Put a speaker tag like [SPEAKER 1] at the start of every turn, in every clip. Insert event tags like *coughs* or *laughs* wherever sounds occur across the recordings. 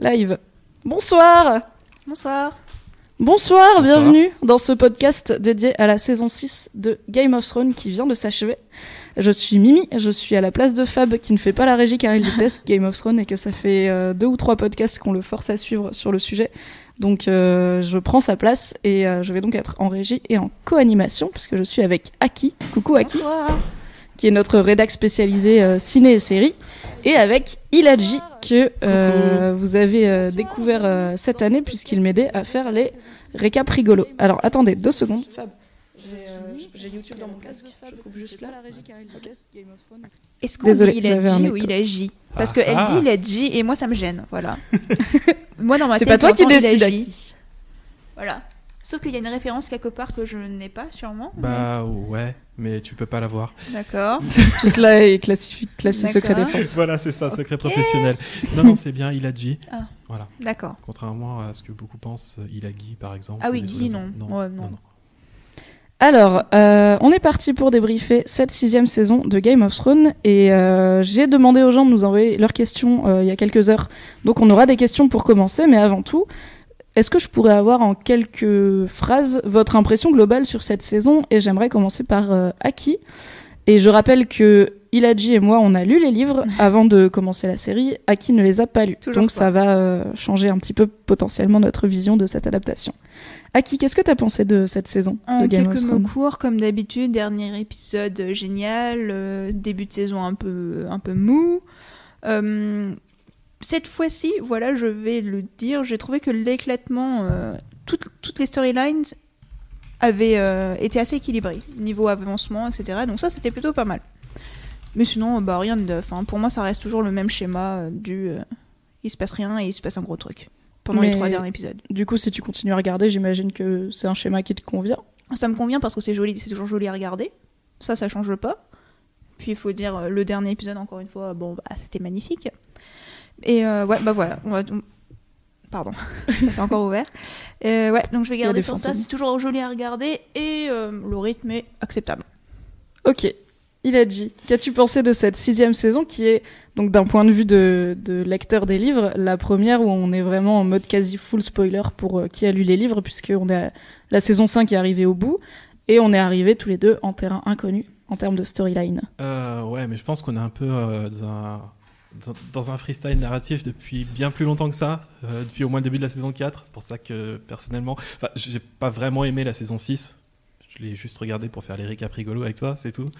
[SPEAKER 1] Live. Bonsoir
[SPEAKER 2] Bonsoir.
[SPEAKER 1] Bonsoir,
[SPEAKER 3] Bonsoir.
[SPEAKER 1] bienvenue dans ce podcast dédié à la saison 6 de Game of Thrones qui vient de s'achever. Je suis Mimi, je suis à la place de Fab qui ne fait pas la régie car il
[SPEAKER 2] *laughs*
[SPEAKER 1] déteste Game of Thrones et que ça fait euh, deux ou trois podcasts qu'on le force à suivre sur le sujet. Donc euh, je prends sa place et euh, je vais donc être en régie et en co-animation puisque je suis avec Aki. Coucou Aki
[SPEAKER 2] Bonsoir.
[SPEAKER 1] qui est notre rédac spécialisé euh, ciné et séries, et avec Iladji, que euh, vous avez euh, découvert euh, cette année, puisqu'il m'aidait à faire les récaps rigolos. Alors attendez deux secondes. J'ai YouTube dans mon casque, je coupe juste là.
[SPEAKER 2] Est-ce qu'on
[SPEAKER 1] Désolée,
[SPEAKER 2] dit il a
[SPEAKER 1] j'avais un
[SPEAKER 2] dit
[SPEAKER 1] écho.
[SPEAKER 2] ou il agit Parce
[SPEAKER 3] Ah,
[SPEAKER 2] qu'elle
[SPEAKER 3] ah.
[SPEAKER 2] dit il agit et moi ça me gêne,
[SPEAKER 1] *laughs*
[SPEAKER 2] voilà. moi dans ma
[SPEAKER 1] C'est
[SPEAKER 2] tête,
[SPEAKER 1] pas toi qui
[SPEAKER 2] j'entends, il
[SPEAKER 1] décides,
[SPEAKER 2] agit.
[SPEAKER 1] Aki.
[SPEAKER 2] Voilà. Sauf qu'il y a une référence quelque part que je n'ai pas sûrement.
[SPEAKER 3] Bah ouais, mais tu peux pas l'avoir.
[SPEAKER 2] D'accord.
[SPEAKER 1] Tout cela est classifi- classé secret
[SPEAKER 2] D'accord.
[SPEAKER 1] défense.
[SPEAKER 3] *laughs* voilà, c'est ça, secret professionnel. Non, non, c'est bien, il a dit.
[SPEAKER 2] Ah.
[SPEAKER 3] Voilà.
[SPEAKER 2] D'accord.
[SPEAKER 3] Contrairement à ce que beaucoup pensent, euh, il a Guy par exemple.
[SPEAKER 2] Ah
[SPEAKER 3] ou
[SPEAKER 2] oui,
[SPEAKER 3] des trucs
[SPEAKER 2] Guy,
[SPEAKER 3] comme ça.
[SPEAKER 2] non. Ouais, non.
[SPEAKER 1] Alors, euh, on est parti pour débriefer cette sixième saison de Game of Thrones et euh, j'ai demandé aux gens de nous envoyer leurs questions euh, il y a quelques heures. Donc on aura des questions pour commencer, mais avant tout, est-ce que je pourrais avoir en quelques phrases votre impression globale sur cette saison Et j'aimerais commencer par euh, Aki. Et je rappelle que Iladji et moi, on a lu les
[SPEAKER 2] *laughs*
[SPEAKER 1] livres avant de commencer la série. Aki ne les a pas lus.
[SPEAKER 2] Toujours
[SPEAKER 1] Donc
[SPEAKER 2] toi.
[SPEAKER 1] ça va euh, changer un petit peu potentiellement notre vision de cette adaptation. Aki, qu'est-ce que t'as pensé de cette saison
[SPEAKER 2] En
[SPEAKER 1] de Game of
[SPEAKER 2] quelques mots
[SPEAKER 1] Thrones
[SPEAKER 2] courts, comme d'habitude, dernier épisode euh, génial, euh, début de saison un peu, un peu mou. Euh, cette fois-ci, voilà, je vais le dire, j'ai trouvé que l'éclatement, euh, toutes, toutes les storylines avaient euh, été assez équilibrées, niveau avancement, etc. Donc ça, c'était plutôt pas mal. Mais sinon, euh, bah, rien de... Enfin, pour moi, ça reste toujours le même schéma euh, du... euh, il se passe rien et il se passe un gros truc. Pendant
[SPEAKER 1] Mais-
[SPEAKER 2] les trois derniers épisodes.
[SPEAKER 1] Du coup, si tu continues à regarder, j'imagine que c'est un schéma qui te convient.
[SPEAKER 2] Ça me convient parce que c'est joli, c'est toujours joli à regarder. Ça, ça change pas. Puis il faut dire euh, le dernier épisode encore une fois, bon, bah, c'était magnifique. Et euh, ouais, bah voilà. on va- on- Pardon, *laughs* ça s'est encore ouvert. Euh, ouais, donc je vais
[SPEAKER 1] y a des
[SPEAKER 2] garder sur ça.
[SPEAKER 1] fantômes.
[SPEAKER 2] C'est toujours joli à regarder et euh, le rythme est acceptable.
[SPEAKER 1] Ok. Il a dit, qu'as-tu pensé de cette sixième saison qui est, donc d'un point de vue de, de lecteur des livres, la première où on est vraiment en mode quasi full spoiler pour euh, qui a lu les livres, puisqu'on est à- la saison 5 est arrivée au bout, et on est arrivés tous les deux en terrain inconnu en termes de storyline.
[SPEAKER 3] Euh, ouais, mais je pense qu'on est un peu euh, dans, un, dans- dans un freestyle narratif depuis bien plus longtemps que ça, euh, depuis au moins le début de la saison 4. C'est pour ça que personnellement, enfin, j'ai pas vraiment aimé la saison 6. Je l'ai juste regardé pour faire les récaps rigolos avec toi, c'est tout.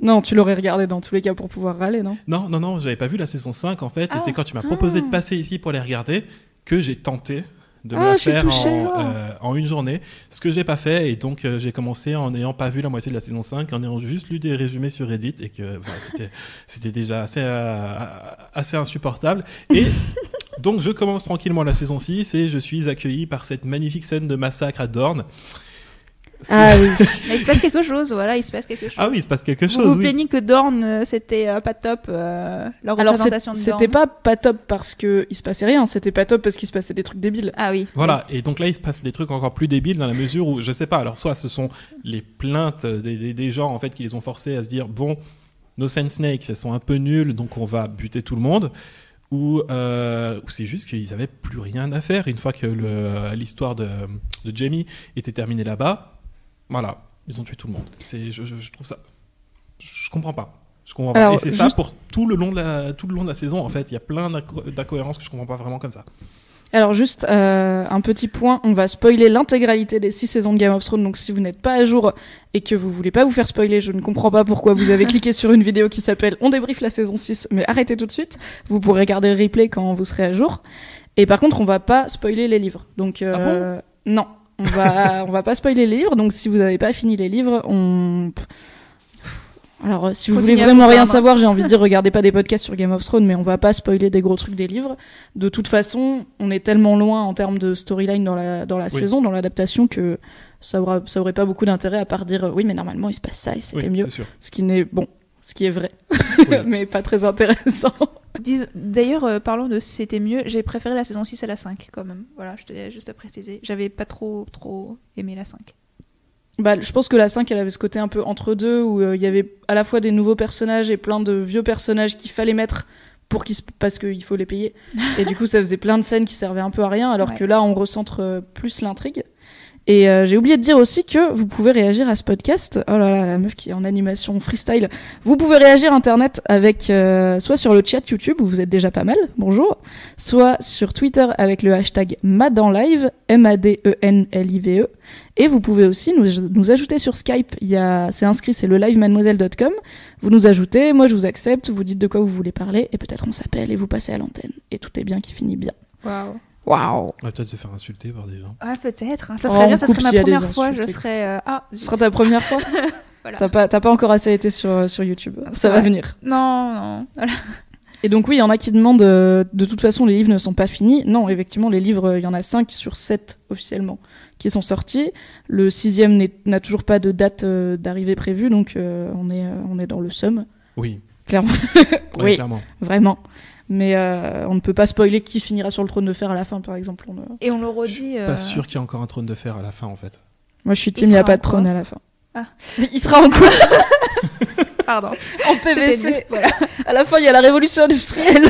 [SPEAKER 1] Non, tu l'aurais regardé dans tous les cas pour pouvoir râler, non
[SPEAKER 3] Non, non, non, j'avais pas vu la saison 5 en fait,
[SPEAKER 2] Ah.
[SPEAKER 3] et c'est quand tu m'as
[SPEAKER 1] Ah.
[SPEAKER 3] proposé de passer ici pour les regarder que j'ai tenté de me
[SPEAKER 1] Ah,
[SPEAKER 3] la
[SPEAKER 1] je suis
[SPEAKER 3] faire
[SPEAKER 1] touchée,
[SPEAKER 3] en,
[SPEAKER 1] là.
[SPEAKER 3] euh, en une journée, ce que j'ai pas fait, et donc euh, j'ai commencé en n'ayant pas vu la moitié de la saison 5, en ayant juste lu des résumés sur Reddit, et que bah,
[SPEAKER 1] *laughs*
[SPEAKER 3] c'était- c'était déjà assez, euh, assez insupportable. Et
[SPEAKER 1] *laughs*
[SPEAKER 3] donc je commence tranquillement la saison 6, et je suis accueilli par cette magnifique scène de massacre à Dorne. C'est-
[SPEAKER 1] Ah oui.
[SPEAKER 2] Mais il se passe quelque chose, voilà, il se passe quelque chose.
[SPEAKER 3] *laughs* Ah oui, il se passe quelque
[SPEAKER 2] vous
[SPEAKER 3] chose.
[SPEAKER 2] vous
[SPEAKER 3] oui.
[SPEAKER 2] plaignez que Dorn, euh, c'était euh, pas top, euh, la
[SPEAKER 1] Alors c'est-
[SPEAKER 2] représentation de Dorn.
[SPEAKER 1] c'était pas pas top parce que il se passait rien, c'était pas top parce qu'il se passait des trucs débiles.
[SPEAKER 2] Ah oui.
[SPEAKER 3] Voilà, et donc là, il se passe des trucs encore plus débiles dans la mesure où, je sais pas, alors soit ce sont les plaintes des, des- des gens en fait qui les ont forcés à se dire bon, nos Sand Snakes, elles sont un peu nuls, donc on va buter tout le monde, ou, euh, ou c'est juste qu'ils avaient plus rien à faire une fois que le- l'histoire de, de Jamie était terminée là-bas. Voilà, ils ont tué tout le monde. C'est, je, je- je trouve ça. Je comprends pas. Je comprends pas.
[SPEAKER 1] Alors,
[SPEAKER 3] et c'est ça
[SPEAKER 1] juste-
[SPEAKER 3] pour tout le, long de la, tout le long de la saison, en fait. Il y a plein d'inco- d'incohérences que je comprends pas vraiment comme ça.
[SPEAKER 1] Alors juste euh, un petit point, on va spoiler l'intégralité des six saisons de Game of Thrones, donc si vous n'êtes pas à jour et que vous voulez pas vous faire spoiler, je ne comprends pas pourquoi vous
[SPEAKER 2] *laughs*
[SPEAKER 1] avez cliqué sur une vidéo qui s'appelle On débriefe la saison 6, mais arrêtez tout de suite, vous pourrez regarder
[SPEAKER 2] Ah
[SPEAKER 1] le replay quand vous serez à jour. Et par contre, on va pas spoiler les livres. Donc euh, non, On
[SPEAKER 2] *laughs*
[SPEAKER 1] va, on va pas spoiler les livres, donc si vous n'avez pas fini les livres, on. Alors, euh, si vous
[SPEAKER 2] Continuez
[SPEAKER 1] voulez
[SPEAKER 2] à
[SPEAKER 1] vraiment
[SPEAKER 2] vous
[SPEAKER 1] rien
[SPEAKER 2] plaindre.
[SPEAKER 1] savoir, j'ai envie de dire, regardez pas des podcasts sur Game of Thrones, mais on va pas spoiler des gros trucs des livres. De toute façon, on est tellement loin en termes de storyline dans la, dans la saison, dans l'adaptation, que ça, aura, ça aurait pas beaucoup d'intérêt à part dire euh, oui, mais normalement il se passe ça et c'était
[SPEAKER 3] Oui,
[SPEAKER 1] mieux. *laughs*
[SPEAKER 3] c'est sûr.
[SPEAKER 1] Ce qui n'est bon, ce qui est vrai,
[SPEAKER 3] Oui.
[SPEAKER 1] *laughs* mais pas très intéressant.
[SPEAKER 2] Dis- D'ailleurs, euh, parlons de C'était mieux, j'ai préféré la saison 6 à la 5 quand même. Voilà, je tenais juste à préciser. J'avais pas trop, trop aimé la 5.
[SPEAKER 1] Bah, je pense que la 5, elle avait ce côté un peu entre deux, où euh, il y avait à la fois des nouveaux personnages et plein de vieux personnages qu'il fallait mettre pour qu'ils se... parce qu'il faut les payer. Et du coup, ça faisait plein de scènes qui servaient un peu à rien, alors
[SPEAKER 2] Ouais.
[SPEAKER 1] que là, on recentre euh, plus l'intrigue. Et euh, j'ai oublié de dire aussi que vous pouvez réagir à ce podcast. Oh là là, la meuf qui est en animation freestyle. Vous pouvez réagir internet avec euh, soit sur le chat YouTube où vous êtes déjà pas mal, bonjour, soit sur Twitter avec le hashtag MadenLive, E M-A-D-E-N-L-I-V-E. Et vous pouvez aussi nous, nous ajouter sur Skype. Il y a, c'est inscrit, c'est le livemademoiselle.com. Vous nous ajoutez, moi je vous accepte, vous dites de quoi vous voulez parler, et peut-être on s'appelle et vous passez à l'antenne. Et tout est bien qui finit bien.
[SPEAKER 2] Waouh.
[SPEAKER 1] Waouh
[SPEAKER 3] On va peut-être se faire insulter par des gens.
[SPEAKER 2] Ah, peut-être. hein. Ça
[SPEAKER 1] Oh,
[SPEAKER 2] serait bien,
[SPEAKER 1] on
[SPEAKER 2] ça serait
[SPEAKER 1] coupe
[SPEAKER 2] ma
[SPEAKER 1] s'il y a des
[SPEAKER 2] première fois.
[SPEAKER 1] insultes,
[SPEAKER 2] Je serais. euh, Ah,
[SPEAKER 1] Ce sera ta première fois
[SPEAKER 2] voilà.
[SPEAKER 1] T'as pas, t'as pas encore assez été sur, sur YouTube. Ça
[SPEAKER 2] C'est
[SPEAKER 1] va
[SPEAKER 2] vrai.
[SPEAKER 1] venir.
[SPEAKER 2] Non, non. Voilà.
[SPEAKER 1] Et donc oui, il y en a qui demandent, euh, de toute façon les livres ne sont pas finis. Non, effectivement, les livres, euh, il y en a 5 sur 7 officiellement qui sont sortis. Le sixième n'est- n'a toujours pas de date euh, d'arrivée prévue, donc euh, on, est, euh, on est dans le somme.
[SPEAKER 3] Oui.
[SPEAKER 1] Clairement.
[SPEAKER 3] Ouais,
[SPEAKER 1] oui.
[SPEAKER 3] Clairement.
[SPEAKER 1] Vraiment. Mais euh, on ne peut pas spoiler qui finira sur le trône de fer à la fin, par exemple. On, ne-
[SPEAKER 2] Et on le
[SPEAKER 3] Je
[SPEAKER 2] redit.
[SPEAKER 3] suis
[SPEAKER 2] euh,
[SPEAKER 3] pas sûr qu'il y ait encore un trône de fer à la fin en fait.
[SPEAKER 1] Moi, je suis
[SPEAKER 2] Il
[SPEAKER 1] team, il n'y a
[SPEAKER 2] sera
[SPEAKER 1] pas
[SPEAKER 2] en
[SPEAKER 1] de trône
[SPEAKER 2] quoi
[SPEAKER 1] à la fin.
[SPEAKER 2] Ah.
[SPEAKER 1] *laughs* Il sera en quoi *laughs*
[SPEAKER 2] Pardon.
[SPEAKER 1] En
[SPEAKER 2] *laughs* C'était nul,
[SPEAKER 1] PVC.
[SPEAKER 2] voilà.
[SPEAKER 1] À la fin, il y a la révolution industrielle.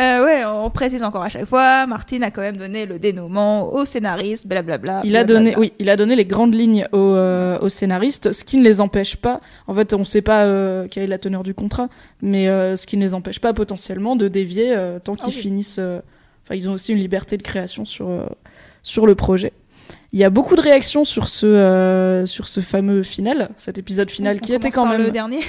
[SPEAKER 2] Euh, ouais, on précise encore à chaque fois. Martine a quand même donné le dénouement au scénariste, blablabla.
[SPEAKER 1] Il a
[SPEAKER 2] blablabla.
[SPEAKER 1] donné, oui, il a donné les grandes lignes aux, euh, aux scénaristes, ce qui ne les empêche pas. En fait, on ne sait pas euh, quelle est la teneur du contrat, mais euh, ce qui ne les empêche pas potentiellement de dévier euh, tant qu'ils
[SPEAKER 2] Ah oui.
[SPEAKER 1] finissent. euh, Enfin, ils ont aussi une liberté de création sur euh, sur le projet. Il y a beaucoup de réactions sur ce euh, sur ce fameux final, cet épisode final
[SPEAKER 2] On
[SPEAKER 1] qui était
[SPEAKER 2] commence
[SPEAKER 1] quand
[SPEAKER 2] par
[SPEAKER 1] même.
[SPEAKER 2] le dernier.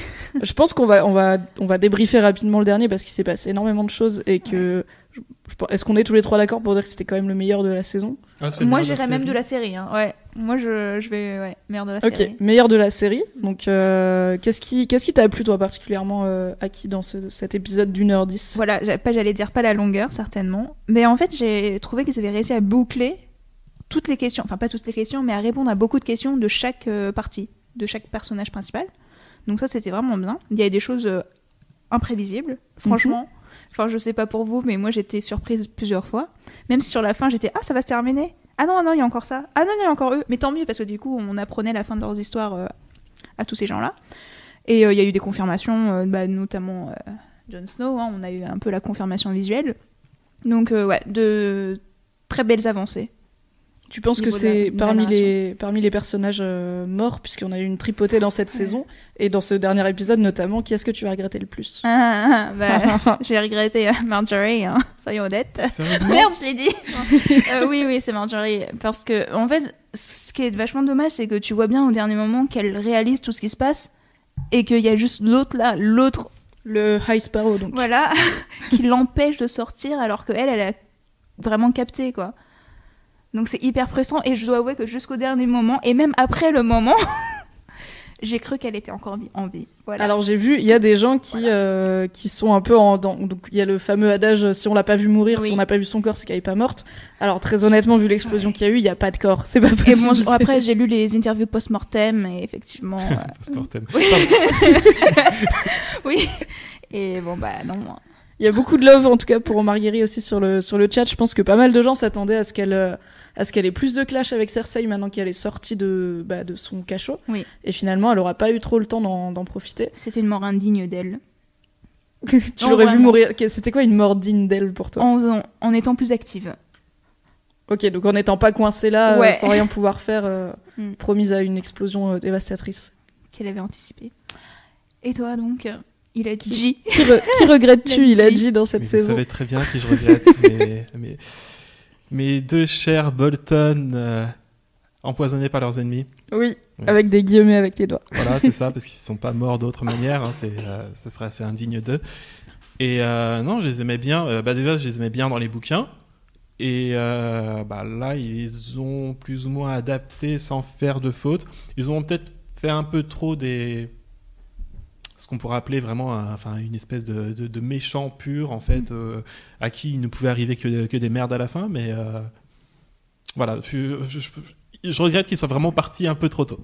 [SPEAKER 1] Je pense qu'on va on va on va débriefer rapidement le dernier parce qu'il s'est passé énormément de choses et que. je- je pense- Est-ce qu'on est tous les trois d'accord pour dire que c'était quand même le meilleur de la saison
[SPEAKER 3] Ah, c'est le
[SPEAKER 2] Moi,
[SPEAKER 3] meilleur
[SPEAKER 2] j'irais
[SPEAKER 3] la
[SPEAKER 2] même de
[SPEAKER 3] série.
[SPEAKER 2] la série. hein, Ouais. Moi, je, je vais. Ouais, mère de la
[SPEAKER 1] Ok,
[SPEAKER 2] série.
[SPEAKER 1] meilleur de la série. Donc, euh, qu'est-ce qui, qu'est-ce qui t'a plu toi particulièrement euh, acquis dans ce- cet épisode d'une heure dix
[SPEAKER 2] Voilà, j'a- pas- j'allais dire pas la longueur, certainement. Mais en fait, j'ai trouvé qu'ils avaient réussi à boucler toutes les questions, enfin pas toutes les questions, mais à répondre à beaucoup de questions de chaque euh, partie, de chaque personnage principal. Donc ça, c'était vraiment bien. Il y a des choses euh, imprévisibles, franchement. Enfin, je sais pas pour vous, mais moi, j'étais surprise plusieurs fois. Même si sur la fin, j'étais « Ah, ça va se terminer Ah non, ah non, il y a encore ça Ah non, il y a encore eux !» Mais tant mieux, parce que du coup, on apprenait la fin de leurs histoires euh, à tous ces gens-là. Et euh, il y a eu des confirmations, euh, bah, notamment... euh, Jon Snow, hein, on a eu un peu la confirmation visuelle. Donc euh, ouais, de très belles avancées. *laughs*
[SPEAKER 1] Tu penses que
[SPEAKER 2] Niveau de la-
[SPEAKER 1] c'est
[SPEAKER 2] de la
[SPEAKER 1] parmi
[SPEAKER 2] narration.
[SPEAKER 1] les, parmi les personnages euh, morts, puisqu'on a eu une tripotée dans cette saison et dans ce dernier épisode notamment, qui est-ce que tu vas regretter le plus
[SPEAKER 2] Ah, ah, ah,
[SPEAKER 1] *laughs*
[SPEAKER 2] bah, j'ai regretté euh, Marjorie, hein, soyons honnêtes. *laughs*
[SPEAKER 3] Sérieusement
[SPEAKER 2] Merde, je l'ai dit. *laughs* Euh, oui, oui, c'est Marjorie. Parce que, en fait, ce qui est vachement dommage, c'est que tu vois bien au dernier moment qu'elle réalise tout ce qui se passe et qu'il y a juste l'autre là, l'autre,
[SPEAKER 1] Le High Sparrow, donc.
[SPEAKER 2] voilà, *laughs* qui l'empêche de sortir alors qu'elle, elle a vraiment capté, quoi. Donc c'est hyper pressant et je dois avouer que jusqu'au dernier moment, et même après le moment, *laughs* j'ai cru qu'elle était encore vi- en vie. Voilà.
[SPEAKER 1] Alors j'ai vu, il y a des gens qui euh, qui sont un peu en dans, donc il y a le fameux adage euh, si on l'a pas vu mourir,
[SPEAKER 2] Oui.
[SPEAKER 1] si on n'a pas vu son corps, c'est qu'elle est pas morte. Alors très honnêtement, vu l'explosion qu'il y a eu, il y a pas de corps, c'est pas
[SPEAKER 2] et
[SPEAKER 1] possible.
[SPEAKER 2] bon, je-
[SPEAKER 1] c'est-
[SPEAKER 2] après, j'ai lu les interviews post-mortem
[SPEAKER 1] *laughs*
[SPEAKER 2] et effectivement. euh,
[SPEAKER 3] Postmortem.
[SPEAKER 2] oui. Et bon, bah non.
[SPEAKER 1] Il y a beaucoup de love en tout cas pour Omar Guéry aussi sur le sur le chat. Je pense que pas mal de gens s'attendaient à ce qu'elle euh, à ce qu'elle ait plus de clash avec Cersei maintenant qu'elle est sortie de bah, de son cachot.
[SPEAKER 2] Oui.
[SPEAKER 1] Et finalement, elle aura pas eu trop le temps d'en d'en profiter. *laughs*
[SPEAKER 2] C'était une mort indigne d'elle.
[SPEAKER 1] tu
[SPEAKER 2] Non,
[SPEAKER 1] l'aurais vu
[SPEAKER 2] vraiment.
[SPEAKER 1] mourir. Que- C'était quoi une mort digne d'elle pour toi
[SPEAKER 2] En, en- en étant plus active.
[SPEAKER 1] Ok, donc en n'étant pas coincée là, euh,
[SPEAKER 2] Ouais.
[SPEAKER 1] sans rien pouvoir faire,
[SPEAKER 2] *laughs*
[SPEAKER 1] euh,
[SPEAKER 2] Mm.
[SPEAKER 1] promise à une explosion euh, dévastatrice.
[SPEAKER 2] Qu'elle avait anticipé. Et toi donc euh, Il a
[SPEAKER 1] Qui-
[SPEAKER 2] dit.
[SPEAKER 1] Qui, re- qui regrettes-tu,
[SPEAKER 2] *laughs* La
[SPEAKER 1] il a
[SPEAKER 2] G.
[SPEAKER 1] dit dans cette
[SPEAKER 3] Mais Vous
[SPEAKER 1] saison
[SPEAKER 3] savez très bien que je regrette. *laughs* mes, mes- mes deux chers Bolton euh, empoisonnés par leurs ennemis.
[SPEAKER 1] Oui,
[SPEAKER 3] Ouais.
[SPEAKER 1] avec des guillemets avec les doigts.
[SPEAKER 3] Voilà, c'est ça, parce qu'ils ne sont pas morts d'autre manière. hein, c'est, euh, ce serait assez indigne d'eux. Et euh, non, je les aimais bien. euh, bah déjà, je les aimais bien dans les bouquins. Et euh, bah là, ils ont plus ou moins adapté sans faire de faute. Ils ont peut-être fait un peu trop des. Ce qu'on pourrait appeler vraiment un- enfin, une espèce de, de- de méchant pur, en fait, euh, à qui il ne pouvait arriver que, que des merdes à la fin. Mais euh, voilà, je, je- je- je regrette qu'ils soient vraiment partis un peu trop tôt.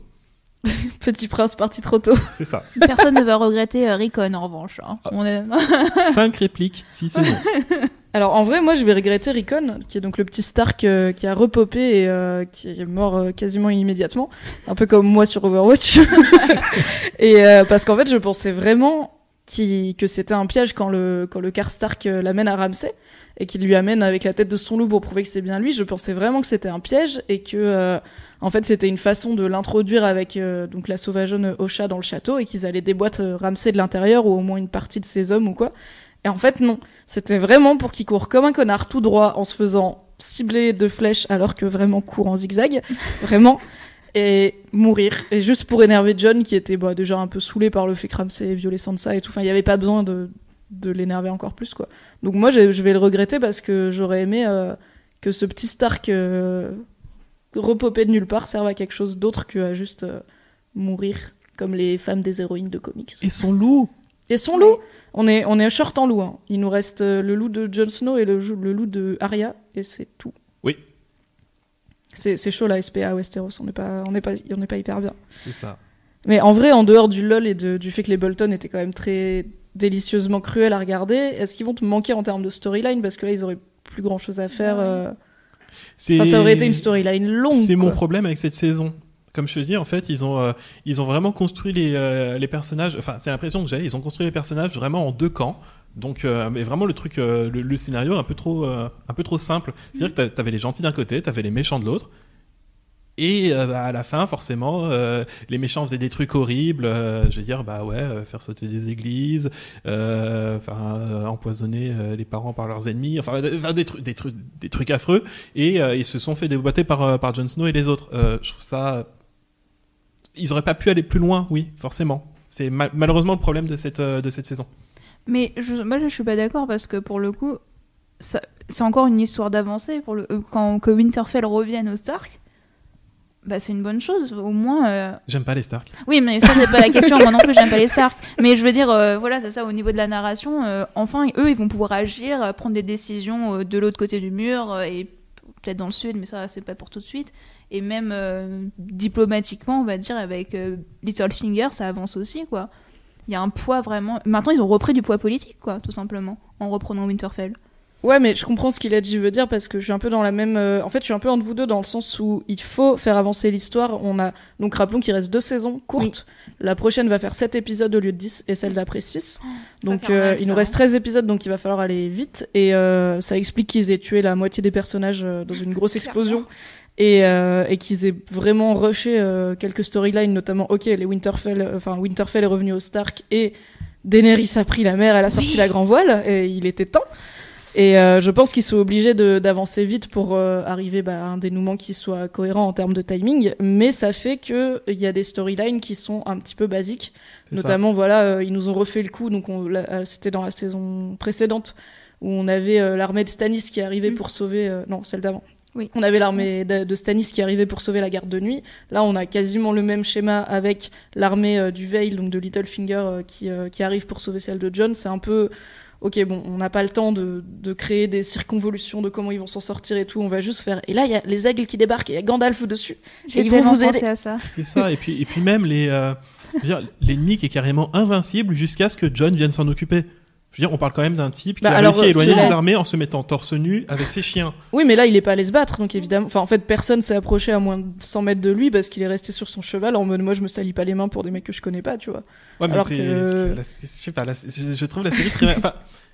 [SPEAKER 1] Petit prince parti trop tôt.
[SPEAKER 3] C'est ça.
[SPEAKER 2] *laughs* Personne ne va regretter euh, Recon en revanche. hein. On est- *laughs*
[SPEAKER 3] Cinq répliques, si c'est bon.
[SPEAKER 1] Alors en vrai, moi je vais regretter Rickon, qui est donc le petit Stark euh, qui a repopé et euh, qui est mort euh, quasiment immédiatement, un peu comme moi sur Overwatch. *laughs* et euh, parce qu'en fait, je pensais vraiment qu'il- que c'était un piège quand le quand le car Stark euh, l'amène à Ramsay et qu'il lui amène avec la tête de son loup pour prouver que c'est bien lui. Je pensais vraiment que c'était un piège et que euh, en fait c'était une façon de l'introduire avec euh, donc la sauvageonne Ocha dans le château et qu'ils allaient déboîter euh, Ramsay de l'intérieur ou au moins une partie de ses hommes ou quoi. Et en fait non. C'était vraiment pour qu'il court comme un connard tout droit en se faisant cibler de flèches alors que vraiment court en zigzag. Vraiment. Et mourir. Et juste pour énerver John qui était bah, déjà un peu saoulé par le fait que Ramsay ait violé Sansa et tout. Enfin, il n'y avait pas besoin de, de l'énerver encore plus quoi. Donc moi j'ai- je vais le regretter parce que j'aurais aimé euh, que ce petit Stark euh, repopé de nulle part serve à quelque chose d'autre que à juste euh, mourir comme les femmes des héroïnes de comics.
[SPEAKER 3] Et son loup
[SPEAKER 1] Et son loup on est, on est short en loup. hein. Il nous reste euh, le loup de Jon Snow et le, jou- le loup de Arya, et c'est tout.
[SPEAKER 3] Oui.
[SPEAKER 1] C'est c'est chaud la SPA à Westeros, on n'est pas, on n'est pas, on n'est pas hyper bien.
[SPEAKER 3] C'est ça.
[SPEAKER 1] Mais en vrai, en dehors du lol et de- du fait que les Bolton étaient quand même très délicieusement cruels à regarder, est-ce qu'ils vont te manquer en termes de storyline Parce que là, ils auraient plus grand chose à faire.
[SPEAKER 2] Ouais.
[SPEAKER 1] euh.
[SPEAKER 3] C'est-
[SPEAKER 1] Enfin, ça aurait été une storyline longue.
[SPEAKER 3] C'est mon
[SPEAKER 1] quoi.
[SPEAKER 3] problème avec cette saison. Comme je te dis, en fait, ils ont, euh, ils ont vraiment construit les, euh, les personnages. Enfin, c'est l'impression que j'ai. Ils ont construit les personnages vraiment en deux camps. Donc, euh, mais vraiment le truc, euh, le, le scénario est un peu trop, euh, un peu trop simple. C'est-à-dire que t'a- t'avais les gentils d'un côté, t'avais les méchants de l'autre. Et euh, bah, à la fin, forcément, euh, les méchants faisaient des trucs horribles. euh, je veux dire, bah ouais, euh, faire sauter des églises, euh, enfin, euh, empoisonner euh, les parents par leurs ennemis, enfin, euh, enfin, des, trucs, des, trucs, des trucs affreux. Et euh, ils se sont fait déboîter par, euh, par Jon Snow et les autres. Euh, je trouve ça. Ils auraient pas pu aller plus loin, oui, forcément. C'est ma- malheureusement le problème de cette, euh, de cette saison.
[SPEAKER 2] Mais je, moi, là, je suis pas d'accord parce que pour le coup, ça- c'est encore une histoire d'avancée. Pour le, euh, quand que Winterfell revienne au Stark, bah, c'est une bonne chose. Au moins. euh,
[SPEAKER 3] J'aime pas les Stark.
[SPEAKER 2] Oui, mais ça, c'est pas la question. Moi non plus, j'aime pas les Stark. Mais je veux dire, euh, voilà, c'est ça, au niveau de la narration, euh, enfin, eux, ils vont pouvoir agir, euh, prendre des décisions euh, de l'autre côté du mur euh, et peut-être dans le sud, mais ça, c'est pas pour tout de suite. Et même euh, diplomatiquement, on va dire, avec euh, Littlefinger, ça avance aussi, quoi. Il y a un poids vraiment. Maintenant, ils ont repris du poids politique, quoi, tout simplement, en reprenant Winterfell.
[SPEAKER 1] Ouais, mais je comprends ce qu'il a dit, je veux dire, parce que je suis un peu dans la même. euh, En fait, je suis un peu entre vous deux dans le sens où il faut faire avancer l'histoire. On a donc rappelons qu'il reste deux saisons courtes. La prochaine va faire 7 épisodes au lieu de 10 et celle d'après 6.
[SPEAKER 2] Ça
[SPEAKER 1] Donc
[SPEAKER 2] fait
[SPEAKER 1] euh,
[SPEAKER 2] mal,
[SPEAKER 1] il
[SPEAKER 2] ça,
[SPEAKER 1] nous reste
[SPEAKER 2] hein.
[SPEAKER 1] 13 épisodes, donc il va falloir aller vite. Et euh, ça explique qu'ils aient tué la moitié des personnages euh, dans une grosse explosion. Et, euh, et qu'ils aient vraiment rushé euh, quelques storylines, notamment, ok, les Winterfell, euh, enfin Winterfell est revenu au Stark et Daenerys a pris la mer, elle a sorti la grand voile, et il était temps. Et euh, je pense qu'ils sont obligés de- d'avancer vite pour euh, arriver bah, à un dénouement qui soit cohérent en termes de timing, mais ça fait que il y a des storylines qui sont un petit peu basiques
[SPEAKER 3] C'est ça.
[SPEAKER 1] Notamment, voilà, euh, ils nous ont refait le coup. Donc, on l'a- euh, c'était dans la saison précédente où on avait euh, l'armée de Stannis qui arrivait
[SPEAKER 2] Mm.
[SPEAKER 1] pour sauver. euh, non, celle d'avant.
[SPEAKER 2] Oui.
[SPEAKER 1] On avait l'armée de, de Stannis qui arrivait pour sauver la garde de nuit. Là, on a quasiment le même schéma avec l'armée euh, du Veil, donc de Littlefinger, euh, qui, euh, qui arrive pour sauver celle de John. C'est un peu. Ok, bon, on n'a pas le temps de, de créer des circonvolutions de comment ils vont s'en sortir et tout. On va juste faire. Et là, il y a les aigles qui débarquent et il y a Gandalf dessus. Et
[SPEAKER 2] J'ai
[SPEAKER 1] ils vont
[SPEAKER 2] tellement
[SPEAKER 1] vous aider.
[SPEAKER 2] pensé à ça.
[SPEAKER 3] C'est ça. Et puis, et puis même les, euh, je veux dire, les Nick est carrément invincible jusqu'à ce que John vienne s'en occuper. Je veux dire, on parle quand même d'un type qui
[SPEAKER 1] Bah,
[SPEAKER 3] a
[SPEAKER 1] alors,
[SPEAKER 3] réussi à éloigner
[SPEAKER 1] cela-
[SPEAKER 3] les armées en se mettant torse nu avec ses chiens.
[SPEAKER 1] Oui, mais là, il est pas allé se battre, donc évidemment. Enfin, en fait, personne s'est approché à moins de 100 mètres de lui parce qu'il est resté sur son cheval en mode moi, je me salis pas les mains pour des mecs que je connais pas, tu vois.
[SPEAKER 3] Ouais, mais
[SPEAKER 1] Alors
[SPEAKER 3] c'est,
[SPEAKER 1] que-
[SPEAKER 3] c'est- la- c'est- je sais pas, la- je, je trouve la série très. enfin,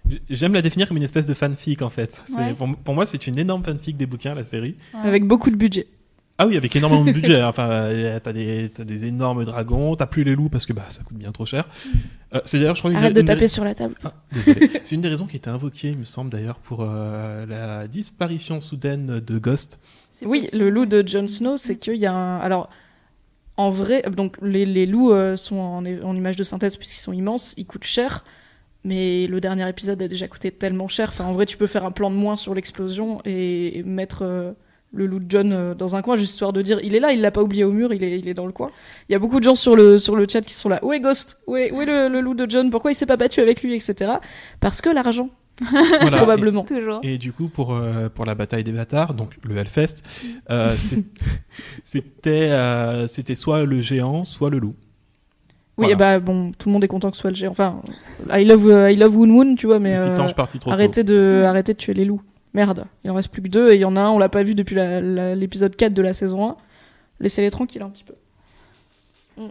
[SPEAKER 3] j- j'aime la définir comme une espèce de fanfic en fait. C'est-
[SPEAKER 2] Ouais.
[SPEAKER 3] pour, pour moi, c'est une énorme fanfic des bouquins, la série.
[SPEAKER 2] Ouais.
[SPEAKER 1] Avec beaucoup de budget.
[SPEAKER 3] Ah oui, avec énormément de budget. Enfin, euh, t'as des, t'as des énormes dragons, t'as plus les loups parce que bah, ça coûte bien trop cher. Euh, c'est d'ailleurs, je crois, une-
[SPEAKER 1] Arrête de
[SPEAKER 3] une des-
[SPEAKER 1] taper sur la table.
[SPEAKER 3] Ah, désolé. *laughs* c'est une des raisons qui était invoquée, il me semble d'ailleurs, pour euh, la disparition soudaine
[SPEAKER 1] *laughs*
[SPEAKER 3] de Ghost.
[SPEAKER 2] C'est
[SPEAKER 1] Oui,
[SPEAKER 2] possible.
[SPEAKER 1] le loup de Jon
[SPEAKER 2] Mm.
[SPEAKER 1] Snow, c'est qu'il y a un. Alors, en vrai, donc les, les loups euh, sont en, en image de synthèse puisqu'ils sont immenses, ils coûtent cher. Mais le dernier épisode a déjà coûté tellement cher. Enfin, en vrai, tu peux faire un plan de moins sur l'explosion et mettre euh, le loup de John euh, dans un coin, juste histoire de dire il est là, il l'a pas oublié au mur, il est, il est dans le coin. Il y a beaucoup de gens sur le, sur le chat qui sont là. Où est Ghost Où est, où est le, le loup de John Pourquoi il s'est pas battu avec lui, etc. Parce que l'argent,
[SPEAKER 3] Voilà.
[SPEAKER 1] probablement.
[SPEAKER 2] Toujours.
[SPEAKER 3] Et, et du coup, pour, euh, pour la bataille des bâtards, donc le Hellfest,
[SPEAKER 1] Mm.
[SPEAKER 3] euh, c'est- c'était euh, c'était soit le géant, soit le loup.
[SPEAKER 1] Oui,
[SPEAKER 3] Voilà.
[SPEAKER 1] et bah bon, tout le monde est content que ce soit le géant. Enfin, I love, euh, I love Woon Woon, tu vois, mais
[SPEAKER 3] le petit
[SPEAKER 1] euh,
[SPEAKER 3] ange parti trop tôt.
[SPEAKER 1] arrêtez de, arrêtez de tuer les loups. Merde, il en reste plus que deux et il y en a un, on l'a pas vu depuis la- la- l'épisode 4 de la saison 1. Laissez-les tranquilles un petit peu. Mm.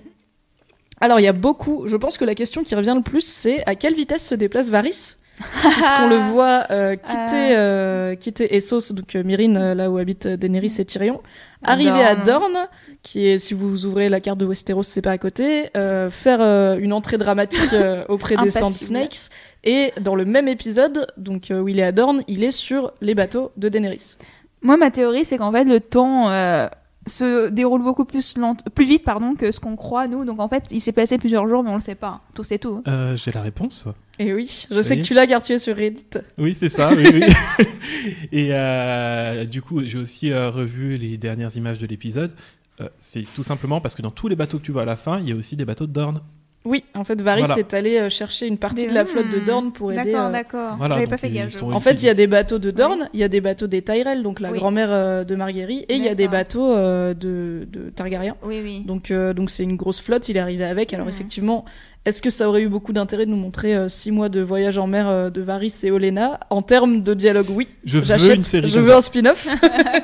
[SPEAKER 1] Alors, il y a beaucoup. Je pense que la question qui revient le plus, c'est à quelle vitesse se déplace Varys Puisqu'on le voit euh, quitter, euh, quitter Essos, donc euh, Myrine, euh, là où habitent euh, Daenerys et Tyrion, arriver à
[SPEAKER 2] Dorne.
[SPEAKER 1] Dorne, qui est, si vous ouvrez la carte de Westeros, c'est pas à côté, euh, faire euh, une entrée dramatique *laughs* euh, auprès des
[SPEAKER 2] Impassible.
[SPEAKER 1] Sand Snakes, et dans le même épisode, donc euh, où il est à Dorne, il est sur les bateaux de Daenerys.
[SPEAKER 2] Moi, ma théorie, c'est qu'en fait, le temps euh, se déroule beaucoup plus, lent... plus vite pardon, que ce qu'on croit, nous. Donc, en fait, il s'est passé plusieurs jours, mais on le sait pas. Tout, c'est tout.
[SPEAKER 3] Euh, J'ai la réponse.
[SPEAKER 1] Et oui, je sais
[SPEAKER 3] Oui.
[SPEAKER 1] que tu l'as car tu es sur Reddit.
[SPEAKER 3] Oui, c'est ça. oui, oui. Et euh, du coup, j'ai aussi euh, revu les dernières images de l'épisode. Euh, c'est tout simplement parce que dans tous les bateaux que tu vois à la fin, il y a aussi des bateaux de Dorne.
[SPEAKER 1] Oui, en fait, Varys
[SPEAKER 3] Voilà.
[SPEAKER 1] est allé euh, chercher une partie
[SPEAKER 2] Des-
[SPEAKER 1] de la flotte de
[SPEAKER 2] Hmm.
[SPEAKER 1] Dorne pour aider.
[SPEAKER 2] D'accord,
[SPEAKER 1] euh,
[SPEAKER 2] d'accord.
[SPEAKER 3] Voilà,
[SPEAKER 2] Ah, J'avais pas
[SPEAKER 3] donc
[SPEAKER 2] fait
[SPEAKER 3] ils
[SPEAKER 2] gaffe.
[SPEAKER 3] sont-
[SPEAKER 1] En fait, il y a des bateaux de Dorne, il y a des bateaux des Tyrell, donc la
[SPEAKER 2] Oui.
[SPEAKER 1] grand-mère euh, de Marguerite, et il y a des
[SPEAKER 2] D'accord.
[SPEAKER 1] bateaux euh, de, de Targaryen.
[SPEAKER 2] Oui, oui.
[SPEAKER 1] Donc euh, donc c'est une grosse flotte, il est arrivé avec. Alors
[SPEAKER 2] Mhm.
[SPEAKER 1] effectivement, est-ce que ça aurait eu beaucoup d'intérêt de nous montrer euh, six mois de voyage en mer euh, de Varys et Olenna En termes de dialogue, oui,
[SPEAKER 3] Je veux
[SPEAKER 1] j'achète,
[SPEAKER 3] une série
[SPEAKER 1] je
[SPEAKER 3] comme
[SPEAKER 1] veux
[SPEAKER 3] ça.
[SPEAKER 1] un spin-off. *laughs*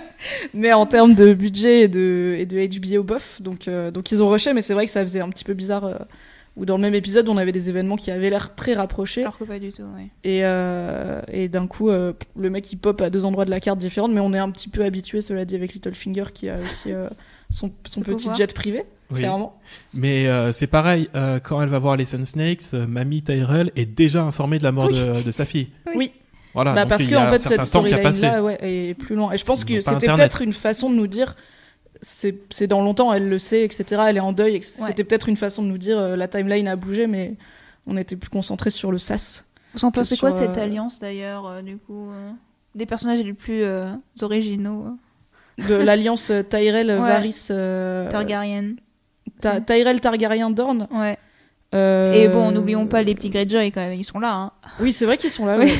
[SPEAKER 1] mais en termes de budget et de, et de HBO bof, donc, euh, donc ils ont rushé, mais c'est vrai que ça faisait un petit peu bizarre. euh, où dans le même épisode, on avait des événements qui avaient l'air très rapprochés.
[SPEAKER 2] Alors que pas du tout, oui.
[SPEAKER 1] Et, euh, et d'un coup, euh, le mec il pop à deux endroits de la carte différentes, mais on est un petit peu habitué, cela dit, avec Littlefinger qui a aussi euh, son, son
[SPEAKER 2] Ce
[SPEAKER 1] petit
[SPEAKER 2] pouvoir.
[SPEAKER 1] jet privé,
[SPEAKER 3] Oui.
[SPEAKER 1] clairement.
[SPEAKER 3] Mais euh, c'est pareil, euh, quand elle va voir les Sun Snakes, euh, Mamie Tyrell est déjà informée de la mort de, de sa fille.
[SPEAKER 2] Oui.
[SPEAKER 1] Oui.
[SPEAKER 3] Voilà,
[SPEAKER 1] bah
[SPEAKER 3] donc
[SPEAKER 1] parce
[SPEAKER 3] il
[SPEAKER 1] que
[SPEAKER 3] y a
[SPEAKER 1] en fait,
[SPEAKER 3] un certain
[SPEAKER 1] cette
[SPEAKER 3] temps qui a
[SPEAKER 1] storyline
[SPEAKER 3] passé.
[SPEAKER 1] là ouais, est plus loin. Et je pense
[SPEAKER 3] Ils
[SPEAKER 1] que
[SPEAKER 3] n'ont pas
[SPEAKER 1] c'était
[SPEAKER 3] Internet.
[SPEAKER 1] peut-être une façon de nous dire c'est c'est dans longtemps, elle le sait, etc. Elle est en deuil. et que C'était
[SPEAKER 2] Ouais.
[SPEAKER 1] peut-être une façon de nous dire euh, la timeline a bougé, mais on était plus concentré sur le sas.
[SPEAKER 2] Vous en
[SPEAKER 1] Que
[SPEAKER 2] pensez quoi de
[SPEAKER 1] sur,
[SPEAKER 2] cette
[SPEAKER 1] euh,
[SPEAKER 2] alliance, d'ailleurs, euh, du coup euh, Des personnages les plus euh, originaux. euh, *laughs*
[SPEAKER 1] De l'alliance euh, Tyrell
[SPEAKER 2] Ouais.
[SPEAKER 1] Varys euh,
[SPEAKER 2] Targaryen.
[SPEAKER 1] Ta- Tyrell Targaryen Dorne.
[SPEAKER 2] Ouais.
[SPEAKER 1] euh,
[SPEAKER 2] Et bon, n'oublions pas les petits Greyjoy, quand même. Ils sont là, hein.
[SPEAKER 1] Oui, c'est vrai qu'ils sont là.
[SPEAKER 2] Oui.
[SPEAKER 1] ouais.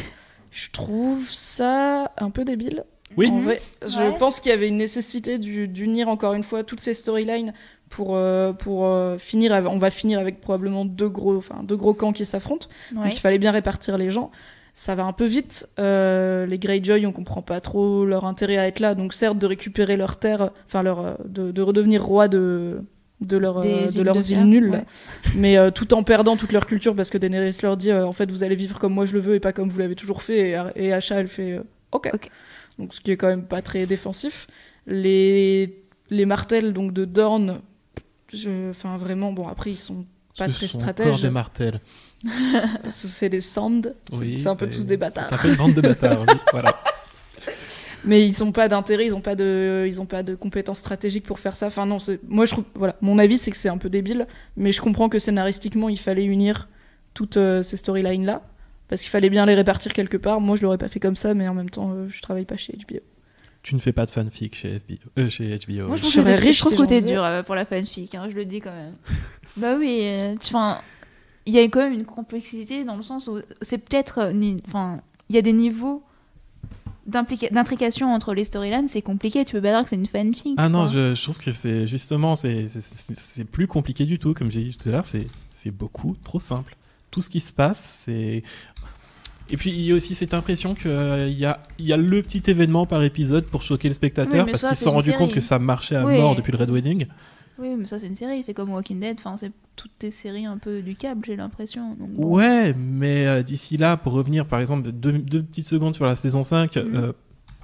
[SPEAKER 1] Je trouve ça un peu débile.
[SPEAKER 3] Oui.
[SPEAKER 1] En vrai, je
[SPEAKER 2] Ouais.
[SPEAKER 1] pense qu'il y avait une nécessité du- d'unir encore une fois toutes ces storylines pour euh, pour euh, finir. avec- on va finir avec probablement deux gros, enfin deux gros camps qui s'affrontent.
[SPEAKER 2] Ouais.
[SPEAKER 1] Donc il fallait bien répartir les gens. Ça va un peu vite. Euh, les Greyjoy, on comprend pas trop leur intérêt à être là. Donc certes de récupérer leur terre, enfin leur euh, de, de redevenir roi de de, leur, euh,
[SPEAKER 2] Des îles
[SPEAKER 1] de
[SPEAKER 2] de
[SPEAKER 1] leurs
[SPEAKER 2] fer,
[SPEAKER 1] îles nulles,
[SPEAKER 2] ouais.
[SPEAKER 1] mais euh, tout en perdant toute leur culture parce que Daenerys leur dit euh, en fait vous allez vivre comme moi je le veux et pas comme vous l'avez toujours fait et, Ar- et Asha elle fait euh, ok.
[SPEAKER 2] Ok.
[SPEAKER 1] donc ce qui est quand même pas très défensif les les martels donc de Dorne je- enfin vraiment bon après ils sont pas
[SPEAKER 3] Ce
[SPEAKER 1] très
[SPEAKER 3] sont
[SPEAKER 1] stratèges.
[SPEAKER 3] encore
[SPEAKER 1] *laughs*
[SPEAKER 3] des martels.
[SPEAKER 1] c'est c'est des sands c'est-
[SPEAKER 3] Oui,
[SPEAKER 1] c'est un peu tous des bâtards
[SPEAKER 3] C'est un peu une bande de bâtards,
[SPEAKER 1] *laughs*
[SPEAKER 3] oui, voilà.
[SPEAKER 1] mais ils ont pas d'intérêt, ils ont pas de, ils ont pas de compétences stratégiques pour faire ça. Enfin non, c'est- moi je trouve, voilà, mon avis c'est que c'est un peu débile, mais je comprends que scénaristiquement il fallait unir toutes euh, ces storylines là parce qu'il fallait bien les répartir quelque part. Moi je l'aurais pas fait comme ça, mais en même temps euh, je travaille pas chez HBO.
[SPEAKER 3] Tu ne fais pas de fanfic chez, HBO, euh, chez HBO.
[SPEAKER 2] Moi, je
[SPEAKER 1] Je
[SPEAKER 2] trouve que
[SPEAKER 1] serais
[SPEAKER 2] t'es-
[SPEAKER 1] riche
[SPEAKER 2] je trouve
[SPEAKER 1] si
[SPEAKER 2] que
[SPEAKER 1] j'en
[SPEAKER 2] t'es
[SPEAKER 1] faisais.
[SPEAKER 2] dur euh, pour la fanfic, hein, je le dis quand même. *laughs* bah oui, euh, tu- 'fin, il y a quand même une complexité dans le sens où c'est peut-être. euh, ni- 'fin, Il y a des niveaux d'implica- d'intrication entre les storylines, c'est compliqué, tu peux pas dire que c'est une fanfic.
[SPEAKER 3] Ah non,
[SPEAKER 2] quoi.
[SPEAKER 3] je, je trouve que c'est justement, c'est- c'est c'est- c'est plus compliqué du tout. Comme j'ai dit tout à l'heure, c'est c'est beaucoup trop simple. Tout ce qui se passe, c'est. Et puis il y a aussi cette impression qu'il y, a, il y a le petit événement par épisode pour choquer le
[SPEAKER 2] Oui,
[SPEAKER 3] spectateur
[SPEAKER 2] mais
[SPEAKER 3] parce
[SPEAKER 2] ça,
[SPEAKER 3] qu'ils
[SPEAKER 2] c'est
[SPEAKER 3] se sont
[SPEAKER 2] une
[SPEAKER 3] rendus compte
[SPEAKER 2] série.
[SPEAKER 3] que ça marchait à
[SPEAKER 2] Oui.
[SPEAKER 3] mort depuis le Red Wedding.
[SPEAKER 2] Oui, mais ça, c'est une série, c'est comme Walking Dead, 'fin, c'est toutes des séries un peu du câble, j'ai l'impression. donc bon.
[SPEAKER 3] Ouais, mais euh, d'ici là, pour revenir par exemple deux, deux petites secondes sur la saison 5,
[SPEAKER 2] Mm.
[SPEAKER 3] euh,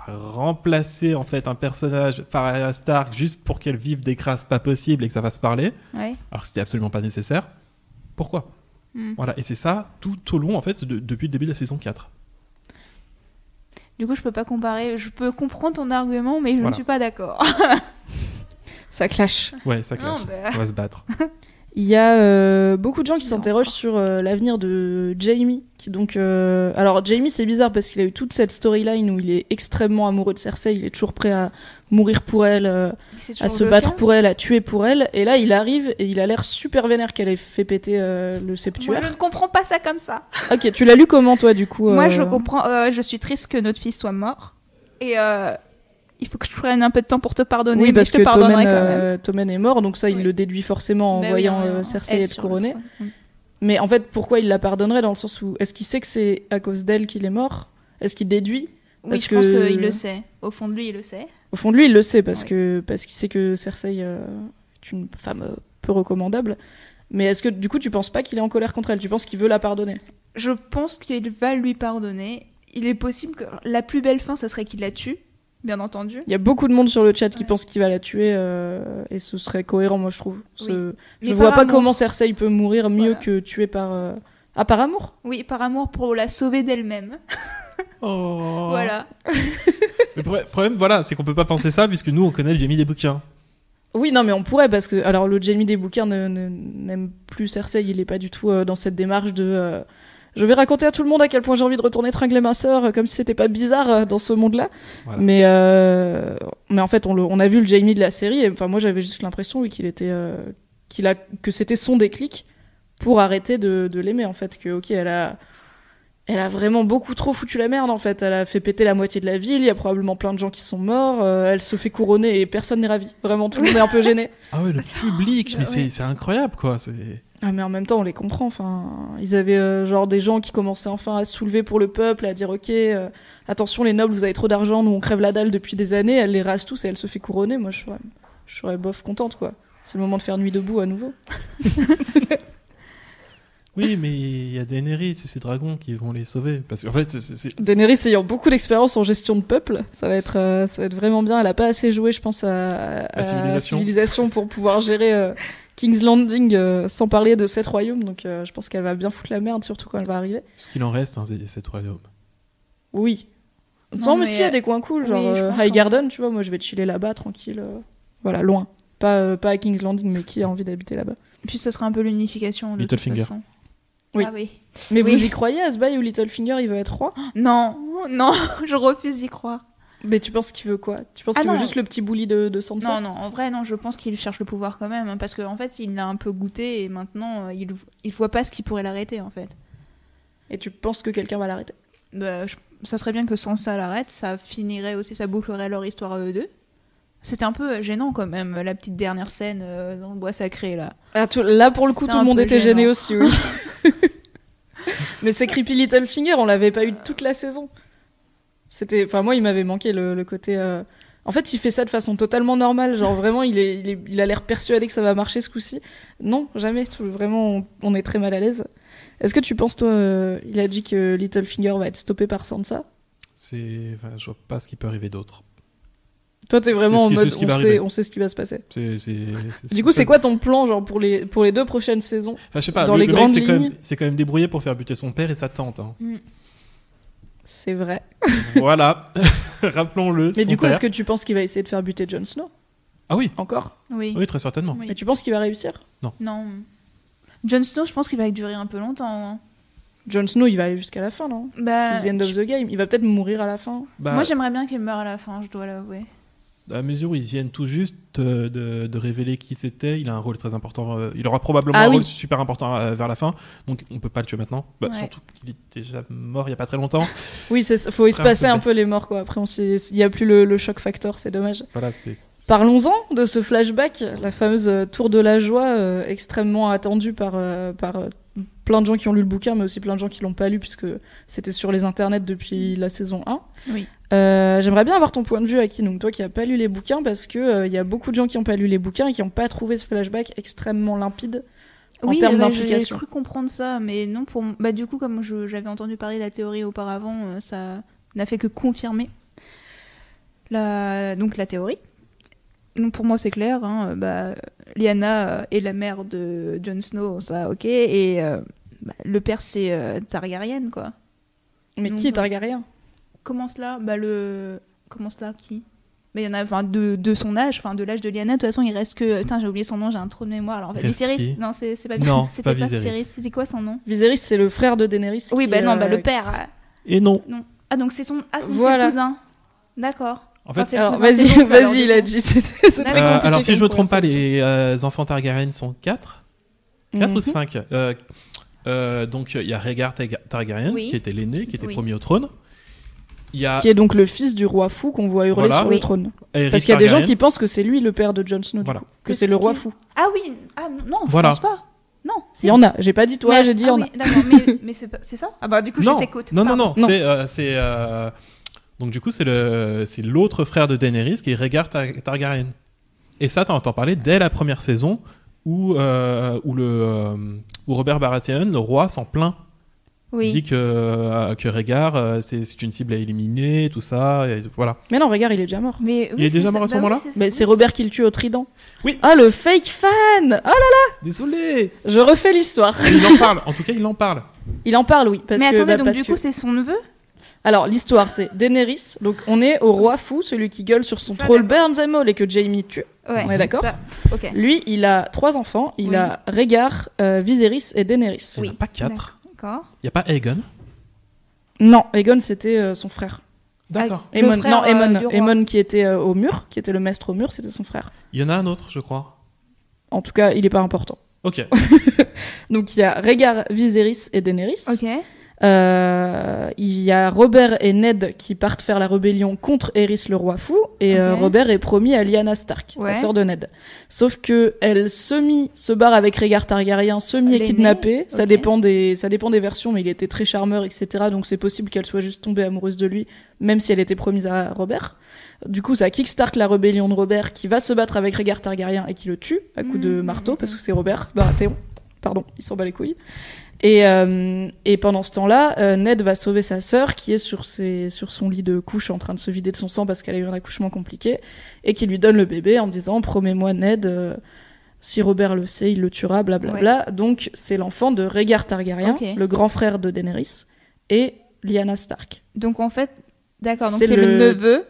[SPEAKER 3] remplacer en fait un personnage par Arya Stark juste pour qu'elle vive des crasses pas possibles et que ça fasse parler.
[SPEAKER 2] Ouais.
[SPEAKER 3] alors que c'était absolument pas nécessaire. Pourquoi
[SPEAKER 2] Mm.
[SPEAKER 3] Voilà, et c'est ça tout au long, en fait, de- depuis le début de la saison 4.
[SPEAKER 2] Du coup, je peux pas comparer, je peux comprendre ton argument, mais je
[SPEAKER 3] Voilà.
[SPEAKER 2] ne suis pas d'accord.
[SPEAKER 1] Ça clash.
[SPEAKER 3] Ouais, ça clash.
[SPEAKER 2] *laughs*
[SPEAKER 1] Ah,
[SPEAKER 2] Non, bah.
[SPEAKER 1] *laughs*
[SPEAKER 3] On va se battre.
[SPEAKER 1] Il y a euh, beaucoup de gens qui s'interrogent sur euh, l'avenir de Jamie. Qui donc, euh, alors Jamie, c'est bizarre parce qu'il a eu toute cette storyline où il est extrêmement amoureux de Cersei, il est toujours prêt à mourir pour elle, euh, à se battre pour elle, à tuer pour elle. Et là, il arrive et il a l'air super vénère qu'elle ait fait péter euh, le
[SPEAKER 2] Moi,
[SPEAKER 1] septuaire.
[SPEAKER 2] je ne comprends pas ça comme ça.
[SPEAKER 1] Ok, tu l'as lu comment toi du coup
[SPEAKER 2] Moi,
[SPEAKER 1] euh,
[SPEAKER 2] je comprends. euh, je suis triste que notre fils soit mort. Et euh, il faut que je prenne un peu de temps pour te pardonner.
[SPEAKER 1] Oui, parce
[SPEAKER 2] mais
[SPEAKER 1] que
[SPEAKER 2] je te pardonnerai
[SPEAKER 1] Tommen,
[SPEAKER 2] quand même.
[SPEAKER 1] euh, Tommen est mort, donc ça, il
[SPEAKER 2] Oui.
[SPEAKER 1] le déduit forcément en
[SPEAKER 2] Bah oui,
[SPEAKER 1] voyant
[SPEAKER 2] en-
[SPEAKER 1] euh,
[SPEAKER 2] en-
[SPEAKER 1] Cersei
[SPEAKER 2] elle
[SPEAKER 1] être
[SPEAKER 2] sur le
[SPEAKER 1] couronnée.
[SPEAKER 2] trône. Mm.
[SPEAKER 1] Mais en fait, pourquoi il la pardonnerait dans le sens où est-ce qu'il sait que c'est à cause d'elle qu'il est mort Est-ce qu'il déduit
[SPEAKER 2] Oui,
[SPEAKER 1] Parce
[SPEAKER 2] je pense
[SPEAKER 1] que-
[SPEAKER 2] qu'il le sait. Au fond de lui, il le sait.
[SPEAKER 1] Au fond de lui, il le sait parce
[SPEAKER 2] Oui.
[SPEAKER 1] que parce qu'il sait que Cersei euh, est une femme euh, peu recommandable. Mais est-ce que du coup, tu penses pas qu'il est en colère contre elle Tu penses qu'il veut la pardonner
[SPEAKER 2] Je pense qu'il va lui pardonner. Il est possible que la plus belle fin, ça serait qu'il la tue, bien entendu.
[SPEAKER 1] Il y a beaucoup de monde sur le chat qui
[SPEAKER 2] Ouais.
[SPEAKER 1] pense qu'il va la tuer euh, et ce serait cohérent, moi, je trouve. Ce- Je
[SPEAKER 2] Mais
[SPEAKER 1] vois
[SPEAKER 2] par
[SPEAKER 1] pas
[SPEAKER 2] amour.
[SPEAKER 1] comment Cersei peut mourir mieux
[SPEAKER 2] Voilà.
[SPEAKER 1] que tuée par euh, ah par amour.
[SPEAKER 2] Oui, par amour pour la sauver d'elle-même.
[SPEAKER 3] Oh.
[SPEAKER 2] Voilà.
[SPEAKER 3] Le pro- problème, voilà, c'est qu'on peut pas penser ça puisque nous, on connaît le Jamie des bouquins.
[SPEAKER 1] Oui, non, mais on pourrait parce que alors le Jamie des bouquins ne- ne- n'aime plus Cersei, il est pas du tout euh, dans cette démarche de euh, je vais raconter à tout le monde à quel point j'ai envie de retourner tringler ma sœur euh, comme si c'était pas bizarre euh, dans ce monde-là.
[SPEAKER 3] Voilà.
[SPEAKER 1] Mais euh, mais en fait, on, le- on a vu le Jamie de la série et enfin moi j'avais juste l'impression oui, qu'il était euh, qu'il a que c'était son déclic pour arrêter de, de l'aimer en fait que OK, elle a elle a vraiment beaucoup trop foutu la merde en fait. Elle a fait péter la moitié de la ville. Il y a probablement plein de gens qui sont morts. euh, elle se fait couronner et personne n'est ravi. Vraiment, tout le monde est un peu gêné.
[SPEAKER 3] Ah ouais, le public,
[SPEAKER 2] Bah
[SPEAKER 3] mais c'est-
[SPEAKER 2] ouais.
[SPEAKER 3] c'est incroyable
[SPEAKER 1] *laughs*
[SPEAKER 3] quoi. C'est
[SPEAKER 1] Ah mais en même temps on les comprend, enfin ils avaient euh, genre des gens qui commençaient enfin à se soulever pour le peuple, à dire ok euh, attention les nobles vous avez trop d'argent, nous on crève la dalle depuis des années, elle les rase tous et elle se fait couronner, moi je serais, je serais bof contente quoi. C'est le moment de faire nuit debout à nouveau.
[SPEAKER 3] Oui, mais il y a Daenerys et ses dragons qui vont les sauver. Parce qu'en fait, c'est- c'est- c'est-
[SPEAKER 1] Daenerys ayant beaucoup d'expérience en gestion de peuple, ça va être euh, ça va être vraiment bien. Elle a pas assez joué je pense à, à-
[SPEAKER 3] civilisation.
[SPEAKER 1] civilisation pour pouvoir gérer euh, King's Landing euh, sans parler de sept royaumes, donc euh, je pense qu'elle va bien foutre la merde surtout quand elle va arriver.
[SPEAKER 3] ce qu'il en reste, hein, c'est c'est trois royaumes.
[SPEAKER 1] Oui.
[SPEAKER 2] Non,
[SPEAKER 1] Non, mais,
[SPEAKER 2] mais
[SPEAKER 1] si, il y a
[SPEAKER 2] euh,
[SPEAKER 1] des coins cool,
[SPEAKER 2] oui,
[SPEAKER 1] genre
[SPEAKER 2] je
[SPEAKER 1] euh,
[SPEAKER 2] pense
[SPEAKER 1] High
[SPEAKER 2] qu'on-
[SPEAKER 1] Garden, tu vois, moi je vais chiller là-bas, tranquille. euh, voilà, loin. Pas, euh, pas à King's Landing, mais qui a envie d'habiter là-bas.
[SPEAKER 2] Puis ce serait un peu l'unification de toute
[SPEAKER 3] Littlefinger.
[SPEAKER 2] façon.
[SPEAKER 1] Oui.
[SPEAKER 2] Ah oui.
[SPEAKER 1] Mais
[SPEAKER 2] Oui.
[SPEAKER 1] vous y croyez à ce bail où Littlefinger il veut être roi
[SPEAKER 2] Non, non, *laughs* je refuse d'y croire.
[SPEAKER 1] Mais tu penses qu'il veut quoi Tu penses
[SPEAKER 2] Ah
[SPEAKER 1] qu'il veut
[SPEAKER 2] non.
[SPEAKER 1] juste le petit bouli de, de Sansa
[SPEAKER 2] Non, non, en vrai, non, je pense qu'il cherche le pouvoir quand même, hein, parce qu'en fait, il l'a un peu goûté et maintenant, euh, il, il voit pas ce qui pourrait l'arrêter, en fait.
[SPEAKER 1] Et tu penses que quelqu'un va l'arrêter
[SPEAKER 2] Bah, je- ça serait bien que Sansa l'arrête, ça finirait aussi, ça bouclerait leur histoire à eux deux. C'était un peu gênant quand même, la petite dernière scène euh, dans le bois sacré, là.
[SPEAKER 1] Ah, tout- Là pour le coup,
[SPEAKER 2] C'était
[SPEAKER 1] tout le
[SPEAKER 2] un
[SPEAKER 1] monde
[SPEAKER 2] peu
[SPEAKER 1] était gêné
[SPEAKER 2] gênant.
[SPEAKER 1] aussi, oui. *laughs* mais c'est creepy Littlefinger, on l'avait pas eu toute la saison. C'était, enfin moi, il m'avait manqué le, le côté. euh, En fait, il fait ça de façon totalement normale. Genre vraiment, il, est, il, est- il a l'air persuadé que ça va marcher ce coup-ci. Non, jamais. Tout- Vraiment, on, on est très mal à l'aise. Est-ce que tu penses, toi, euh, il a dit que Littlefinger va être stoppé par Sansa
[SPEAKER 3] C'est, enfin, je vois pas ce qui peut arriver d'autre.
[SPEAKER 1] Toi, t'es vraiment
[SPEAKER 3] C'est
[SPEAKER 1] en
[SPEAKER 3] ce qui- c'est
[SPEAKER 1] mode,
[SPEAKER 3] ce qui
[SPEAKER 1] on
[SPEAKER 3] va
[SPEAKER 1] sait,
[SPEAKER 3] arriver.
[SPEAKER 1] on sait ce qui va se passer.
[SPEAKER 3] C'est- c'est- c'est-
[SPEAKER 1] Du coup, c'est quoi ton plan, genre pour les pour les deux prochaines saisons
[SPEAKER 3] Enfin, je sais pas.
[SPEAKER 1] dans
[SPEAKER 3] le,
[SPEAKER 1] les
[SPEAKER 3] le mec,
[SPEAKER 1] grandes
[SPEAKER 3] c'est quand,
[SPEAKER 1] lignes
[SPEAKER 3] même- c'est quand même débrouillé pour faire buter son père et sa tante. hein.
[SPEAKER 1] C'est vrai.
[SPEAKER 3] voilà. *laughs* Rappelons-le.
[SPEAKER 1] Mais
[SPEAKER 3] son
[SPEAKER 1] du coup,
[SPEAKER 3] père.
[SPEAKER 1] est-ce que tu penses qu'il va essayer de faire buter Jon Snow
[SPEAKER 3] Ah oui,
[SPEAKER 1] Encore
[SPEAKER 2] Oui.
[SPEAKER 3] oui, très certainement.
[SPEAKER 2] Oui.
[SPEAKER 1] Mais tu penses qu'il va réussir
[SPEAKER 2] Non. Jon Snow, je pense qu'il va durer un peu longtemps. hein.
[SPEAKER 1] Jon Snow, il va aller jusqu'à la fin, non
[SPEAKER 2] Bah,
[SPEAKER 1] To the end of
[SPEAKER 2] je-
[SPEAKER 1] the game. Il va peut-être mourir à la fin.
[SPEAKER 3] Bah,
[SPEAKER 2] Moi, j'aimerais bien qu'il meure à la fin, je dois l'avouer.
[SPEAKER 3] à la mesure où ils viennent tout juste euh, de, de révéler qui c'était, il a un rôle très important. euh, il aura probablement
[SPEAKER 1] Ah
[SPEAKER 3] un
[SPEAKER 1] oui.
[SPEAKER 3] rôle super important euh, vers la fin. Donc, on peut pas le tuer maintenant. Bah,
[SPEAKER 2] Ouais.
[SPEAKER 3] Surtout qu'il est déjà mort il y a pas
[SPEAKER 1] *laughs*
[SPEAKER 3] très longtemps.
[SPEAKER 1] Oui, c'est faut
[SPEAKER 3] Ce serait un
[SPEAKER 1] espacer
[SPEAKER 3] peu
[SPEAKER 1] un
[SPEAKER 3] bête.
[SPEAKER 1] peu les morts, quoi. Après, on s'y- il n'y a plus le, le choc factor, c'est dommage.
[SPEAKER 3] voilà, c'est.
[SPEAKER 1] Parlons-en de ce flashback, la fameuse euh, tour de la joie, euh, extrêmement attendue par, euh, par euh, plein de gens qui ont lu le bouquin, mais aussi plein de gens qui l'ont pas lu, puisque c'était sur les internets depuis la saison 1.
[SPEAKER 2] Oui.
[SPEAKER 1] Euh, J'aimerais bien avoir ton point de vue, Aki, donc toi qui n'as pas lu les bouquins, parce que euh, il y a beaucoup de gens qui n'ont pas lu les bouquins et qui n'ont pas trouvé ce flashback extrêmement limpide en
[SPEAKER 2] oui,
[SPEAKER 1] termes
[SPEAKER 2] bah,
[SPEAKER 1] d'implication.
[SPEAKER 2] J'ai cru comprendre ça, mais non, pour... bah, du coup, comme je- j'avais entendu parler de la théorie auparavant, euh, ça n'a fait que confirmer la... Donc, la théorie. Donc, pour moi, c'est clair. hein, euh, bah, Lyanna euh, est la mère de Jon Snow, ça, ok. Et euh, bah, le père, c'est euh, Targaryen, quoi.
[SPEAKER 1] Mais
[SPEAKER 2] Donc,
[SPEAKER 1] qui est
[SPEAKER 2] euh,
[SPEAKER 1] Targaryen
[SPEAKER 2] Comment cela Bah, le... Comment cela Qui Mais il y en a enfin, de, de son âge, enfin de l'âge de Liana. De toute façon, il reste que. Putain, j'ai oublié son nom, j'ai un trou de mémoire. Alors, en fait.
[SPEAKER 3] Reste
[SPEAKER 2] Viserys
[SPEAKER 3] qui
[SPEAKER 2] Non, c'est c'est pas *laughs*
[SPEAKER 3] Non, c'est
[SPEAKER 2] C'était
[SPEAKER 3] pas Viserys.
[SPEAKER 2] Viserys. C'était quoi son nom
[SPEAKER 1] Viserys, c'est le frère de Daenerys.
[SPEAKER 2] Oui,
[SPEAKER 1] qui,
[SPEAKER 2] bah non, bah,
[SPEAKER 1] euh,
[SPEAKER 2] le
[SPEAKER 1] qui-
[SPEAKER 2] père.
[SPEAKER 3] Et non.
[SPEAKER 2] Ah, donc c'est son, ah, son
[SPEAKER 1] Voilà.
[SPEAKER 2] c'est le cousin. D'accord.
[SPEAKER 3] En fait,
[SPEAKER 2] Enfin, c'est le
[SPEAKER 1] Alors,
[SPEAKER 2] cousin,
[SPEAKER 1] vas-y,
[SPEAKER 2] c'est bon, alors,
[SPEAKER 1] vas-y,
[SPEAKER 2] du
[SPEAKER 1] il a
[SPEAKER 2] coup.
[SPEAKER 1] dit. C'était c'était Ah, très
[SPEAKER 2] Euh,
[SPEAKER 3] Euh,
[SPEAKER 1] compliqué
[SPEAKER 3] alors si je
[SPEAKER 1] comme
[SPEAKER 3] me trompe pas,
[SPEAKER 1] conversation.
[SPEAKER 3] les euh, enfants Targaryen sont 4 4 ou
[SPEAKER 1] Mhm.
[SPEAKER 3] 5 Donc il y a Rhaegar Targa- Targaryen
[SPEAKER 4] Oui.
[SPEAKER 3] qui était l'aîné, qui était
[SPEAKER 4] Oui.
[SPEAKER 3] premier au trône. Il y a
[SPEAKER 1] Qui est donc le fils du roi fou qu'on voit hurler
[SPEAKER 3] Voilà.
[SPEAKER 1] sur
[SPEAKER 4] Oui.
[SPEAKER 1] le trône.
[SPEAKER 3] Aerys
[SPEAKER 1] Parce qu'il y a des gens
[SPEAKER 3] Targaryen.
[SPEAKER 1] qui pensent que c'est lui le père de Jon Snow, du
[SPEAKER 3] Voilà.
[SPEAKER 1] coup, que c'est le roi fou.
[SPEAKER 2] Ah oui, ah, non, je
[SPEAKER 3] Voilà.
[SPEAKER 2] pense pas. Non,
[SPEAKER 1] Il y en a, j'ai pas dit toi,
[SPEAKER 2] Mais-
[SPEAKER 1] j'ai dit il y
[SPEAKER 2] ah
[SPEAKER 1] en a.
[SPEAKER 2] oui, d'accord, mais,
[SPEAKER 1] *laughs*
[SPEAKER 2] mais c'est pas- c'est ça Ah bah du coup,
[SPEAKER 3] non.
[SPEAKER 2] je t'écoute.
[SPEAKER 3] non, non,
[SPEAKER 2] pardon.
[SPEAKER 3] non,
[SPEAKER 1] Non.
[SPEAKER 3] c'est euh, c'est, euh, donc du coup c'est le c'est l'autre frère de Daenerys qui est Rhaegar Tar- Targaryen. Et ça t'en entends parler dès la première saison où euh, où le euh, où Robert Baratheon, le roi, s'en plaint. Il dit
[SPEAKER 2] Oui.
[SPEAKER 3] que euh, que Rhaegar euh, c'est c'est une cible à éliminer, tout ça. Et voilà.
[SPEAKER 1] Mais non, regarde, il est déjà mort.
[SPEAKER 2] Mais, oui,
[SPEAKER 3] Il est
[SPEAKER 2] c'est
[SPEAKER 3] déjà
[SPEAKER 2] ça.
[SPEAKER 3] mort à ce
[SPEAKER 2] Bah oui,
[SPEAKER 3] moment-là
[SPEAKER 2] c'est ça.
[SPEAKER 1] Mais c'est Robert qui le tue au trident.
[SPEAKER 3] Oui.
[SPEAKER 1] Ah, le fake fan Ah là,
[SPEAKER 3] Désolé.
[SPEAKER 1] je refais l'histoire.
[SPEAKER 3] Mais il en parle. En tout cas, il en parle.
[SPEAKER 1] Il en parle, oui. Parce
[SPEAKER 2] Mais
[SPEAKER 1] que,
[SPEAKER 2] attendez,
[SPEAKER 1] bah,
[SPEAKER 2] donc
[SPEAKER 1] parce
[SPEAKER 2] du
[SPEAKER 1] que-
[SPEAKER 2] coup, c'est son neveu
[SPEAKER 1] Alors, l'histoire, c'est Daenerys. Donc, on est au roi fou, celui qui gueule sur son
[SPEAKER 2] Ça,
[SPEAKER 1] troll
[SPEAKER 2] d'accord.
[SPEAKER 1] Burns and Maul et que Jamie tue.
[SPEAKER 2] Ouais.
[SPEAKER 1] On est d'accord
[SPEAKER 2] ça, Ok.
[SPEAKER 1] Lui, il a trois enfants. Il
[SPEAKER 2] Oui.
[SPEAKER 1] a Rhaegar, euh, Viserys et Daenerys.
[SPEAKER 3] Il n'y en a
[SPEAKER 2] Oui,
[SPEAKER 3] pas 4.
[SPEAKER 2] D'accord.
[SPEAKER 3] Il n'y a pas Aegon.
[SPEAKER 1] Non, Aegon, c'était euh, son frère.
[SPEAKER 3] D'accord.
[SPEAKER 2] Le
[SPEAKER 1] Aemon,
[SPEAKER 2] frère,
[SPEAKER 1] non,
[SPEAKER 2] euh,
[SPEAKER 1] Aemon,
[SPEAKER 2] du roi.
[SPEAKER 1] Aemon qui était euh, au mur, qui était le maître au mur, c'était son frère.
[SPEAKER 3] Il y en a un autre, je crois.
[SPEAKER 1] En tout cas, il est pas important.
[SPEAKER 2] *laughs*
[SPEAKER 3] Ok.
[SPEAKER 1] Donc, il y a Rhaegar, Viserys et Daenerys.
[SPEAKER 2] Ok.
[SPEAKER 1] Euh, il y a Robert et Ned qui partent faire la rébellion contre Eris le roi fou et euh,
[SPEAKER 2] Ok.
[SPEAKER 1] Robert est promis à Lyanna Stark,
[SPEAKER 2] Ouais.
[SPEAKER 1] la sœur de Ned. Sauf que elle semi se barre avec Rhaegar Targaryen, semi est
[SPEAKER 2] L'aîné,
[SPEAKER 1] kidnappée. Ça
[SPEAKER 2] ok.
[SPEAKER 1] dépend des ça dépend des versions, mais il était très charmeur, etc. Donc c'est possible qu'elle soit juste tombée amoureuse de lui, même si elle était promise à Robert. Du coup, ça kickstart la rébellion de Robert qui va se battre avec Rhaegar Targaryen et qui le tue à coups de
[SPEAKER 2] Mhm.
[SPEAKER 1] marteau parce que c'est Robert Baratheon. Pardon, il s'en bat les couilles. Et, euh, et pendant ce temps-là, euh, Ned va sauver sa sœur qui est sur, ses, sur son lit de couche en train de se vider de son sang parce qu'elle a eu un accouchement compliqué et qui lui donne le bébé en disant Promets-moi, Ned, euh, si Robert le sait, il le tuera, blablabla. Donc c'est l'enfant de Rhaegar Targaryen,
[SPEAKER 2] Ok.
[SPEAKER 1] le grand frère de Daenerys, et Lyanna Stark.
[SPEAKER 2] Donc en fait, d'accord, donc
[SPEAKER 1] C'est
[SPEAKER 2] c'est le...
[SPEAKER 1] le-
[SPEAKER 2] neveu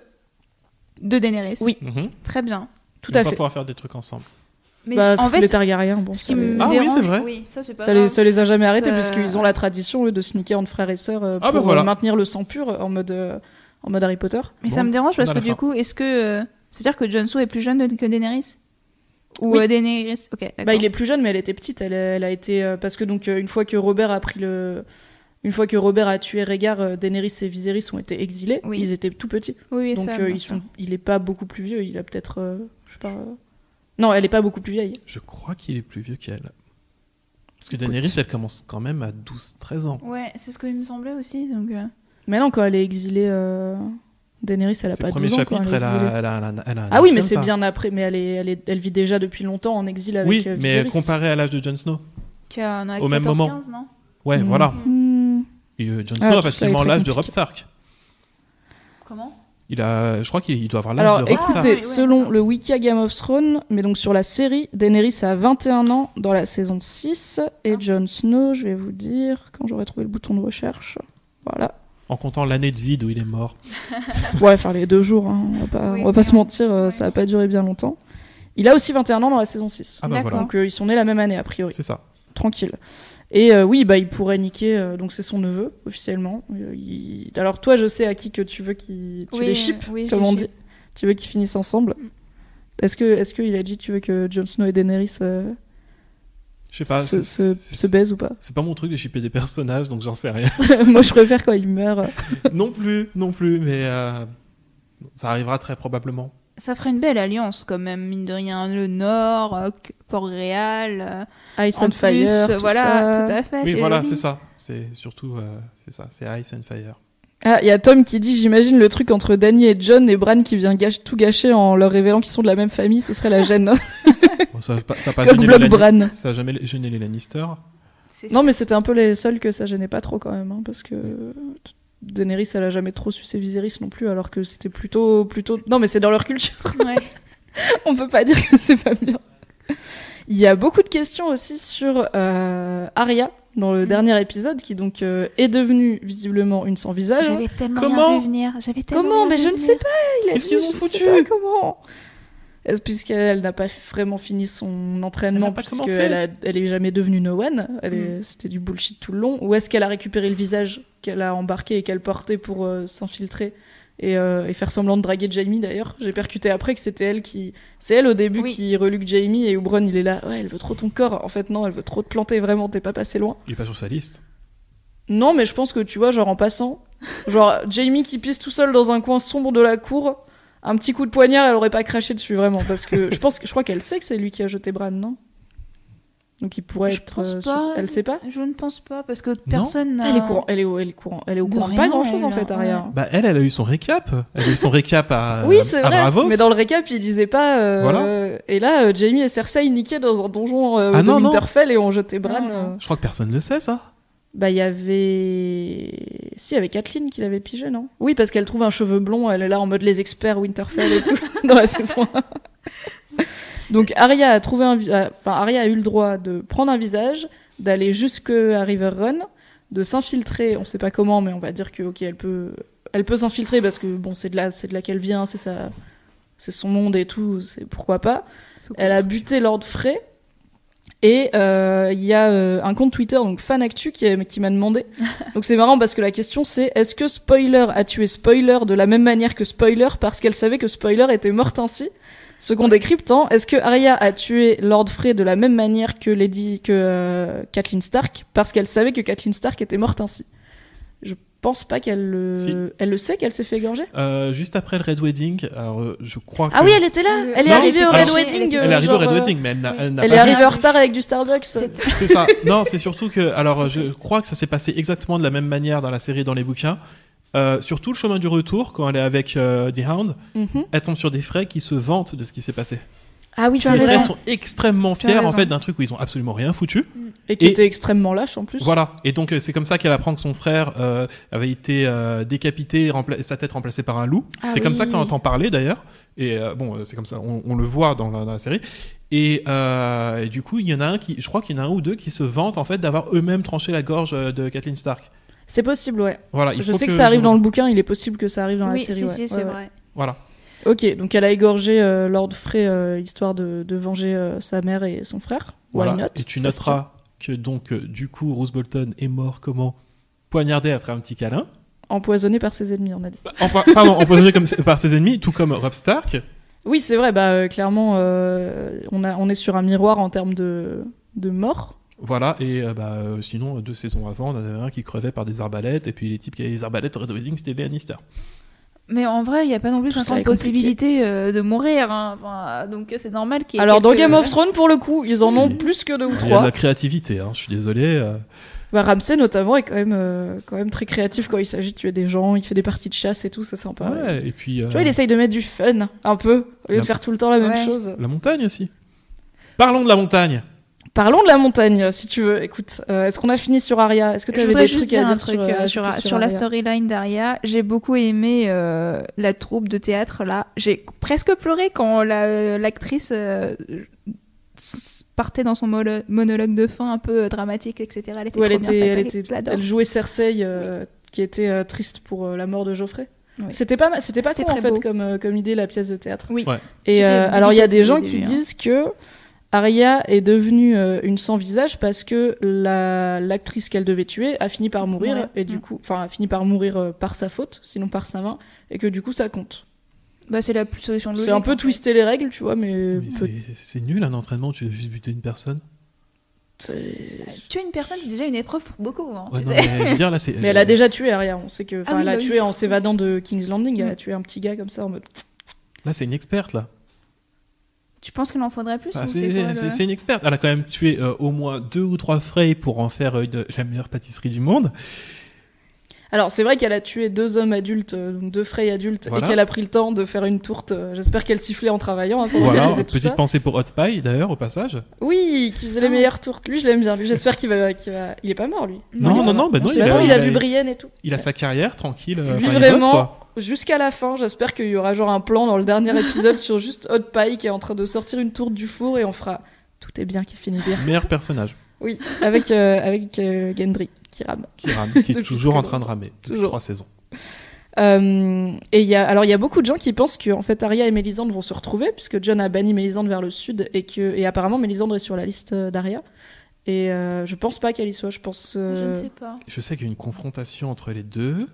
[SPEAKER 2] de Daenerys.
[SPEAKER 1] Oui.
[SPEAKER 3] Mhm.
[SPEAKER 2] Très bien.
[SPEAKER 1] Tout
[SPEAKER 3] On
[SPEAKER 1] à
[SPEAKER 3] va
[SPEAKER 1] fait.
[SPEAKER 3] pouvoir faire des trucs ensemble.
[SPEAKER 2] Mais
[SPEAKER 1] Bah,
[SPEAKER 2] en fait,
[SPEAKER 1] les Targaryens, bon,
[SPEAKER 2] ce
[SPEAKER 1] ça
[SPEAKER 2] qui
[SPEAKER 1] les-
[SPEAKER 2] me
[SPEAKER 3] Ah oui,
[SPEAKER 2] dérange,
[SPEAKER 3] c'est vrai.
[SPEAKER 2] ça, c'est pas Ah,
[SPEAKER 1] Ça
[SPEAKER 2] grave.
[SPEAKER 1] les, ça les a jamais arrêtés
[SPEAKER 2] Ça-
[SPEAKER 1] parce qu'ils ont la tradition eux de sneaker entre frères et sœurs euh,
[SPEAKER 3] Ah bah
[SPEAKER 1] pour euh,
[SPEAKER 3] voilà.
[SPEAKER 1] maintenir le sang pur euh, en mode euh, en mode Harry Potter.
[SPEAKER 2] Mais
[SPEAKER 3] Bon,
[SPEAKER 2] ça me dérange
[SPEAKER 3] on a
[SPEAKER 2] parce que
[SPEAKER 3] la
[SPEAKER 2] du
[SPEAKER 3] fin.
[SPEAKER 2] coup, est-ce que euh, c'est-à-dire que Jon Snow est plus jeune que Daenerys Ou
[SPEAKER 1] Oui.
[SPEAKER 2] euh, Daenerys Ok, d'accord.
[SPEAKER 1] Bah, il est plus jeune, mais elle était petite. Elle, elle a été euh, parce que donc euh, une fois que Robert a pris le, une fois que Robert a tué Rhaegar, euh, Daenerys et Viserys ont été exilés.
[SPEAKER 2] Oui.
[SPEAKER 1] Ils étaient tout petits,
[SPEAKER 2] Oui, oui,
[SPEAKER 1] donc
[SPEAKER 2] ça,
[SPEAKER 1] euh,
[SPEAKER 2] bien
[SPEAKER 1] ils
[SPEAKER 2] sûr.
[SPEAKER 1] sont, il est pas beaucoup plus vieux. Il a peut-être, euh, je sais pas. euh, Non, elle est pas beaucoup plus vieille.
[SPEAKER 3] Je crois qu'il est plus vieux qu'elle. Parce que Daenerys, elle commence quand même à 12-13 ans.
[SPEAKER 2] Ouais, c'est ce qu'il me semblait aussi. Donc, euh,
[SPEAKER 1] Mais non, quand elle est exilée, euh, Daenerys, elle a
[SPEAKER 3] C'est
[SPEAKER 1] pas 12
[SPEAKER 3] le premier
[SPEAKER 1] ans
[SPEAKER 3] chapitre,
[SPEAKER 1] quand elle est
[SPEAKER 3] elle
[SPEAKER 1] exilée.
[SPEAKER 3] a, elle a- elle a- elle a un
[SPEAKER 1] Ah oui,
[SPEAKER 3] âge
[SPEAKER 1] mais
[SPEAKER 3] comme
[SPEAKER 1] c'est
[SPEAKER 3] ça.
[SPEAKER 1] bien après. Mais elle est, elle est, elle vit déjà depuis longtemps en exil avec
[SPEAKER 3] Oui,
[SPEAKER 1] euh,
[SPEAKER 3] mais
[SPEAKER 1] Viserys.
[SPEAKER 3] comparé à l'âge de Jon Snow.
[SPEAKER 2] qu'il y en a
[SPEAKER 3] Au même
[SPEAKER 2] 14,
[SPEAKER 3] moment.
[SPEAKER 2] 15, non
[SPEAKER 3] Ouais,
[SPEAKER 1] Mmh.
[SPEAKER 3] voilà.
[SPEAKER 1] Mmh.
[SPEAKER 3] Et, euh, Jon
[SPEAKER 1] Ah,
[SPEAKER 3] Snow
[SPEAKER 1] tout
[SPEAKER 3] a
[SPEAKER 1] ça est
[SPEAKER 3] facilement
[SPEAKER 1] très
[SPEAKER 3] l'âge de Rob
[SPEAKER 1] compliqué.
[SPEAKER 3] Stark.
[SPEAKER 2] Comment
[SPEAKER 3] Il a, je crois qu'il il doit avoir l'âge
[SPEAKER 1] Alors
[SPEAKER 3] de Rob Stark.
[SPEAKER 1] écoutez,
[SPEAKER 2] Ah, oui, oui.
[SPEAKER 1] selon le wiki Game of Thrones, mais donc sur la série, Daenerys a 21 ans dans la saison 6
[SPEAKER 2] Ah.
[SPEAKER 1] et Jon Snow, je vais vous dire quand j'aurai trouvé le bouton de recherche. Voilà.
[SPEAKER 3] En comptant l'année de vide où il est mort.
[SPEAKER 1] Ouais, faire les deux jours, hein, on va pas,
[SPEAKER 2] Oui,
[SPEAKER 1] on va pas
[SPEAKER 2] c'est
[SPEAKER 1] se mentir, euh,
[SPEAKER 2] Ouais.
[SPEAKER 1] ça a pas duré bien longtemps. Il a aussi 21 ans dans la saison 6.
[SPEAKER 3] Ah bah
[SPEAKER 2] D'accord.
[SPEAKER 3] voilà,
[SPEAKER 1] Donc euh, ils sont nés la même année a priori,
[SPEAKER 3] c'est ça.
[SPEAKER 1] tranquille. Et euh, oui, bah il pourrait niquer, euh, donc c'est son neveu officiellement. Euh, il- Alors toi, je sais à qui que tu veux qu'il tu
[SPEAKER 2] Oui, euh,
[SPEAKER 1] les ships,
[SPEAKER 2] oui, je
[SPEAKER 1] comme
[SPEAKER 2] les
[SPEAKER 1] on
[SPEAKER 2] ship.
[SPEAKER 1] dit. Tu veux qu'ils finissent ensemble.
[SPEAKER 2] Mm.
[SPEAKER 1] Est-ce que est-ce qu'il a dit tu veux que Jon Snow et Daenerys euh,
[SPEAKER 3] Je sais pas.
[SPEAKER 1] se,
[SPEAKER 3] Bah, c'est-
[SPEAKER 1] se,
[SPEAKER 3] c'est-
[SPEAKER 1] se baisent ou pas *laughs*
[SPEAKER 3] C'est pas mon truc de shipper des personnages, donc j'en sais rien. *laughs*
[SPEAKER 1] Moi, je préfère quand il meurt.
[SPEAKER 3] non plus, non plus, mais euh, ça arrivera très probablement.
[SPEAKER 2] Ça ferait une belle alliance quand même, mine de rien. Le Nord, euh, Port-Réal, euh,
[SPEAKER 1] Ice
[SPEAKER 2] en
[SPEAKER 1] and
[SPEAKER 2] plus,
[SPEAKER 1] Fire,
[SPEAKER 2] euh,
[SPEAKER 1] tout
[SPEAKER 2] voilà,
[SPEAKER 1] ça.
[SPEAKER 2] tout à fait.
[SPEAKER 3] oui, voilà,
[SPEAKER 2] joli.
[SPEAKER 3] c'est ça. C'est surtout, euh, c'est ça, c'est Ice and Fire.
[SPEAKER 1] Ah, il y a Tom qui dit, j'imagine le truc entre Danny et John et Bran qui vient gâche- tout gâcher en leur révélant qu'ils sont de la même famille, ce
[SPEAKER 2] *laughs*
[SPEAKER 1] serait la gêne.
[SPEAKER 3] Bon, ça, ça a pas
[SPEAKER 1] Coq
[SPEAKER 3] gêné
[SPEAKER 1] bloc
[SPEAKER 3] les Lanni-
[SPEAKER 1] Bran.
[SPEAKER 3] Ça a jamais gêné les Lannister.
[SPEAKER 2] C'est
[SPEAKER 1] Non, mais c'était un peu les seuls que ça gênait pas trop quand même, hein, parce que euh, Daenerys, elle a jamais trop su ses Viserys non plus, alors que c'était *laughs* plutôt, plutôt. Non, mais c'est dans leur culture.
[SPEAKER 2] sûr. Ouais.
[SPEAKER 1] On peut pas dire que c'est pas bien. Il y a beaucoup de questions aussi sur euh, Arya dans le
[SPEAKER 2] Mm.
[SPEAKER 1] dernier épisode qui donc euh, est devenue visiblement une sans visage. hein.
[SPEAKER 2] J'avais tellement
[SPEAKER 3] Comment
[SPEAKER 2] rien vu venir. J'avais tellement
[SPEAKER 1] Ah, Comment
[SPEAKER 2] rien
[SPEAKER 1] Mais
[SPEAKER 2] vu
[SPEAKER 1] je ne
[SPEAKER 2] venir.
[SPEAKER 1] sais pas. il a
[SPEAKER 3] Qu'est-ce
[SPEAKER 1] dit,
[SPEAKER 3] qu'ils ont
[SPEAKER 1] je ne
[SPEAKER 3] foutu
[SPEAKER 1] sais pas Comment Est-ce- Puisqu'elle n'a pas vraiment fini son entraînement,
[SPEAKER 3] Elle n'a pas
[SPEAKER 1] puisqu'elle
[SPEAKER 3] commencé. Mm.
[SPEAKER 1] a- elle est jamais devenue No One, elle est- c'était du bullshit tout le long. Ou est-ce qu'elle a récupéré le visage qu'elle a embarqué et qu'elle portait pour euh, s'infiltrer et, euh, et faire semblant de draguer Jamie d'ailleurs J'ai percuté après que c'était elle qui. C'est elle au début
[SPEAKER 2] Oui.
[SPEAKER 1] qui reluque Jamie et Oubron il est là, ouais, elle veut trop ton corps. En fait, non, elle veut trop te planter, vraiment, t'es pas passé loin.
[SPEAKER 3] Il est pas sur sa liste.
[SPEAKER 1] Non, mais je pense que tu vois, genre en passant, genre Jamie qui pisse tout seul dans un coin sombre de la cour, un petit coup de poignard, elle aurait pas craché dessus vraiment, parce que je pense, que- je crois qu'elle sait que c'est lui qui a jeté Bran, non Donc il pourrait
[SPEAKER 2] Je
[SPEAKER 1] être.
[SPEAKER 2] pense
[SPEAKER 1] euh, sur-
[SPEAKER 2] pas.
[SPEAKER 1] Elle sait pas.
[SPEAKER 2] Je ne pense pas parce que personne. n'a-
[SPEAKER 1] Elle est courant, elle est au, elle est courant, elle est au
[SPEAKER 2] De
[SPEAKER 1] courant.
[SPEAKER 2] rien,
[SPEAKER 1] pas grand chose en
[SPEAKER 2] elle,
[SPEAKER 1] fait, Arya.
[SPEAKER 3] Bah elle, elle a eu son récap. Elle a eu son récap à,
[SPEAKER 1] *laughs* Oui, c'est
[SPEAKER 3] à
[SPEAKER 1] vrai.
[SPEAKER 3] Bravos.
[SPEAKER 1] Mais dans le récap, il disait pas. euh,
[SPEAKER 3] ah bah, Voilà.
[SPEAKER 1] Et là, euh, Jamie et Cersei niquaient dans un donjon euh,
[SPEAKER 3] Ah
[SPEAKER 1] de
[SPEAKER 3] non, non.
[SPEAKER 1] Winterfell et ont jeté Bran.
[SPEAKER 2] Non, non.
[SPEAKER 1] euh.
[SPEAKER 3] Je crois que personne ne sait ça.
[SPEAKER 1] Bah, il y avait. Si, il y avait Kathleen qui l'avait pigé, non Oui, parce qu'elle trouve un cheveu blond, elle est là en mode les experts Winterfell et tout, *laughs* dans la saison 1. Donc, Arya a trouvé un. vi- a- Enfin, Arya a eu le droit de prendre un visage, d'aller jusque à Riverrun, de s'infiltrer, on sait pas comment, mais on va dire que, ok, elle peut. Elle peut s'infiltrer parce que, bon, c'est de là, c'est de là qu'elle vient, c'est sa. C'est son monde et tout, c'est pourquoi pas. Elle a buté Lord Frey. Et euh, il y a euh, un compte Twitter, donc Fanactu, qui, a- qui m'a demandé. Donc c'est marrant parce que la question c'est est-ce que Spoiler a tué Spoiler de la même manière que Spoiler parce qu'elle savait que Spoiler était morte ainsi Ce qu'on décrypte, hein, est-ce que Arya a tué Lord Frey de la même manière que Lady que euh, Catelyn Stark parce qu'elle savait que Catelyn Stark était morte ainsi Je pense pas qu'elle le...
[SPEAKER 3] Si.
[SPEAKER 1] elle le sait qu'elle s'est fait égorger.
[SPEAKER 3] Euh, juste après le Red Wedding, alors euh, je crois
[SPEAKER 1] Ah
[SPEAKER 3] que
[SPEAKER 1] oui, elle était là.
[SPEAKER 2] Le-
[SPEAKER 1] Elle est
[SPEAKER 3] Non,
[SPEAKER 1] arrivée au
[SPEAKER 3] elle
[SPEAKER 1] Red
[SPEAKER 3] était-
[SPEAKER 1] Wedding.
[SPEAKER 2] elle
[SPEAKER 3] elle
[SPEAKER 1] euh,
[SPEAKER 3] est arrivée au
[SPEAKER 1] genre,
[SPEAKER 3] Red
[SPEAKER 1] euh,
[SPEAKER 3] Wedding, mais elle n'a
[SPEAKER 2] oui.
[SPEAKER 3] elle n'a
[SPEAKER 1] Elle est
[SPEAKER 3] pas vu.
[SPEAKER 1] arrivée
[SPEAKER 2] vu.
[SPEAKER 1] en retard avec du Starbucks.
[SPEAKER 2] C'était-
[SPEAKER 3] C'est ça. *laughs* Non, c'est surtout que. Alors, je crois que ça s'est passé exactement de la même manière dans la série, et dans les bouquins. Euh, sur tout le chemin du retour, quand elle est avec euh, The Hound,
[SPEAKER 1] Mhm.
[SPEAKER 3] elle tombe sur des frais qui se vantent de ce qui s'est passé.
[SPEAKER 1] Ah oui,
[SPEAKER 2] Tu as
[SPEAKER 1] c'est
[SPEAKER 3] Elles
[SPEAKER 1] vrai.
[SPEAKER 2] raison.
[SPEAKER 3] sont extrêmement
[SPEAKER 2] Tu as
[SPEAKER 3] fières en
[SPEAKER 2] raison.
[SPEAKER 3] fait d'un truc où ils ont absolument rien foutu.
[SPEAKER 1] Et qui
[SPEAKER 3] Et-
[SPEAKER 1] était extrêmement lâche en plus.
[SPEAKER 3] Voilà. Et donc euh, c'est comme ça qu'elle apprend que son frère euh, avait été euh, décapité, rempla- sa tête remplacée par un loup.
[SPEAKER 1] Ah
[SPEAKER 3] c'est comme
[SPEAKER 1] oui.
[SPEAKER 3] ça qu'on entend parler d'ailleurs. Et euh, bon, euh, c'est comme ça, on, on le voit dans la, dans la série. Et, euh, et du coup, il y en a un qui, je crois qu'il y en a un ou deux qui se vantent en fait d'avoir eux-mêmes tranché la gorge euh, de Kathleen Stark.
[SPEAKER 1] C'est possible, ouais.
[SPEAKER 3] Voilà. Bah, il
[SPEAKER 1] Je
[SPEAKER 3] faut
[SPEAKER 1] sais que, ça arrive
[SPEAKER 3] je-
[SPEAKER 1] dans le bouquin, il est possible que ça arrive dans
[SPEAKER 2] Oui,
[SPEAKER 1] la série.
[SPEAKER 2] si,
[SPEAKER 1] ouais.
[SPEAKER 2] si,
[SPEAKER 1] Ouais,
[SPEAKER 2] c'est
[SPEAKER 1] ouais.
[SPEAKER 2] vrai.
[SPEAKER 3] Voilà.
[SPEAKER 1] Ok, donc elle a égorgé euh, Lord Frey euh, histoire de, de venger euh, sa mère et son frère. Why
[SPEAKER 3] Voilà.
[SPEAKER 1] not
[SPEAKER 3] et tu
[SPEAKER 1] Ça se tient.
[SPEAKER 3] noteras que donc euh, du coup, Rose Bolton est mort comment Poignardé après un petit câlin.
[SPEAKER 1] Empoisonné par ses ennemis, on a dit.
[SPEAKER 3] Enfin, pardon, empoisonné comme, par ses ennemis, tout comme Rob Stark.
[SPEAKER 1] Oui, c'est vrai, bah euh, clairement, euh, on, a, on est sur un miroir en termes de, de mort.
[SPEAKER 3] Voilà, et euh, bah, euh, sinon, euh, deux saisons avant, on en avait un qui crevait par des arbalètes, et puis les types qui avaient des arbalètes au Red Wedding, c'était les Lannister.
[SPEAKER 2] Mais en vrai, il n'y a pas non plus
[SPEAKER 1] Tout ça
[SPEAKER 2] 50
[SPEAKER 1] est compliqué.
[SPEAKER 2] possibilités euh, de mourir. hein. Enfin, donc c'est normal qu'il y ait.
[SPEAKER 1] Alors dans
[SPEAKER 2] quelques-
[SPEAKER 1] Game of Thrones, pour le coup, ils en
[SPEAKER 3] Si.
[SPEAKER 1] ont plus que deux ou
[SPEAKER 3] Il y a de
[SPEAKER 1] trois.
[SPEAKER 3] la créativité, hein, je suis désolé. euh.
[SPEAKER 1] Bah, Ramsey notamment est quand même, euh, quand même très créatif quand il s'agit de tuer des gens, il fait des parties de chasse et tout, c'est sympa.
[SPEAKER 3] Ouais, et puis euh,
[SPEAKER 1] Ah Tu vois, il essaye de mettre du fun, un peu, au lieu
[SPEAKER 3] La-
[SPEAKER 1] de faire tout le temps la même
[SPEAKER 2] Ouais.
[SPEAKER 1] chose.
[SPEAKER 3] la montagne aussi. Parlons de la montagne.
[SPEAKER 1] Parlons de la montagne, si tu veux. Écoute, euh, est-ce qu'on a fini sur Aria Est-ce que tu
[SPEAKER 2] Je
[SPEAKER 1] avais
[SPEAKER 2] voudrais
[SPEAKER 1] des
[SPEAKER 2] juste
[SPEAKER 1] trucs
[SPEAKER 2] dire
[SPEAKER 1] à
[SPEAKER 2] un
[SPEAKER 1] dire
[SPEAKER 2] truc
[SPEAKER 1] sur, euh,
[SPEAKER 2] euh, sur,
[SPEAKER 1] ajouter
[SPEAKER 2] sur la
[SPEAKER 1] Aria
[SPEAKER 2] storyline d'Aria. J'ai beaucoup aimé euh, la troupe de théâtre là. J'ai presque pleuré quand la- l'actrice euh, s- partait dans son mono- monologue de fin un peu euh, dramatique, etc. Elle était
[SPEAKER 1] Où elle,
[SPEAKER 2] trop bien,
[SPEAKER 1] était,
[SPEAKER 2] cette
[SPEAKER 1] elle,
[SPEAKER 2] actrice,
[SPEAKER 1] était-
[SPEAKER 2] je l'adore.
[SPEAKER 1] elle jouait Cersei, euh, qui était euh, triste pour euh, la mort de Geoffrey.
[SPEAKER 2] Oui.
[SPEAKER 1] C'était pas, ma- c'était pas
[SPEAKER 2] C'était
[SPEAKER 1] con, en
[SPEAKER 2] très
[SPEAKER 1] fait,
[SPEAKER 2] beau.
[SPEAKER 1] comme, euh, comme idée, la pièce de théâtre.
[SPEAKER 2] Oui.
[SPEAKER 3] Ouais.
[SPEAKER 1] Et
[SPEAKER 2] J'étais
[SPEAKER 1] euh, alors, il y a des
[SPEAKER 2] dubitative au
[SPEAKER 1] gens qui
[SPEAKER 2] début, hein.
[SPEAKER 1] disent que Arya est devenue euh, une sans-visage parce que la- l'actrice qu'elle devait tuer a fini par mourir,
[SPEAKER 2] Mourir.
[SPEAKER 1] et du
[SPEAKER 2] Mm.
[SPEAKER 1] coup, enfin, a fini par mourir euh, par sa faute, sinon par sa main, et que du coup, ça compte.
[SPEAKER 2] Bah, c'est la plus- solution logique.
[SPEAKER 1] C'est
[SPEAKER 2] hein.
[SPEAKER 1] un peu
[SPEAKER 2] en fait.
[SPEAKER 1] twister les règles, tu vois, mais,
[SPEAKER 3] Mais c'est- c'est- C'est nul un entraînement, tu as juste buté une personne.
[SPEAKER 1] peut-
[SPEAKER 2] Euh, Tuer une personne, c'est déjà une épreuve pour beaucoup. hein,
[SPEAKER 3] Ouais,
[SPEAKER 2] tu
[SPEAKER 3] non,
[SPEAKER 2] sais.
[SPEAKER 3] mais je veux dire, là, c'est-
[SPEAKER 1] *laughs* Mais elle a déjà tué Arya, on sait que. Enfin,
[SPEAKER 2] Ah oui,
[SPEAKER 1] elle a
[SPEAKER 2] bah oui.
[SPEAKER 1] tué en s'évadant de King's Landing, elle a
[SPEAKER 2] Mm.
[SPEAKER 1] tué un petit gars comme ça en mode.
[SPEAKER 3] Là, c'est une experte, là.
[SPEAKER 2] Tu penses qu'il en faudrait plus
[SPEAKER 3] Ah,
[SPEAKER 2] ou
[SPEAKER 3] c'est
[SPEAKER 2] quoi, le-
[SPEAKER 3] c'est- c'est une experte. Elle a quand même tué euh, au moins deux ou trois frais pour en faire euh, une- la meilleure pâtisserie du monde.
[SPEAKER 1] Alors, c'est vrai qu'elle a tué deux hommes adultes, euh, donc deux Frey adultes,
[SPEAKER 3] Voilà.
[SPEAKER 1] et qu'elle a pris le temps de faire une tourte. euh, J'espère qu'elle sifflait en travaillant hein, pour
[SPEAKER 3] Voilà,
[SPEAKER 1] organiser tout ça.
[SPEAKER 3] petite pensée pour Hot Spy, d'ailleurs, au passage.
[SPEAKER 1] Oui, qui faisait les
[SPEAKER 2] Ah.
[SPEAKER 1] meilleures tourtes. Lui, je l'aime bien. Lui, j'espère qu'il va, qu'il va. Il est pas mort, lui.
[SPEAKER 3] Non, non, non, bah non,
[SPEAKER 1] Bah
[SPEAKER 3] il a-
[SPEAKER 1] non, il a
[SPEAKER 3] il a-
[SPEAKER 1] vu Brienne et tout.
[SPEAKER 3] Il a sa carrière tranquille.
[SPEAKER 1] C'est
[SPEAKER 3] euh,
[SPEAKER 1] lui
[SPEAKER 3] enfin, il bosse,
[SPEAKER 1] vraiment.
[SPEAKER 3] quoi.
[SPEAKER 1] Jusqu'à la fin, j'espère qu'il y aura genre un plan dans le dernier épisode sur juste Hot Pie qui est en train de sortir une tourte du four et on fera Tout est bien qui finit bien.
[SPEAKER 3] Meilleur personnage,
[SPEAKER 1] Oui, avec, euh, avec euh, Gendry qui rame.
[SPEAKER 3] qui rame, qui est
[SPEAKER 1] *laughs* Depuis
[SPEAKER 3] toujours
[SPEAKER 1] très
[SPEAKER 3] en train de ramer. depuis
[SPEAKER 1] Toujours.
[SPEAKER 3] Trois saisons.
[SPEAKER 1] Euh, et il y a, alors il y a beaucoup de gens qui pensent que en fait Arya et Mélisande vont se retrouver puisque John a banni Mélisande vers le sud et que et apparemment Mélisande est sur la liste euh, d'Arya. Et euh, je pense pas qu'elle y soit. Je pense. euh,
[SPEAKER 2] Je ne sais pas.
[SPEAKER 3] Je sais qu'il y a une confrontation entre les deux,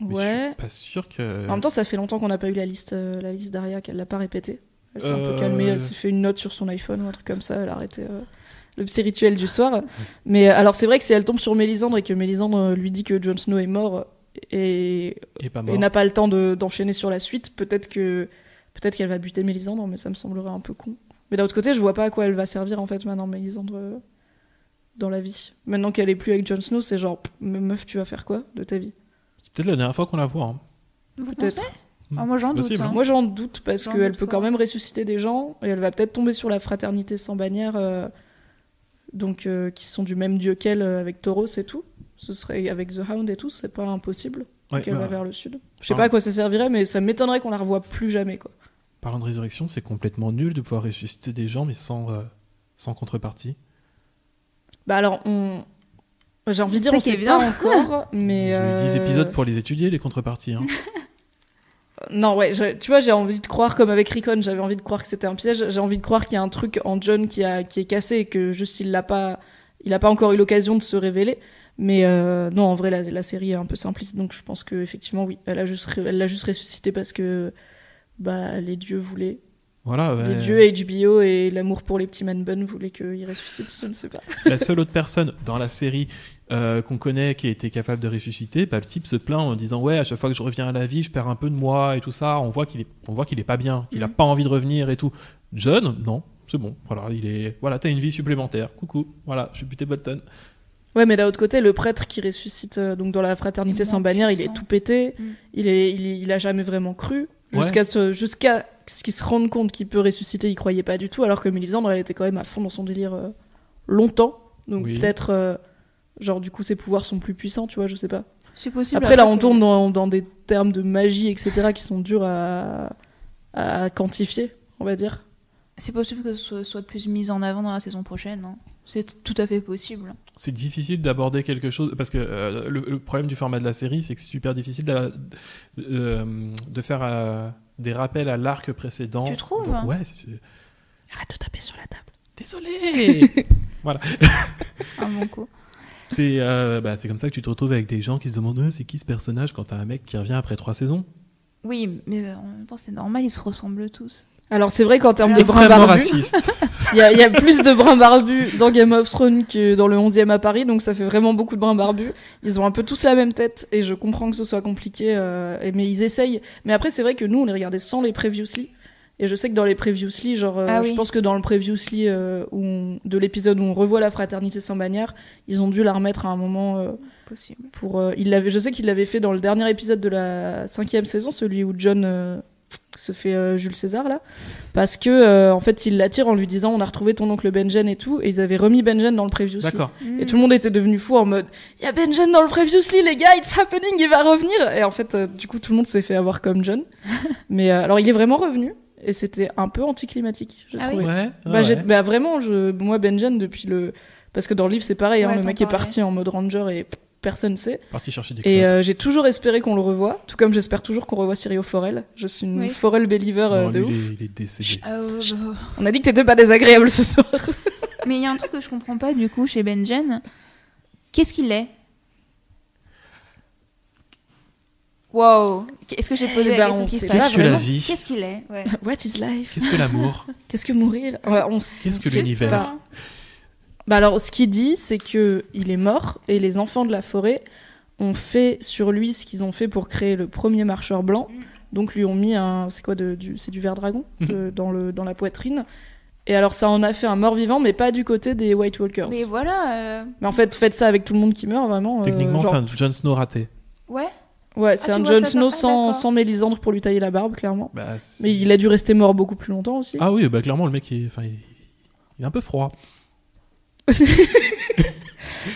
[SPEAKER 3] mais je
[SPEAKER 1] ouais.
[SPEAKER 3] suis euh, pas sûr que.
[SPEAKER 1] En même temps, ça fait longtemps qu'on n'a pas eu la liste euh, la liste d'Arya qu'elle l'a pas répétée. Elle s'est un
[SPEAKER 3] Euh,
[SPEAKER 1] peu calmée. Elle s'est fait une note sur son iPhone ou un truc comme ça. Elle a arrêté. euh, Le petit rituel du soir. Mais euh, alors, c'est vrai que si elle tombe sur Mélisande et que Mélisande euh, lui dit que Jon Snow est mort et
[SPEAKER 3] Il est pas
[SPEAKER 1] et
[SPEAKER 3] mort.
[SPEAKER 1] n'a pas le temps de- d'enchaîner sur la suite, peut-être que peut-être qu'elle va buter Mélisandre, mais ça me semblerait un peu con. Mais d'un autre côté, je vois pas à quoi elle va servir en fait maintenant Mélisandre euh, dans la vie. Maintenant qu'elle est plus avec Jon Snow, c'est genre pff, me- meuf, tu vas faire quoi de ta vie
[SPEAKER 3] C'est peut-être la dernière fois qu'on la voit. hein.
[SPEAKER 2] Vous
[SPEAKER 1] Peut-être.
[SPEAKER 2] pensez Ah, moi,
[SPEAKER 3] C'est
[SPEAKER 2] j'en doute,
[SPEAKER 3] possible,
[SPEAKER 2] hein.
[SPEAKER 1] Moi j'en doute parce
[SPEAKER 2] J'en
[SPEAKER 1] qu'elle
[SPEAKER 2] doute
[SPEAKER 1] peut
[SPEAKER 2] fort.
[SPEAKER 1] quand même ressusciter des gens et elle va peut-être tomber sur la fraternité sans bannière, euh, donc euh, qui sont du même dieu qu'elle euh, avec Tauros et tout. Ce serait avec The Hound et tout, c'est pas impossible
[SPEAKER 3] Ouais,
[SPEAKER 1] qu'elle
[SPEAKER 3] bah,
[SPEAKER 1] va vers le sud. Je sais
[SPEAKER 3] Ah.
[SPEAKER 1] pas à quoi ça servirait, mais ça m'étonnerait qu'on la revoie plus jamais quoi.
[SPEAKER 3] Parlant de résurrection, c'est complètement nul de pouvoir ressusciter des gens mais sans, euh, sans contrepartie.
[SPEAKER 1] Bah alors, on... j'ai envie de dire,
[SPEAKER 2] Ça
[SPEAKER 1] on
[SPEAKER 2] qui est
[SPEAKER 1] sait
[SPEAKER 2] bien.
[SPEAKER 1] pas
[SPEAKER 2] *laughs*
[SPEAKER 1] encore, mais...
[SPEAKER 3] J'ai eu 10
[SPEAKER 1] euh,
[SPEAKER 3] épisodes pour les étudier, les contreparties.
[SPEAKER 1] *laughs*
[SPEAKER 3] hein.
[SPEAKER 1] Non, ouais, je- tu vois, j'ai envie de croire, comme avec Recon, j'avais envie de croire que c'était un piège, j'ai envie de croire qu'il y a un truc en John qui, a... qui est cassé et que juste il l'a pas... Il a pas encore eu l'occasion de se révéler. Mais euh, non, en vrai, la, la série est un peu simpliste, donc je pense que effectivement, oui, elle a juste, re- elle l'a juste ressuscité parce que bah, les dieux voulaient.
[SPEAKER 3] Voilà. ouais.
[SPEAKER 1] Les dieux, HBO et l'amour pour les petits man buns voulaient qu'il ressuscite, je ne sais pas.
[SPEAKER 3] La seule autre personne dans la série euh, qu'on connaît qui a été capable de ressusciter, bah, le type se plaint en disant ouais à chaque fois que je reviens à la vie, je perds un peu de moi et tout ça. On voit qu'il est, on voit qu'il est pas bien, qu'il a
[SPEAKER 2] Mhm.
[SPEAKER 3] pas envie de revenir et tout. John, non, c'est bon. Voilà, il est, voilà, t'as une vie supplémentaire. Coucou. Voilà, je suis buté Bolton.
[SPEAKER 1] Ouais, mais d'un autre côté, le prêtre qui ressuscite euh, donc dans la fraternité
[SPEAKER 2] Il est
[SPEAKER 1] sans bannière, il est
[SPEAKER 2] impuissant.
[SPEAKER 1] tout pété.
[SPEAKER 2] Mm.
[SPEAKER 1] Il est, il, est- il a jamais vraiment cru
[SPEAKER 3] Ouais.
[SPEAKER 1] jusqu'à ce, jusqu'à ce qu'il se rende compte qu'il peut ressusciter. Il croyait pas du tout, alors que Mélisandre, elle était quand même à fond dans son délire euh, longtemps. Donc
[SPEAKER 3] Oui.
[SPEAKER 1] peut-être, euh, genre du coup, ses pouvoirs sont plus puissants, tu vois, je sais pas.
[SPEAKER 2] C'est possible.
[SPEAKER 1] Après là, on tourne dans, dans des termes de magie, etc., qui sont durs à, à quantifier, on va dire.
[SPEAKER 2] C'est possible que ce soit, soit plus mis en avant dans la saison prochaine. hein. C'est tout à fait possible. hein,
[SPEAKER 3] C'est difficile d'aborder quelque chose parce que euh, le, le problème du format de la série, c'est que c'est super difficile d'a- euh, de faire euh, des rappels à l'arc précédent.
[SPEAKER 2] Tu trouves hein
[SPEAKER 3] Donc, Ouais. c'est-
[SPEAKER 1] Arrête de taper sur la table.
[SPEAKER 3] Désolé.
[SPEAKER 2] À
[SPEAKER 1] *laughs*
[SPEAKER 2] mon coup.
[SPEAKER 3] C'est euh, bah, c'est comme ça que tu te retrouves avec des gens qui se demandent Euh, c'est qui ce personnage quand t'as un mec qui revient après trois saisons.
[SPEAKER 2] Oui, mais euh, en même temps, c'est normal, ils se ressemblent tous.
[SPEAKER 1] Alors c'est vrai qu'en termes
[SPEAKER 2] C'est
[SPEAKER 1] de brun
[SPEAKER 3] Extrêmement
[SPEAKER 1] barbu, *laughs*
[SPEAKER 3] raciste.
[SPEAKER 1] Il y, a- il y a plus de brins barbus dans Game of Thrones que dans le 11e à Paris, donc ça fait vraiment beaucoup de brins barbus. Ils ont un peu tous la même tête, et je comprends que ce soit compliqué, euh, et- mais ils essayent. Mais après, c'est vrai que nous, on les regardait sans les Previously. Et je sais que dans les Previously, genre, euh,
[SPEAKER 2] Ah
[SPEAKER 1] je
[SPEAKER 2] oui.
[SPEAKER 1] pense que dans le Previously euh, où on- de l'épisode où on revoit la fraternité sans bannière, ils ont dû la remettre à un moment euh,
[SPEAKER 2] Possible.
[SPEAKER 1] pour. euh, ils l'avaient- je sais qu'ils l'avaient fait dans le dernier épisode de la cinquième saison, celui où John euh, se fait euh, Jules César là, parce que euh, en fait il l'attire en lui disant on a retrouvé ton oncle Benjen et tout, et ils avaient remis Benjen dans le preview.
[SPEAKER 3] D'accord.
[SPEAKER 2] Hmm.
[SPEAKER 1] Et tout le monde était devenu fou en mode il y a Benjen dans le previously les gars it's happening il va revenir et en fait euh, du coup tout le monde s'est fait avoir comme John
[SPEAKER 2] *laughs*
[SPEAKER 1] mais euh, alors il est vraiment revenu et c'était un peu anticlimatique je
[SPEAKER 2] Ah
[SPEAKER 1] trouve
[SPEAKER 2] oui.
[SPEAKER 3] Ouais.
[SPEAKER 1] bah, j'ai-
[SPEAKER 3] ouais.
[SPEAKER 1] bah, vraiment, je, moi Benjen depuis le, parce que dans le livre c'est pareil, hein,
[SPEAKER 2] Ouais,
[SPEAKER 1] le
[SPEAKER 2] t'en
[SPEAKER 1] mec est
[SPEAKER 2] parlais.
[SPEAKER 1] parti en mode ranger et p- personne sait.
[SPEAKER 3] Parti chercher des
[SPEAKER 1] Et
[SPEAKER 3] clopes.
[SPEAKER 1] euh, j'ai toujours espéré qu'on le revoie, tout comme j'espère toujours qu'on revoit Sirio Forel. Je suis une
[SPEAKER 2] Oui.
[SPEAKER 1] Forel believer euh,
[SPEAKER 3] Non,
[SPEAKER 1] de
[SPEAKER 3] lui,
[SPEAKER 1] ouf.
[SPEAKER 3] Il, est, il est décédé.
[SPEAKER 2] Ah,
[SPEAKER 1] On a dit que t'étais pas désagréable ce soir.
[SPEAKER 2] oh,
[SPEAKER 1] *laughs*
[SPEAKER 2] mais il y a un truc que je comprends pas du coup chez Benjen. Qu'est-ce qu'il est Wow. Est-ce que j'ai posé
[SPEAKER 1] Eh ben,
[SPEAKER 2] la question
[SPEAKER 1] on
[SPEAKER 2] qui
[SPEAKER 1] sait
[SPEAKER 2] fâche
[SPEAKER 1] pas Qu'est-ce que la
[SPEAKER 3] vraiment. vie
[SPEAKER 2] Qu'est-ce qu'il est ouais.
[SPEAKER 1] What is life
[SPEAKER 3] Qu'est-ce que l'amour
[SPEAKER 1] Qu'est-ce que mourir Ouais, on s-
[SPEAKER 3] Qu'est-ce
[SPEAKER 1] on
[SPEAKER 3] que
[SPEAKER 1] sait
[SPEAKER 3] l'univers
[SPEAKER 1] pas. Bah alors, ce qu'il dit, c'est que il est mort et les enfants de la forêt ont fait sur lui ce qu'ils ont fait pour créer le premier marcheur blanc. Donc lui ont mis un, c'est quoi, de- du, c'est du ver dragon
[SPEAKER 3] Mhm.
[SPEAKER 1] de- dans le dans la poitrine. Et alors ça en a fait un mort-vivant, mais pas du côté des White Walkers.
[SPEAKER 2] Mais
[SPEAKER 1] Mais,
[SPEAKER 2] voilà. euh,
[SPEAKER 1] en fait, faites ça avec tout le monde qui meurt, vraiment. *laughs* euh,
[SPEAKER 3] Techniquement,
[SPEAKER 1] genre-
[SPEAKER 3] c'est un Jon Snow raté.
[SPEAKER 2] Ouais.
[SPEAKER 1] ouais, c'est
[SPEAKER 2] tu
[SPEAKER 1] un
[SPEAKER 2] vois
[SPEAKER 1] Jon
[SPEAKER 2] ça,
[SPEAKER 1] Snow
[SPEAKER 2] ça- ah,
[SPEAKER 1] sans,
[SPEAKER 2] d'accord.
[SPEAKER 1] sans Mélisandre pour lui tailler la barbe, clairement.
[SPEAKER 3] Bah, c'est-
[SPEAKER 1] Mais il a dû rester mort beaucoup plus longtemps aussi.
[SPEAKER 3] Ah oui, bah clairement le mec, il, enfin, il, il est un peu froid.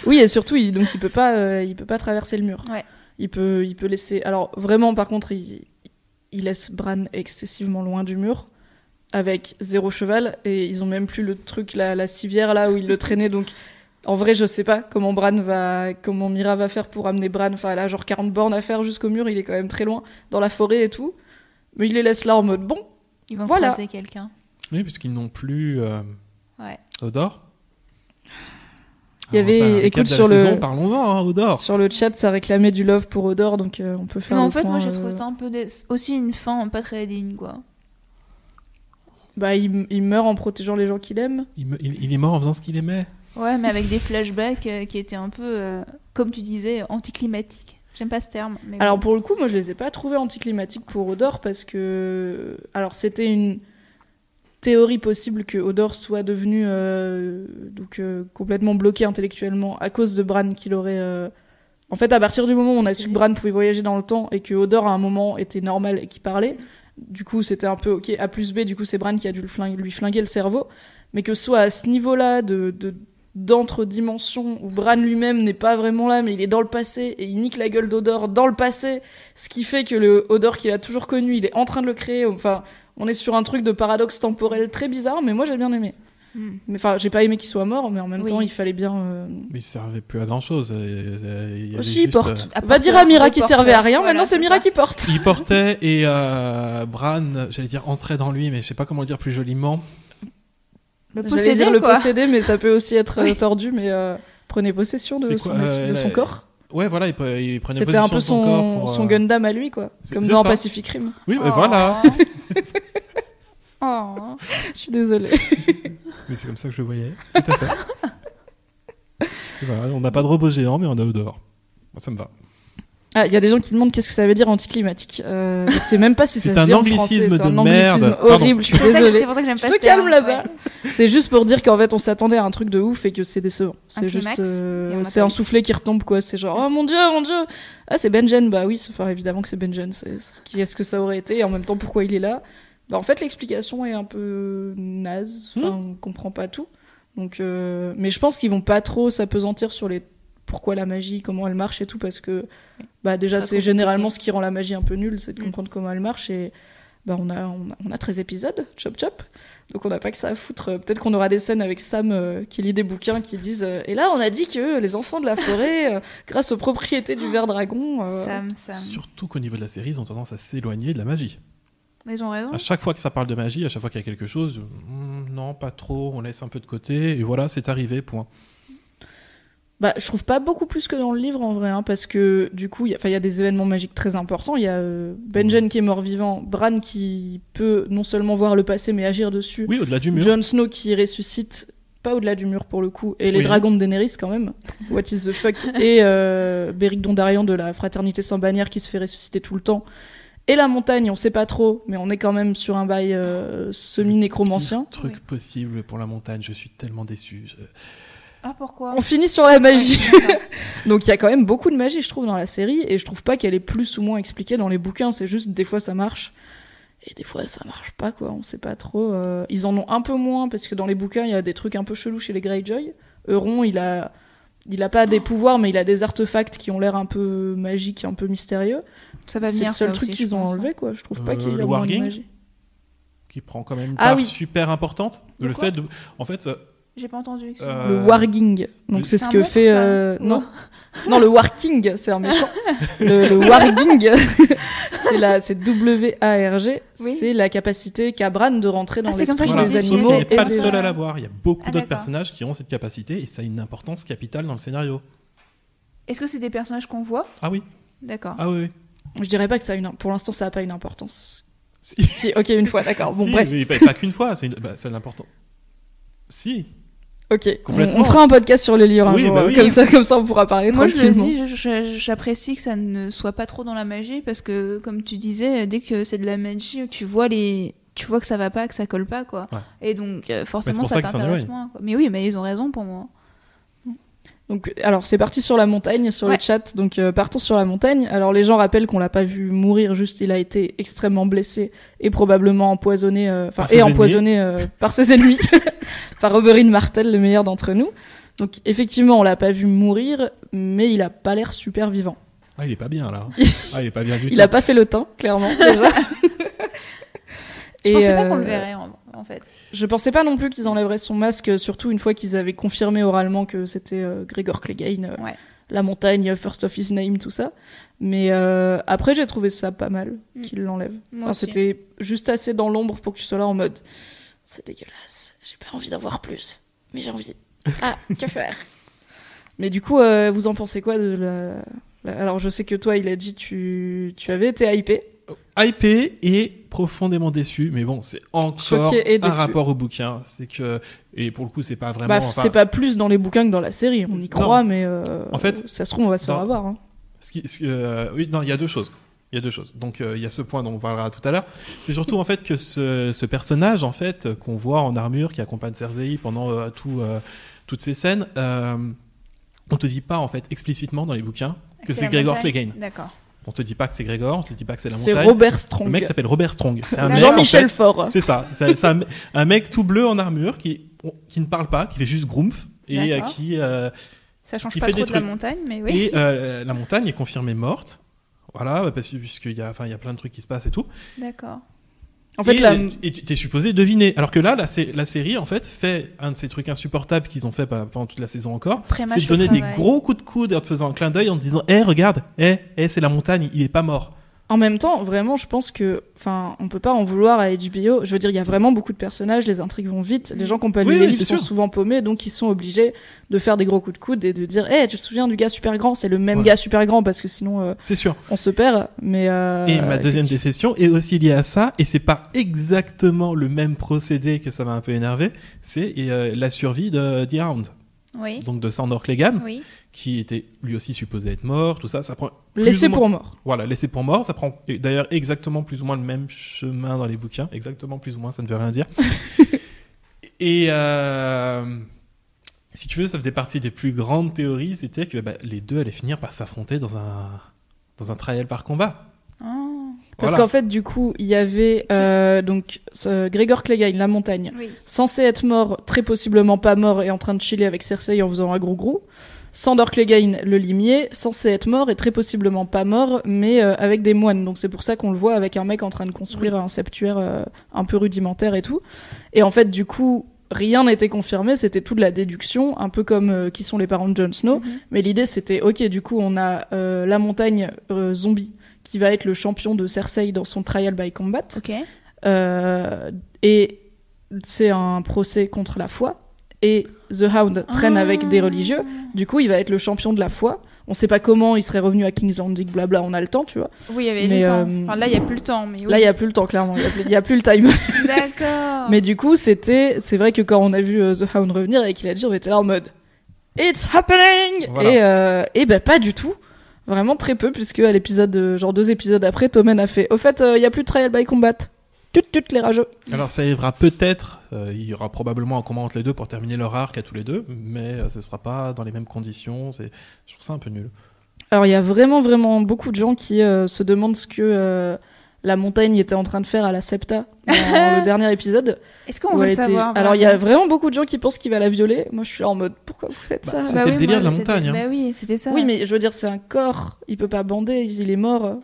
[SPEAKER 1] Oui, et surtout, il, donc il peut pas, euh, il peut pas traverser le mur.
[SPEAKER 2] Ouais.
[SPEAKER 1] Il peut, il peut laisser. Alors vraiment, par contre, il, il laisse Bran excessivement loin du mur. avec zéro cheval et ils ont même plus le truc la, la civière là où ils le traînaient donc en vrai je sais pas comment Bran va comment Mira va faire pour amener Bran enfin elle a genre 40 bornes à faire jusqu'au mur il est quand même très loin dans la forêt et tout mais il les laisse là en mode bon
[SPEAKER 2] Ils vont
[SPEAKER 1] Voilà.
[SPEAKER 2] croiser quelqu'un.
[SPEAKER 3] Oui, puisqu'ils n'ont plus euh,
[SPEAKER 2] Ouais.
[SPEAKER 3] Odor.
[SPEAKER 1] Il y avait-
[SPEAKER 3] récap
[SPEAKER 1] écoute,
[SPEAKER 3] de la
[SPEAKER 1] sur le-
[SPEAKER 3] saison, parlons-en, hein, Odor.
[SPEAKER 1] sur le chat ça réclamait du love pour Odor donc euh, on peut faire
[SPEAKER 2] Mais en
[SPEAKER 1] le
[SPEAKER 2] fait,
[SPEAKER 1] point,
[SPEAKER 2] moi, j'ai
[SPEAKER 1] euh,
[SPEAKER 2] trouvé ça un peu dé- aussi une fin pas très digne, quoi.
[SPEAKER 1] bah il, il meurt en protégeant les gens qu'il aime
[SPEAKER 3] Il, me- il- il est mort en faisant ce qu'il aimait.
[SPEAKER 2] Ouais, mais avec *laughs* des flashbacks euh, qui étaient un peu, euh, comme tu disais, anticlimatiques. J'aime pas ce terme. Mais
[SPEAKER 1] Alors
[SPEAKER 2] bon.
[SPEAKER 1] pour le coup, moi je les ai pas trouvés anticlimatiques pour Odor parce que alors c'était une théorie possible que Odor soit devenu euh, donc euh, complètement bloqué intellectuellement à cause de Bran qu'il aurait euh, en fait à partir du moment où on a
[SPEAKER 2] C'est
[SPEAKER 1] su que
[SPEAKER 2] vrai.
[SPEAKER 1] Bran pouvait voyager dans le temps et que Odor à un moment était normal et qu'il parlait, du coup c'était un peu ok A plus B du coup c'est Bran qui a dû le flinguer- lui flinguer le cerveau mais que ce soit à ce niveau-là de, de- d'entre-dimensions où Bran lui-même n'est pas vraiment là, mais il est dans le passé et il nique la gueule d'Odor dans le passé, ce qui fait que le Odor qu'il a toujours connu, il est en train de le créer. Enfin, on est sur un truc de paradoxe temporel très bizarre, mais moi j'ai bien aimé.
[SPEAKER 2] Hmm.
[SPEAKER 1] Mais enfin, j'ai pas aimé qu'il soit mort, mais en même
[SPEAKER 2] Oui.
[SPEAKER 1] temps, il fallait bien. euh,
[SPEAKER 3] Mais il servait plus à grand chose. Il, y avait
[SPEAKER 1] Aussi, il
[SPEAKER 3] juste,
[SPEAKER 1] porte.
[SPEAKER 3] euh,
[SPEAKER 2] À
[SPEAKER 1] Va
[SPEAKER 2] part
[SPEAKER 1] dire
[SPEAKER 2] pour
[SPEAKER 1] à Mira
[SPEAKER 2] le
[SPEAKER 1] qui
[SPEAKER 2] porteur.
[SPEAKER 1] servait à rien,
[SPEAKER 2] Voilà,
[SPEAKER 1] maintenant c'est
[SPEAKER 2] c'est
[SPEAKER 1] Mira
[SPEAKER 2] ça.
[SPEAKER 1] qui porte.
[SPEAKER 3] il portait et euh, Bran, j'allais dire entrait dans lui, mais je sais pas comment le dire plus joliment.
[SPEAKER 1] *laughs*
[SPEAKER 2] Le
[SPEAKER 1] J'allais
[SPEAKER 2] possédé,
[SPEAKER 1] dire le
[SPEAKER 2] quoi.
[SPEAKER 1] possédé, mais ça peut aussi être euh,
[SPEAKER 2] Oui.
[SPEAKER 1] tordu, mais euh, prenez possession de
[SPEAKER 3] C'est
[SPEAKER 1] son,
[SPEAKER 3] quoi, euh,
[SPEAKER 1] de son
[SPEAKER 3] la-
[SPEAKER 1] corps.
[SPEAKER 3] Ouais, voilà, il, pre- il prenait
[SPEAKER 1] C'était
[SPEAKER 3] possession
[SPEAKER 1] un peu
[SPEAKER 3] de
[SPEAKER 1] son,
[SPEAKER 3] son, corps pour,
[SPEAKER 1] son
[SPEAKER 3] euh,
[SPEAKER 1] Gundam à lui, quoi.
[SPEAKER 3] c'est-
[SPEAKER 1] Comme
[SPEAKER 3] c'est
[SPEAKER 1] dans
[SPEAKER 3] ça.
[SPEAKER 1] Pacific
[SPEAKER 2] *laughs*
[SPEAKER 1] Rim.
[SPEAKER 3] Oui, mais voilà.
[SPEAKER 1] *laughs*
[SPEAKER 2] Oh. Oh.
[SPEAKER 1] Je suis désolée.
[SPEAKER 3] *laughs* Mais c'est comme ça que je le voyais. Tout à fait. *laughs* C'est vrai, on n'a pas de robot géant, mais on a Odor. Moi, ça me va.
[SPEAKER 1] Ah, il y a des gens qui demandent qu'est-ce que ça veut dire anticlimatique. Euh, je sais même pas si ça
[SPEAKER 3] C'est
[SPEAKER 1] se
[SPEAKER 3] un
[SPEAKER 1] dit en
[SPEAKER 3] anglicisme
[SPEAKER 1] français, c'est
[SPEAKER 3] de
[SPEAKER 1] un anglicisme
[SPEAKER 3] merde. Pardon.
[SPEAKER 1] horrible, je suis
[SPEAKER 2] C'est pour ça que-
[SPEAKER 1] désolée.
[SPEAKER 2] C'est pour ça que j'aime
[SPEAKER 1] Tu
[SPEAKER 2] pas
[SPEAKER 1] te
[SPEAKER 2] ce terme,
[SPEAKER 1] calmes là-bas.
[SPEAKER 2] ouais.
[SPEAKER 1] C'est juste pour dire qu'en fait on s'attendait à un truc de ouf et que c'est décevant.
[SPEAKER 2] Un
[SPEAKER 1] C'est juste,
[SPEAKER 2] climax,
[SPEAKER 1] euh,
[SPEAKER 2] et on l'a
[SPEAKER 1] c'est
[SPEAKER 2] pas
[SPEAKER 1] un
[SPEAKER 2] eu.
[SPEAKER 1] soufflet qui retombe quoi. C'est genre oh mon dieu, mon dieu. Ah c'est Benjen, bah oui, c'est- enfin évidemment que c'est Benjen. C'est c'est- qui est-ce que ça aurait été et en même temps pourquoi il est là. Bah en fait l'explication est un peu naze.
[SPEAKER 2] Hmm.
[SPEAKER 1] Enfin on comprend pas tout. Donc euh, mais je pense qu'ils vont pas trop s'apesantir sur les pourquoi la magie, comment elle marche et tout parce que bah déjà
[SPEAKER 2] Ça
[SPEAKER 1] c'est
[SPEAKER 2] compliqué.
[SPEAKER 1] généralement ce qui rend la magie un peu nulle, c'est de
[SPEAKER 2] Mm.
[SPEAKER 1] comprendre comment elle marche et bah on a, on a, on a 13 épisodes, chop chop. Donc on n'a pas que ça à foutre. Euh, Peut-être qu'on aura des scènes avec Sam euh, qui lit des bouquins qui disent euh, Et là, on a dit que les enfants de la forêt, euh, *laughs* grâce aux propriétés du ver dragon. euh,
[SPEAKER 2] Sam, Sam.
[SPEAKER 3] Surtout qu'au niveau de la série, ils ont tendance à s'éloigner de la magie.
[SPEAKER 2] Mais ils ont raison.
[SPEAKER 3] À
[SPEAKER 1] Ah.
[SPEAKER 3] chaque fois que ça parle de magie, à chaque fois qu'il y a quelque chose, hmm, non, pas trop, on laisse un peu de côté, et voilà, c'est arrivé, point.
[SPEAKER 1] Bah, je trouve pas beaucoup plus que dans le livre en vrai, hein, parce que du coup, il y a- enfin, il y a des événements magiques très importants. Il y a euh, Benjen qui est mort vivant, Bran qui peut non seulement voir le passé mais agir dessus,
[SPEAKER 3] Oui, au-delà du mur.
[SPEAKER 1] Jon Snow qui ressuscite pas au-delà du mur pour le coup et les
[SPEAKER 3] Oui.
[SPEAKER 1] dragons de Daenerys quand même what is the
[SPEAKER 3] *laughs*
[SPEAKER 1] fuck et euh, Beric Dondarion de la fraternité sans bannière qui se fait ressusciter tout le temps et la montagne on sait pas trop mais on est quand même sur un bail euh, semi nécromancien
[SPEAKER 3] Pire truc
[SPEAKER 2] Oui.
[SPEAKER 3] possible pour la montagne, je suis tellement déçu. Je-
[SPEAKER 2] Ah, pourquoi
[SPEAKER 1] on finit sur la magie
[SPEAKER 2] Ouais, d'accord.
[SPEAKER 1] *laughs* donc il y a quand même beaucoup de magie je trouve dans la série et je trouve pas qu'elle est plus ou moins expliquée dans les bouquins c'est juste des fois ça marche et des fois ça marche pas quoi on sait pas trop euh, ils en ont un peu moins parce que dans les bouquins il y a des trucs un peu chelous chez les Greyjoy Euron il a il a pas des pouvoirs mais il a des artefacts qui ont l'air un peu magiques un peu mystérieux
[SPEAKER 2] Ça va
[SPEAKER 1] c'est
[SPEAKER 2] venir.
[SPEAKER 1] le seul
[SPEAKER 2] ça
[SPEAKER 1] truc
[SPEAKER 2] aussi,
[SPEAKER 1] qu'ils
[SPEAKER 2] je
[SPEAKER 1] ont
[SPEAKER 2] pense, hein.
[SPEAKER 1] enlevé quoi je trouve pas
[SPEAKER 3] Euh,
[SPEAKER 1] qu'il y a
[SPEAKER 3] le
[SPEAKER 1] moins de
[SPEAKER 3] warging
[SPEAKER 1] magie
[SPEAKER 3] Qui prend quand même une
[SPEAKER 1] Ah
[SPEAKER 3] part
[SPEAKER 1] oui. Ah,
[SPEAKER 3] super importante.
[SPEAKER 2] Le
[SPEAKER 3] le
[SPEAKER 2] quoi
[SPEAKER 3] fait de. En fait, euh,
[SPEAKER 2] J'ai pas entendu. excuse-moi.
[SPEAKER 3] Euh,
[SPEAKER 1] le warging donc c'est
[SPEAKER 2] C'est
[SPEAKER 1] ce
[SPEAKER 2] un
[SPEAKER 1] que
[SPEAKER 2] monstre,
[SPEAKER 1] fait
[SPEAKER 2] ça
[SPEAKER 1] euh,
[SPEAKER 2] Ou-
[SPEAKER 1] non Non, le Warking, c'est un
[SPEAKER 2] *laughs*
[SPEAKER 1] méchant. Le, le Warging, *laughs* c'est la, c'est W-A-R-G,
[SPEAKER 2] Oui.
[SPEAKER 1] c'est la capacité qu'a Bran de rentrer dans
[SPEAKER 2] Ah, c'est comme ça
[SPEAKER 1] l'esprit
[SPEAKER 2] qu'il
[SPEAKER 1] des
[SPEAKER 2] le définit,
[SPEAKER 1] animaux.
[SPEAKER 3] Sauf qu'il n'est
[SPEAKER 1] et
[SPEAKER 3] pas le
[SPEAKER 1] des-
[SPEAKER 3] seul à l'avoir. Il y a beaucoup
[SPEAKER 2] Ah,
[SPEAKER 3] d'autres
[SPEAKER 2] d'accord.
[SPEAKER 3] personnages qui ont cette capacité et ça a une importance capitale dans le scénario.
[SPEAKER 2] Est-ce que c'est des personnages qu'on voit
[SPEAKER 3] Ah oui,
[SPEAKER 2] D'accord.
[SPEAKER 3] ah oui. oui.
[SPEAKER 1] Je dirais pas que ça a une, pour l'instant, ça a pas une importance.
[SPEAKER 3] Si.
[SPEAKER 1] Si, ok, une fois, d'accord. Ah, Bon,
[SPEAKER 3] Si,
[SPEAKER 1] bref,
[SPEAKER 3] mais pas, pas qu'une fois, c'est une- bah, c'est l'important. Si,
[SPEAKER 1] ok. On,
[SPEAKER 3] Complètement.
[SPEAKER 1] on fera un podcast sur les livres un
[SPEAKER 3] Oui,
[SPEAKER 1] jour,
[SPEAKER 3] bah
[SPEAKER 1] euh,
[SPEAKER 3] oui.
[SPEAKER 1] comme ça, comme ça, on pourra parler
[SPEAKER 2] Moi, je le
[SPEAKER 1] tranquillement.
[SPEAKER 2] dis, je- je- j'apprécie que ça ne soit pas trop dans la magie parce que, comme tu disais, dès que c'est de la magie, tu vois les, tu vois que ça va pas, que ça colle pas, quoi.
[SPEAKER 3] Ouais.
[SPEAKER 2] Et donc, euh, forcément,
[SPEAKER 3] pour
[SPEAKER 2] ça
[SPEAKER 3] ça qu'ils s'en
[SPEAKER 2] t'intéresse
[SPEAKER 3] éloignent.
[SPEAKER 2] moins. quoi. Mais oui, mais ils ont raison pour moi.
[SPEAKER 1] Donc, alors, c'est parti sur la montagne, sur
[SPEAKER 2] Ouais.
[SPEAKER 1] le chat. Donc, euh, partons sur la montagne. Alors, les gens rappellent qu'on l'a pas vu mourir, juste il a été extrêmement blessé et probablement empoisonné, euh, enfin,
[SPEAKER 3] Par ses
[SPEAKER 1] et
[SPEAKER 3] ennemis.
[SPEAKER 1] empoisonné euh, par ses ennemis, *laughs* par Oberyn Martel, le meilleur d'entre nous. Donc, effectivement, on l'a pas vu mourir, mais il a pas l'air super vivant.
[SPEAKER 3] ah, il est pas bien là. Ah, il est pas bien
[SPEAKER 1] *laughs*
[SPEAKER 3] du
[SPEAKER 1] Il
[SPEAKER 3] tout.
[SPEAKER 1] a pas fait le teint, clairement, déjà.
[SPEAKER 2] *laughs* Je
[SPEAKER 1] Et,
[SPEAKER 2] pensais pas qu'on le
[SPEAKER 1] euh,
[SPEAKER 2] verrait. En... en fait.
[SPEAKER 1] Je pensais pas non plus qu'ils enlèveraient son masque, surtout une fois qu'ils avaient confirmé oralement que c'était euh, Gregor Clegane, euh,
[SPEAKER 2] Ouais.
[SPEAKER 1] la montagne, euh, First of His Name, tout ça. Mais euh, après, j'ai trouvé ça pas mal
[SPEAKER 2] Mm.
[SPEAKER 1] qu'ils l'enlèvent.
[SPEAKER 2] Moi
[SPEAKER 1] Enfin, oh,
[SPEAKER 2] aussi.
[SPEAKER 1] c'était juste assez dans l'ombre pour que tu sois là en mode c'est dégueulasse, j'ai pas envie d'en voir plus, mais j'ai
[SPEAKER 2] *laughs*
[SPEAKER 1] envie. Ah, que faire Mais du coup, euh, vous en pensez quoi de la. la- Alors, je sais que toi, il a dit tu, tu avais été hypé.
[SPEAKER 3] hypé et profondément déçu, mais bon, c'est encore
[SPEAKER 1] Choqué et
[SPEAKER 3] un
[SPEAKER 1] déçu.
[SPEAKER 3] rapport au bouquin. C'est que et pour le coup, c'est pas vraiment.
[SPEAKER 1] bah,
[SPEAKER 3] enfin,
[SPEAKER 1] c'est pas plus dans les bouquins que dans la série, on y
[SPEAKER 3] Non.
[SPEAKER 1] croit, mais euh,
[SPEAKER 3] En fait,
[SPEAKER 1] ça se trouve, on va se faire
[SPEAKER 3] dans-
[SPEAKER 1] avoir. hein.
[SPEAKER 3] ce qui- ce- euh, oui, non, il y a deux choses. Il y a deux choses. Donc euh, il y a ce point dont on parlera tout à l'heure. C'est surtout en fait que ce, ce personnage en fait euh, qu'on voit en armure qui accompagne Cersei pendant euh, tout, euh, toutes ces scènes, euh, on te dit pas en fait explicitement dans les bouquins que c'est
[SPEAKER 2] la
[SPEAKER 3] Gregor
[SPEAKER 2] montagne.
[SPEAKER 3] Clegane.
[SPEAKER 2] D'accord.
[SPEAKER 3] On te dit pas que c'est Gregor, on te dit pas que c'est la
[SPEAKER 1] C'est
[SPEAKER 3] montagne.
[SPEAKER 1] Robert
[SPEAKER 3] Le
[SPEAKER 1] Strong.
[SPEAKER 3] mec s'appelle Robert Strong. C'est un mec, en fait,
[SPEAKER 1] Jean-Michel Faure.
[SPEAKER 3] C'est ça. C'est c'est un, un mec tout bleu en armure qui, qui ne parle pas, qui fait juste groomf et euh,
[SPEAKER 2] D'accord.
[SPEAKER 3] qui. euh,
[SPEAKER 2] Ça change
[SPEAKER 3] Il
[SPEAKER 2] pas
[SPEAKER 3] fait
[SPEAKER 2] trop de
[SPEAKER 3] des
[SPEAKER 2] la
[SPEAKER 3] trucs.
[SPEAKER 2] montagne, mais oui.
[SPEAKER 3] Et euh, la montagne est confirmée morte. Voilà, bah, parce que- puisqu'il y, a- enfin, il y a plein de trucs qui se passent et tout.
[SPEAKER 2] D'accord.
[SPEAKER 1] En fait,
[SPEAKER 3] et
[SPEAKER 1] la-
[SPEAKER 3] et tu- t'es supposé deviner. Alors que là, la, sé- la série, en fait, fait un de ces trucs insupportables qu'ils ont fait pa- pendant toute la saison encore.
[SPEAKER 2] Pré-match
[SPEAKER 3] C'est de
[SPEAKER 2] au
[SPEAKER 3] donner des
[SPEAKER 2] travail.
[SPEAKER 3] gros coups de coude en te faisant un clin d'œil en te disant Hé, regarde, hé, hé, c'est la montagne, il est pas mort.
[SPEAKER 1] en même temps, vraiment, je pense que, enfin, on peut pas en vouloir à HBO. Je veux dire, il y a vraiment beaucoup de personnages, les intrigues vont vite, les gens qui ont pas lu
[SPEAKER 3] Oui,
[SPEAKER 1] les
[SPEAKER 3] oui,
[SPEAKER 1] livres
[SPEAKER 3] c'est
[SPEAKER 1] sont
[SPEAKER 3] sûr.
[SPEAKER 1] souvent paumés, donc ils sont obligés de faire des gros coups de coude et de dire, eh, tu te souviens du gars super grand C'est le même
[SPEAKER 3] Ouais.
[SPEAKER 1] gars super grand parce que sinon, euh,
[SPEAKER 3] C'est sûr.
[SPEAKER 1] on se perd. Mais euh,
[SPEAKER 3] Et ma deuxième
[SPEAKER 1] effectivement.
[SPEAKER 3] déception est aussi liée à ça, et c'est pas exactement le même procédé que ça m'a un peu énervé, c'est euh, la survie de The Hound,
[SPEAKER 2] Oui.
[SPEAKER 3] donc de Sandor Clegane,
[SPEAKER 2] Oui.
[SPEAKER 3] qui était lui aussi supposé être mort, tout ça, ça prend... plus
[SPEAKER 1] laissé
[SPEAKER 3] ou moins-
[SPEAKER 1] pour mort.
[SPEAKER 3] Voilà, laissé pour mort, ça prend et d'ailleurs exactement plus ou moins le même chemin dans les bouquins, exactement plus ou moins, ça ne
[SPEAKER 1] *laughs*
[SPEAKER 3] veut rien dire. et euh, si tu veux, ça faisait partie des plus grandes théories, c'était que bah, les deux allaient finir par s'affronter dans un, dans un trial par combat.
[SPEAKER 2] Oh,
[SPEAKER 1] Parce
[SPEAKER 3] Voilà.
[SPEAKER 1] qu'en fait, du coup, il y avait euh, donc ce Grégor Clegane, la montagne,
[SPEAKER 2] oui.
[SPEAKER 1] censé être mort, très possiblement pas mort, et en train de chiller avec Cersei en faisant un gros gros. Sandor Clegane, le limier, censé être mort et très possiblement pas mort, mais euh, avec des moines. Donc c'est pour ça qu'on le voit avec un mec en train de construire un septuaire euh, un peu rudimentaire et tout. Et en fait, du coup, rien n'était confirmé, c'était toute la déduction, un peu comme euh, qui sont les parents de Jon Snow.
[SPEAKER 2] Mhm.
[SPEAKER 1] Mais l'idée, c'était, ok, du coup, on a euh, la montagne euh, zombie qui va être le champion de Cersei dans son trial by combat.
[SPEAKER 2] Ok.
[SPEAKER 1] Euh, et c'est un procès contre la foi. Et The Hound traîne
[SPEAKER 2] Ah.
[SPEAKER 1] avec des religieux. Du coup, il va être le champion de la foi. On sait pas comment il serait revenu à King's Landing, blabla, on a le temps, tu vois.
[SPEAKER 2] Oui, il y avait
[SPEAKER 1] Mais,
[SPEAKER 2] le temps.
[SPEAKER 1] euh,
[SPEAKER 2] Enfin, là, il n'y a plus le temps, mais oui. Ah.
[SPEAKER 1] Là, il y a plus le temps, clairement. Il y a plus- Il y, a plus le time.
[SPEAKER 2] D'accord.
[SPEAKER 1] Mais du coup, c'était, c'est vrai que quand on a vu euh, The Hound revenir et qu'il a dit, on était là en mode It's happening
[SPEAKER 3] Voilà.
[SPEAKER 1] Et, euh, et ben, pas du tout. Vraiment très peu, puisque à l'épisode, euh, genre deux épisodes après, Tommen a fait Au fait, euh, il y a plus de trial by combat. Tut tut les rageux.
[SPEAKER 3] Alors ça arrivera peut-être, euh, il y aura probablement un combat entre les deux pour terminer leur arc à tous les deux, mais euh, ce sera pas dans les mêmes conditions, c'est... je trouve ça un peu nul.
[SPEAKER 1] Alors il y a vraiment vraiment beaucoup de gens qui euh, se demandent ce que euh, la montagne était en train de faire à la Septa
[SPEAKER 2] *laughs*
[SPEAKER 1] dans le dernier épisode.
[SPEAKER 2] Est-ce qu'on
[SPEAKER 1] Où
[SPEAKER 2] veut
[SPEAKER 1] elle
[SPEAKER 2] le
[SPEAKER 1] était-
[SPEAKER 2] savoir
[SPEAKER 1] Alors il y a
[SPEAKER 2] vraiment
[SPEAKER 1] vraiment beaucoup de gens qui pensent qu'il va la violer. Moi je suis là en mode pourquoi vous faites
[SPEAKER 3] Bah,
[SPEAKER 1] ça
[SPEAKER 2] Ah
[SPEAKER 3] c'est- C'était le délire de la
[SPEAKER 2] c'était-
[SPEAKER 3] montagne, hein.
[SPEAKER 2] Bah oui, c'était ça.
[SPEAKER 1] Oui mais je veux dire c'est un corps, il peut pas bander, il est mort.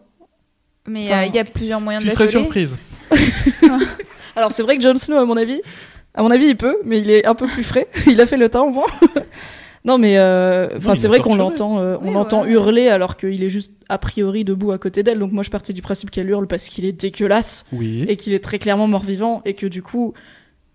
[SPEAKER 2] Mais
[SPEAKER 1] Enfin,
[SPEAKER 2] euh, il y a plusieurs moyens
[SPEAKER 3] Tu
[SPEAKER 2] de
[SPEAKER 3] serais
[SPEAKER 2] l'appeler.
[SPEAKER 3] surprise.
[SPEAKER 1] Alors c'est vrai que Jon Snow à mon avis, à mon avis il peut, mais il est un peu plus frais. *laughs* il a fait le temps au moins. Non mais euh, enfin,
[SPEAKER 3] il
[SPEAKER 1] c'est
[SPEAKER 3] est
[SPEAKER 1] vrai qu'on
[SPEAKER 3] torturé.
[SPEAKER 1] l'entend, euh, on
[SPEAKER 2] Oui,
[SPEAKER 1] l'entend
[SPEAKER 2] ouais.
[SPEAKER 1] hurler alors qu'il est juste a priori debout à côté d'elle. Donc moi je partais du principe qu'elle hurle parce qu'il est dégueulasse.
[SPEAKER 3] Oui.
[SPEAKER 1] et qu'il est très clairement mort-vivant et que du coup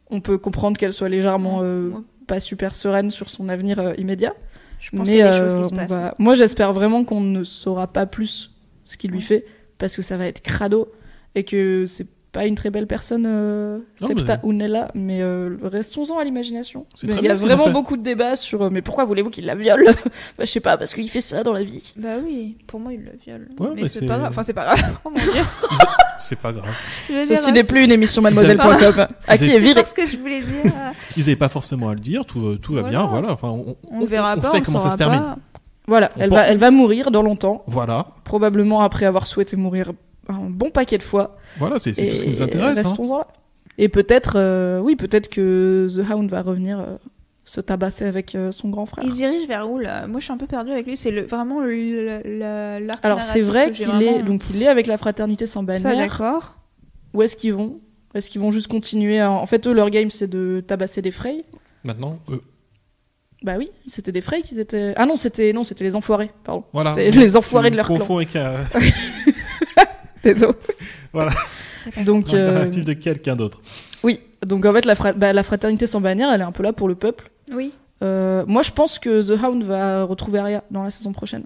[SPEAKER 1] on peut comprendre qu'elle soit légèrement euh,
[SPEAKER 2] Ouais.
[SPEAKER 1] pas super sereine sur son avenir euh, immédiat.
[SPEAKER 2] Je pense qu'il y a des choses qui
[SPEAKER 1] euh,
[SPEAKER 2] se
[SPEAKER 1] on
[SPEAKER 2] passent.
[SPEAKER 1] va- moi j'espère vraiment qu'on ne saura pas plus ce qu'il lui
[SPEAKER 2] Ouais.
[SPEAKER 1] fait parce que ça va être crado et que c'est pas une très belle personne euh,
[SPEAKER 3] Non,
[SPEAKER 1] Septa ou Nella mais euh, restons-en à l'imagination.
[SPEAKER 3] C'est
[SPEAKER 1] Mais
[SPEAKER 3] très
[SPEAKER 1] Il y
[SPEAKER 3] bien
[SPEAKER 1] a
[SPEAKER 3] ce qu'ils ont
[SPEAKER 1] vraiment
[SPEAKER 3] fait.
[SPEAKER 1] beaucoup de débats sur euh, mais pourquoi voulez-vous qu'il la viole *laughs* Bah, Je sais pas parce qu'il fait ça dans la vie.
[SPEAKER 2] Bah oui, pour moi, il le viole.
[SPEAKER 3] Ouais,
[SPEAKER 2] mais
[SPEAKER 3] bah,
[SPEAKER 2] c'est
[SPEAKER 3] c'est-
[SPEAKER 2] pas grave. Enfin, c'est pas grave. *laughs* Oh
[SPEAKER 1] *laughs*
[SPEAKER 2] mon dieu.
[SPEAKER 3] C'est pas grave.
[SPEAKER 2] Je veux dire,
[SPEAKER 1] Ceci
[SPEAKER 2] hein,
[SPEAKER 1] n'est plus une émission mademoiselle.com à qui
[SPEAKER 3] Ils
[SPEAKER 1] est
[SPEAKER 2] C'est
[SPEAKER 1] virée.
[SPEAKER 2] pas ce que je voulais
[SPEAKER 3] *laughs*
[SPEAKER 2] dire.
[SPEAKER 3] Ils n'avaient pas forcément à le dire, tout, euh, tout va
[SPEAKER 2] Voilà.
[SPEAKER 3] bien, voilà. Enfin, on,
[SPEAKER 2] On ne verra
[SPEAKER 3] on
[SPEAKER 2] pas.
[SPEAKER 3] sait
[SPEAKER 2] on
[SPEAKER 3] comment ça
[SPEAKER 2] saura
[SPEAKER 3] se termine.
[SPEAKER 2] pas.
[SPEAKER 1] Voilà,
[SPEAKER 3] On
[SPEAKER 1] elle
[SPEAKER 3] pense-
[SPEAKER 1] va, elle va mourir dans longtemps.
[SPEAKER 3] Voilà,
[SPEAKER 1] probablement après avoir souhaité mourir un bon paquet de fois.
[SPEAKER 3] voilà c'est, c'est
[SPEAKER 1] Et
[SPEAKER 3] tout ce qui nous intéresse. hein.
[SPEAKER 1] Restons-en là. Et peut-être, euh, oui, peut-être que The Hound va revenir euh, se tabasser avec euh, son grand frère.
[SPEAKER 2] Il se dirige vers où là Moi, je suis un peu perdue avec lui. C'est le- vraiment le- la- l'arc
[SPEAKER 1] Alors c'est
[SPEAKER 2] narratif
[SPEAKER 1] vrai
[SPEAKER 2] que j'ai
[SPEAKER 1] qu'il est
[SPEAKER 2] vraiment-
[SPEAKER 1] donc il est avec la fraternité sans
[SPEAKER 2] ça
[SPEAKER 1] bannière.
[SPEAKER 2] d'accord.
[SPEAKER 1] Où est-ce qu'ils vont Est-ce qu'ils vont juste continuer à- En fait, eux, leur game, c'est de tabasser des Frey.
[SPEAKER 3] Maintenant, euh,
[SPEAKER 1] Bah oui, c'était des Frey qu'ils étaient. Ah non, c'était non, c'était les enfoirés, pardon.
[SPEAKER 3] Voilà.
[SPEAKER 1] C'était les enfoirés
[SPEAKER 3] tu
[SPEAKER 1] de leur clan.
[SPEAKER 3] confonds avec un
[SPEAKER 1] Désolé.
[SPEAKER 3] Voilà.
[SPEAKER 1] Donc, euh,
[SPEAKER 3] impératif de quelqu'un d'autre.
[SPEAKER 1] oui. Donc en fait, la, fra- bah, la fraternité sans bannière, elle est un peu là pour le peuple.
[SPEAKER 2] Oui.
[SPEAKER 1] Euh, moi, je pense que The Hound va retrouver Arya dans la saison prochaine.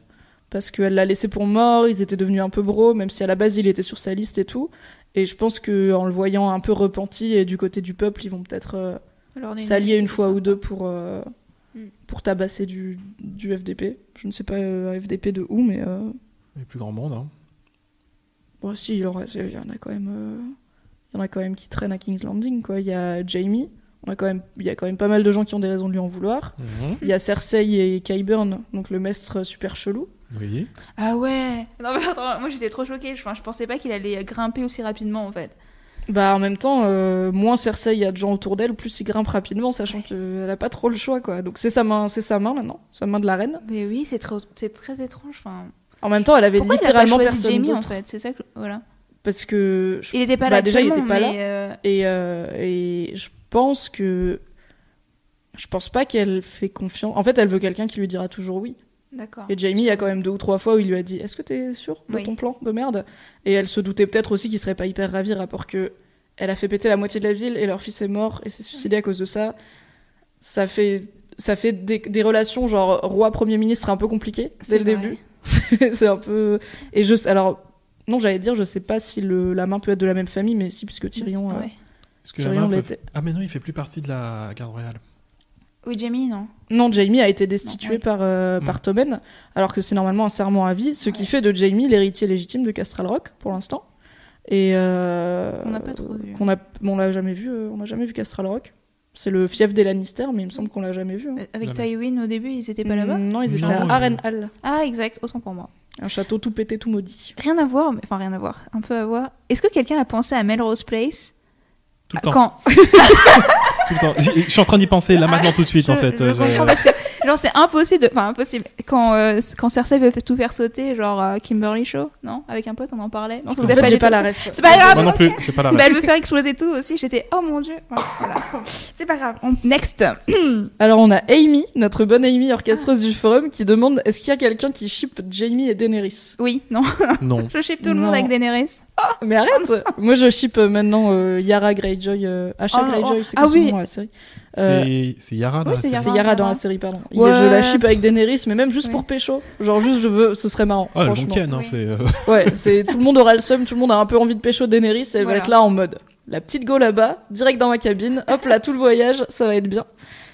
[SPEAKER 1] Parce qu'elle l'a laissé pour mort, ils étaient devenus un peu bros, même si à la base il était sur sa liste et tout. Et je pense que en le voyant un peu repenti et du côté du peuple, ils vont peut-être euh,
[SPEAKER 2] Alors, on a
[SPEAKER 1] s'allier une
[SPEAKER 2] idée,
[SPEAKER 1] fois
[SPEAKER 2] ça.
[SPEAKER 1] ou deux pour, euh,
[SPEAKER 2] Mm.
[SPEAKER 1] pour tabasser du, du FDP. Je ne sais pas euh, FDP de où, mais euh,
[SPEAKER 3] Il n'y a plus grand monde. Hein.
[SPEAKER 1] bon, si, il en, reste- il y en a quand même, euh, il y en a quand même qui traînent à King's Landing. Quoi. Il y a Jamie, on a quand même, il y a quand même pas mal de gens qui ont des raisons de lui en vouloir.
[SPEAKER 3] Mhm.
[SPEAKER 1] Il y a Cersei et Kyburn, donc le maître super chelou.
[SPEAKER 3] Oui.
[SPEAKER 2] Ah ouais Non, mais attends, moi j'étais trop choquée. Je, enfin, je pensais pas qu'il allait grimper aussi rapidement en fait.
[SPEAKER 1] Bah en même temps, euh, moins Cersei il y a de gens autour d'elle, plus il grimpe rapidement, sachant qu'elle a pas trop le choix quoi. Donc c'est sa main, c'est sa main maintenant, sa main de la reine.
[SPEAKER 2] Mais oui, c'est trop- c'est très étrange. Enfin,
[SPEAKER 1] En même temps, elle avait
[SPEAKER 2] pourquoi
[SPEAKER 1] littéralement
[SPEAKER 2] littéralement il a pas choisi hein
[SPEAKER 1] personne
[SPEAKER 2] Jamie en
[SPEAKER 1] d'autre
[SPEAKER 2] fait C'est ça que. Voilà.
[SPEAKER 1] parce que je-
[SPEAKER 2] Il était pas
[SPEAKER 1] Bah,
[SPEAKER 2] là.
[SPEAKER 1] déjà, il
[SPEAKER 2] actuellement,
[SPEAKER 1] était pas là.
[SPEAKER 2] mais, euh,
[SPEAKER 1] et euh, et je pense que je pense pas qu'elle fait confiance. En fait, elle veut quelqu'un qui lui dira toujours oui.
[SPEAKER 2] D'accord.
[SPEAKER 1] Et Jamie, il y a quand même deux ou trois fois où il lui a dit Est-ce que t'es sûr de
[SPEAKER 2] Oui.
[SPEAKER 1] ton plan de merde Et elle se doutait peut-être aussi qu'il serait pas hyper ravi, rapport que elle a fait péter la moitié de la ville et leur fils est mort et s'est suicidé à cause de ça. Ça fait, ça fait des, des relations, genre roi-premier ministre, un peu compliquées dès
[SPEAKER 2] C'est
[SPEAKER 1] le
[SPEAKER 2] vrai.
[SPEAKER 1] début. *laughs* C'est c'est un peu. Et je. Alors, non, j'allais dire, je sais pas si le, la main peut être de la même famille, mais si, puisque Tyrion. euh,
[SPEAKER 2] Ouais.
[SPEAKER 3] Est-ce que la
[SPEAKER 1] Tyrion
[SPEAKER 3] main
[SPEAKER 1] l'a
[SPEAKER 3] peut-
[SPEAKER 1] été.
[SPEAKER 3] Ah mais non, il fait plus partie de la garde royale.
[SPEAKER 2] Oui, Jamie, non.
[SPEAKER 1] Non, Jamie a été destitué
[SPEAKER 2] oui.
[SPEAKER 1] par, euh,
[SPEAKER 3] Mm.
[SPEAKER 1] par Tommen, alors que c'est normalement un serment à vie, ce qui
[SPEAKER 2] Ouais.
[SPEAKER 1] fait de Jamie l'héritier légitime de Castral Rock pour l'instant. Et euh,
[SPEAKER 2] On n'a pas trop vu.
[SPEAKER 1] qu'on a- on l'a jamais vu, euh, on n'a jamais vu Castral Rock. C'est le fief des Lannister, mais il me semble qu'on l'a jamais vu. hein.
[SPEAKER 2] Euh,
[SPEAKER 3] Non,
[SPEAKER 2] Avec Tywin au début, ils étaient pas là-bas
[SPEAKER 1] Mm, Non, ils étaient
[SPEAKER 3] Non,
[SPEAKER 1] à
[SPEAKER 3] ils-
[SPEAKER 1] Arenhal,
[SPEAKER 2] Ah, exact, autant pour moi.
[SPEAKER 1] un château tout pété, tout maudit.
[SPEAKER 2] Rien à voir, mais- enfin rien à voir, un peu à voir. Est-ce que quelqu'un a pensé à Melrose Place
[SPEAKER 3] Tout le
[SPEAKER 2] Ah,
[SPEAKER 3] temps.
[SPEAKER 2] Quand Ah,
[SPEAKER 3] Tout le temps. Je je suis en train d'y penser là maintenant tout de suite en
[SPEAKER 2] Je-
[SPEAKER 3] fait.
[SPEAKER 2] je
[SPEAKER 3] Euh,
[SPEAKER 2] comprends parce que genre c'est impossible, de- enfin impossible. Quand euh, quand Cersei veut tout faire sauter, genre euh, Kimberly Shaw, non Avec un pote, on en parlait. Non, ça
[SPEAKER 1] En
[SPEAKER 2] vous a
[SPEAKER 1] fait,
[SPEAKER 2] pas
[SPEAKER 1] j'ai
[SPEAKER 2] du
[SPEAKER 1] pas
[SPEAKER 2] tout
[SPEAKER 1] la
[SPEAKER 2] fait.
[SPEAKER 1] ref.
[SPEAKER 2] C'est pas grave.
[SPEAKER 3] Moi non
[SPEAKER 2] ok.
[SPEAKER 3] plus, j'ai pas
[SPEAKER 2] *laughs*
[SPEAKER 3] la
[SPEAKER 2] Bah,
[SPEAKER 3] ref.
[SPEAKER 2] elle veut faire exploser tout aussi. J'étais oh mon dieu. Ouais, Voilà. C'est pas grave. On- Next.
[SPEAKER 1] Alors on a Amy, notre bonne Amy, orchestreuse
[SPEAKER 2] Ah.
[SPEAKER 1] du forum, qui demande est-ce qu'il y a quelqu'un qui ship Jamie et Daenerys
[SPEAKER 2] Oui, *laughs* non.
[SPEAKER 3] Non.
[SPEAKER 2] Je ship tout le
[SPEAKER 1] Non.
[SPEAKER 2] monde avec Daenerys.
[SPEAKER 1] Mais
[SPEAKER 2] *laughs*
[SPEAKER 1] arrête Moi je ship euh, maintenant euh, Yara Greyjoy, euh, Asha
[SPEAKER 2] Oh,
[SPEAKER 1] Greyjoy,
[SPEAKER 2] oh,
[SPEAKER 1] c'est
[SPEAKER 2] ah
[SPEAKER 1] quoi son
[SPEAKER 2] oui.
[SPEAKER 1] nom à la série Euh,
[SPEAKER 3] C'est c'est Ah, Yara dans
[SPEAKER 2] oui,
[SPEAKER 3] la
[SPEAKER 2] c'est
[SPEAKER 3] série.
[SPEAKER 1] C'est Yara dans
[SPEAKER 2] Yara.
[SPEAKER 1] la série, pardon. Et
[SPEAKER 2] Ouais.
[SPEAKER 1] Je la ship avec Daenerys, mais même juste
[SPEAKER 2] Oui.
[SPEAKER 1] pour pécho. Genre juste je veux, ce serait marrant,
[SPEAKER 3] Ah, le
[SPEAKER 1] franchement.
[SPEAKER 3] Jonken, hein,
[SPEAKER 2] Oui.
[SPEAKER 3] c'est. euh,
[SPEAKER 1] Ouais, c'est tout le monde aura le seum, tout le monde a un peu envie de pécho Daenerys, et elle va
[SPEAKER 2] Voilà.
[SPEAKER 1] être là en mode la petite go là-bas, direct dans ma cabine, hop là tout le voyage, ça va être bien.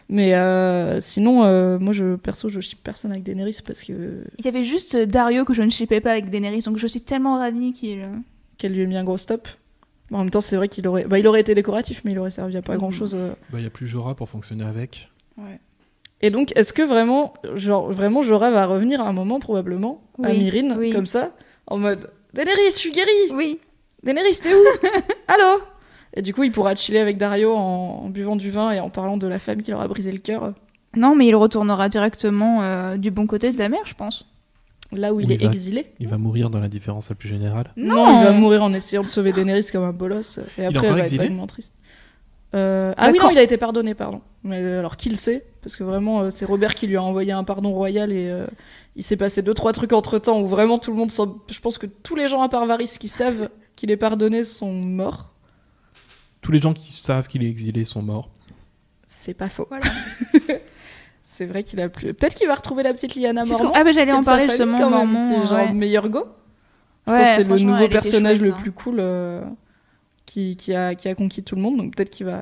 [SPEAKER 1] Mais euh, sinon, euh, moi je perso je ship personne avec Daenerys parce que
[SPEAKER 2] Il y avait juste euh, Dario que je ne shippais pas avec Daenerys, donc je suis tellement ravie qu'il. euh,
[SPEAKER 1] qu'elle lui ait mis un gros stop. Bon, en même temps, c'est vrai qu'il aurait, bah, il aurait été décoratif, mais il aurait servi à pas euh,
[SPEAKER 2] Mhm.
[SPEAKER 1] grand chose.
[SPEAKER 3] Bah, il n'y a plus Jorah pour fonctionner avec.
[SPEAKER 1] Et donc, est-ce que vraiment, genre, vraiment, Jorah va revenir à un moment, probablement, à
[SPEAKER 2] Oui,
[SPEAKER 1] Myrine,
[SPEAKER 2] oui.
[SPEAKER 1] comme ça, en mode Daenerys, je suis guérie
[SPEAKER 2] Oui.
[SPEAKER 1] Daenerys, t'es où
[SPEAKER 2] *laughs*
[SPEAKER 1] Allô Et du coup, il pourra chiller avec Dario en, en buvant du vin et en parlant de la femme qui leur a brisé le cœur,
[SPEAKER 2] Non, mais il retournera directement euh, du bon côté de la mer, je pense.
[SPEAKER 1] là où il
[SPEAKER 3] Oui,
[SPEAKER 1] est
[SPEAKER 3] il va-
[SPEAKER 1] exilé.
[SPEAKER 3] Il va mourir dans l'indifférence la plus générale.
[SPEAKER 2] Non.
[SPEAKER 1] il va mourir en essayant de sauver Daenerys comme un bolos. Et après,
[SPEAKER 3] encore
[SPEAKER 1] elle va
[SPEAKER 3] exilé
[SPEAKER 1] être vraiment triste. Euh, ah oui,
[SPEAKER 2] D'accord.
[SPEAKER 1] non, il a été pardonné, pardon. Mais euh, alors, qui le sait Parce que vraiment, euh, c'est Robert qui lui a envoyé un pardon royal et euh, il s'est passé deux, trois trucs entre temps où vraiment tout le monde. s'en- Je pense que tous les gens à part Varys qui savent qu'il est pardonné sont morts.
[SPEAKER 3] Tous les gens qui savent qu'il est exilé sont morts.
[SPEAKER 1] C'est pas faux.
[SPEAKER 2] Voilà.
[SPEAKER 1] *laughs* c'est vrai qu'il a plus. Peut-être qu'il va retrouver la petite Liana
[SPEAKER 2] C'est ce qu'on-
[SPEAKER 1] Mormont.
[SPEAKER 2] Ah bah j'allais
[SPEAKER 1] qui est
[SPEAKER 2] en
[SPEAKER 1] de sa
[SPEAKER 2] parler
[SPEAKER 1] famille,
[SPEAKER 2] justement,
[SPEAKER 1] quand même,
[SPEAKER 2] Mormon,
[SPEAKER 1] qui est genre
[SPEAKER 2] ouais.
[SPEAKER 1] meilleur go. Je
[SPEAKER 2] Ouais,
[SPEAKER 1] pense que c'est le
[SPEAKER 2] franchement,
[SPEAKER 1] nouveau
[SPEAKER 2] elle était
[SPEAKER 1] personnage
[SPEAKER 2] chouette,
[SPEAKER 1] le
[SPEAKER 2] hein.
[SPEAKER 1] plus cool euh, qui, qui, a, qui a conquis tout le monde. Donc peut-être qu'il va,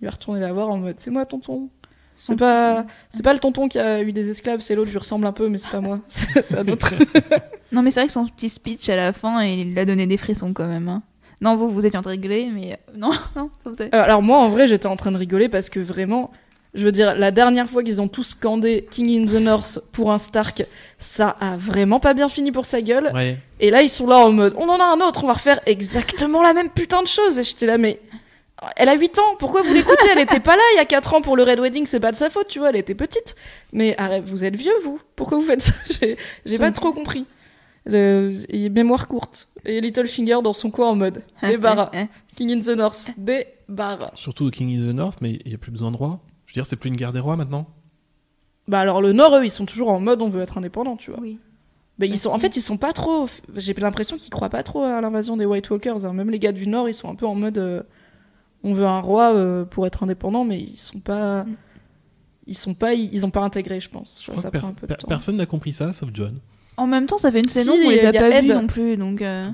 [SPEAKER 1] il va retourner la voir en mode c'est moi tonton.
[SPEAKER 2] Son
[SPEAKER 1] C'est pas,
[SPEAKER 2] *laughs* petit-
[SPEAKER 1] c'est pas le tonton qui a eu des esclaves, c'est l'autre, je lui ressemble un peu, mais c'est pas moi. *laughs* C'est c'est un
[SPEAKER 2] *laughs*
[SPEAKER 1] autre. Euh,
[SPEAKER 2] Non mais c'est vrai que son petit speech à la fin, il lui a donné des frissons quand même. hein. Non, vous, vous étiez en train de rigoler, mais non, *laughs* non, ça
[SPEAKER 1] *laughs*
[SPEAKER 2] vous a-
[SPEAKER 1] Euh, Alors moi en vrai j'étais en train de rigoler parce que vraiment, je veux dire, la dernière fois qu'ils ont tous scandé King in the North pour un Stark, ça a vraiment pas bien fini pour sa gueule.
[SPEAKER 3] Ouais.
[SPEAKER 1] Et là, ils sont là en mode, on en a un autre, on va refaire exactement la même putain de chose. Et j'étais là, mais elle a 8 ans, pourquoi vous l'écoutez Elle était pas là il y a 4 ans pour le Red Wedding, c'est pas de sa faute, tu vois, *laughs* elle était petite. Mais arrête, vous êtes vieux, vous Pourquoi vous faites ça J'ai j'ai pas trop compris. Le- et mémoire courte. Et Littlefinger dans son coin en mode des
[SPEAKER 2] *laughs*
[SPEAKER 1] barres.
[SPEAKER 2] Eh,
[SPEAKER 1] King in the North, des barres.
[SPEAKER 3] Surtout King of the North, mais il n'y a plus besoin de roi. Je veux dire, c'est plus une guerre des rois maintenant.
[SPEAKER 1] Bah alors le Nord, eux, ils sont toujours en mode on veut être indépendant, tu vois.
[SPEAKER 2] Oui.
[SPEAKER 1] Mais Bah, ils sont, en
[SPEAKER 2] Merci.
[SPEAKER 1] fait, ils sont pas trop. J'ai l'impression qu'ils croient pas trop à l'invasion des White Walkers. hein. Même les gars du Nord, ils sont un peu en mode. euh, on veut un roi euh, pour être indépendant, mais ils sont pas.
[SPEAKER 2] Mm.
[SPEAKER 1] Ils sont pas. Ils ont pas intégré, je pense. Je
[SPEAKER 3] Je
[SPEAKER 1] crois que ça
[SPEAKER 3] crois que
[SPEAKER 1] prend un
[SPEAKER 3] pers-
[SPEAKER 1] peu de
[SPEAKER 3] per-
[SPEAKER 1] temps.
[SPEAKER 3] personne n'a compris ça, sauf John.
[SPEAKER 2] En même temps, ça fait une
[SPEAKER 1] Si,
[SPEAKER 2] saison qu'on les
[SPEAKER 1] il y
[SPEAKER 2] a
[SPEAKER 1] a
[SPEAKER 2] pas vus
[SPEAKER 1] Ed.
[SPEAKER 2] non plus, donc. euh,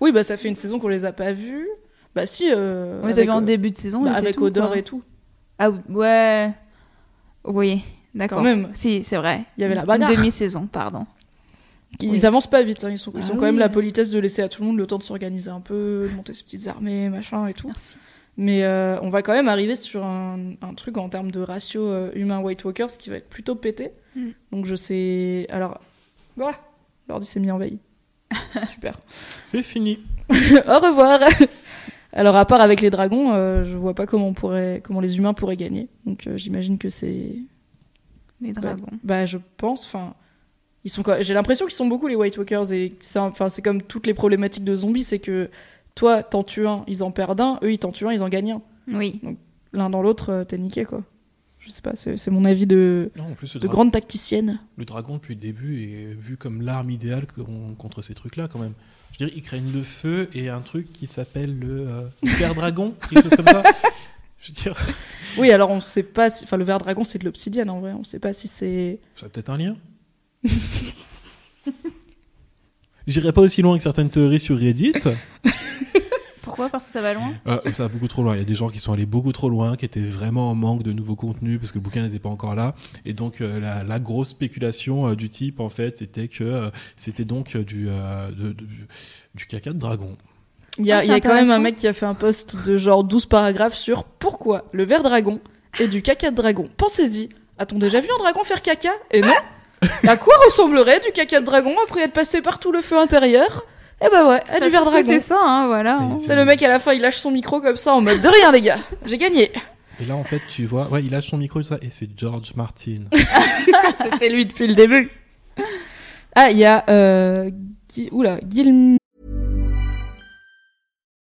[SPEAKER 1] Oui, bah ça fait une saison qu'on les a pas vus. Bah si. euh,
[SPEAKER 2] on les a
[SPEAKER 1] avec,
[SPEAKER 2] vus en
[SPEAKER 1] euh,
[SPEAKER 2] début de saison.
[SPEAKER 1] bah,
[SPEAKER 2] et c'est
[SPEAKER 1] avec
[SPEAKER 2] tout,
[SPEAKER 1] Odor
[SPEAKER 2] quoi.
[SPEAKER 1] et tout.
[SPEAKER 2] Ah ouais. Oui, d'accord.
[SPEAKER 1] Quand même.
[SPEAKER 2] Si, c'est vrai.
[SPEAKER 1] Il y avait la bagarre.
[SPEAKER 2] Une demi-saison, pardon.
[SPEAKER 1] Ils
[SPEAKER 2] Oui.
[SPEAKER 1] avancent pas vite. hein. Ils, sont, ils
[SPEAKER 2] Ah
[SPEAKER 1] ont quand
[SPEAKER 2] oui.
[SPEAKER 1] même la politesse de laisser à tout le monde le temps de s'organiser un peu, de monter ses petites armées, machin et tout.
[SPEAKER 2] Merci.
[SPEAKER 1] Mais euh, on va quand même arriver sur un, un truc en termes de ratio euh, humain-White Walkers qui va être plutôt pété.
[SPEAKER 2] Mm.
[SPEAKER 1] Donc je sais. Alors. Voilà L'ordi s'est mis en veille. *laughs* Super.
[SPEAKER 3] C'est fini.
[SPEAKER 1] Au revoir *laughs* Alors, à part avec les dragons, euh, je vois pas comment, on pourrait, comment les humains pourraient gagner. Donc euh, j'imagine que c'est.
[SPEAKER 2] Les
[SPEAKER 1] Bah,
[SPEAKER 2] dragons.
[SPEAKER 1] Bah, je pense. Enfin, ils sont. quoi- J'ai l'impression qu'ils sont beaucoup les White Walkers et c'est un- enfin c'est comme toutes les problématiques de zombies, c'est que toi t'en tues un, ils en perdent un, eux ils t'en tuent un, ils en gagnent un.
[SPEAKER 2] Oui.
[SPEAKER 1] L'un dans l'autre, euh, t'es niqué quoi. Je sais pas, c'est c'est mon avis de,
[SPEAKER 3] Non, en plus, le,
[SPEAKER 1] de
[SPEAKER 3] dra-
[SPEAKER 1] grande tacticienne.
[SPEAKER 3] le dragon, depuis le début, est vu comme l'arme idéale qu'on- contre ces trucs-là, quand même. Je veux dire, ils craignent le feu et un truc qui s'appelle le euh,
[SPEAKER 1] *laughs*
[SPEAKER 3] père dragon, quelque chose comme ça. Je veux dire,
[SPEAKER 1] Oui, alors on sait pas. si- Enfin, le ver dragon c'est de l'obsidienne en vrai. On sait pas si c'est.
[SPEAKER 3] ça a peut-être un
[SPEAKER 1] *laughs*
[SPEAKER 3] lien. J'irai pas aussi loin que certaines théories sur Reddit.
[SPEAKER 2] Pourquoi Parce que ça va loin
[SPEAKER 3] Ah, ça va beaucoup trop loin. Il y a des gens qui sont allés beaucoup trop loin, qui étaient vraiment en manque de nouveaux contenus parce que le bouquin n'était pas encore là. Et donc euh, la, la grosse spéculation euh, du type, en fait, c'était que euh, c'était donc euh, du, euh, de- de- du caca de dragon.
[SPEAKER 1] Il y a,
[SPEAKER 2] Ah, c'est
[SPEAKER 1] il y a quand même un
[SPEAKER 2] intéressant.
[SPEAKER 1] mec qui a fait un post de genre 12 paragraphes sur pourquoi le ver dragon est du caca de dragon. Pensez-y. A-t-on déjà vu un dragon faire caca Et non À quoi ressemblerait du caca de dragon après être passé par tout le feu intérieur Eh bah ouais, à
[SPEAKER 2] Ça
[SPEAKER 1] du
[SPEAKER 2] se
[SPEAKER 1] ver
[SPEAKER 2] trouve,
[SPEAKER 1] dragon.
[SPEAKER 2] C'est ça, hein, voilà. hein.
[SPEAKER 3] Mais-
[SPEAKER 1] C'est le mec à la fin, il lâche son micro comme ça en mode de rien les gars, j'ai gagné.
[SPEAKER 3] Et là, en fait, tu vois, ouais, il lâche son micro et tout ça, et c'est George Martin.
[SPEAKER 1] *laughs* C'était lui depuis le début. Ah, il y a euh, Gui- oula, Guilm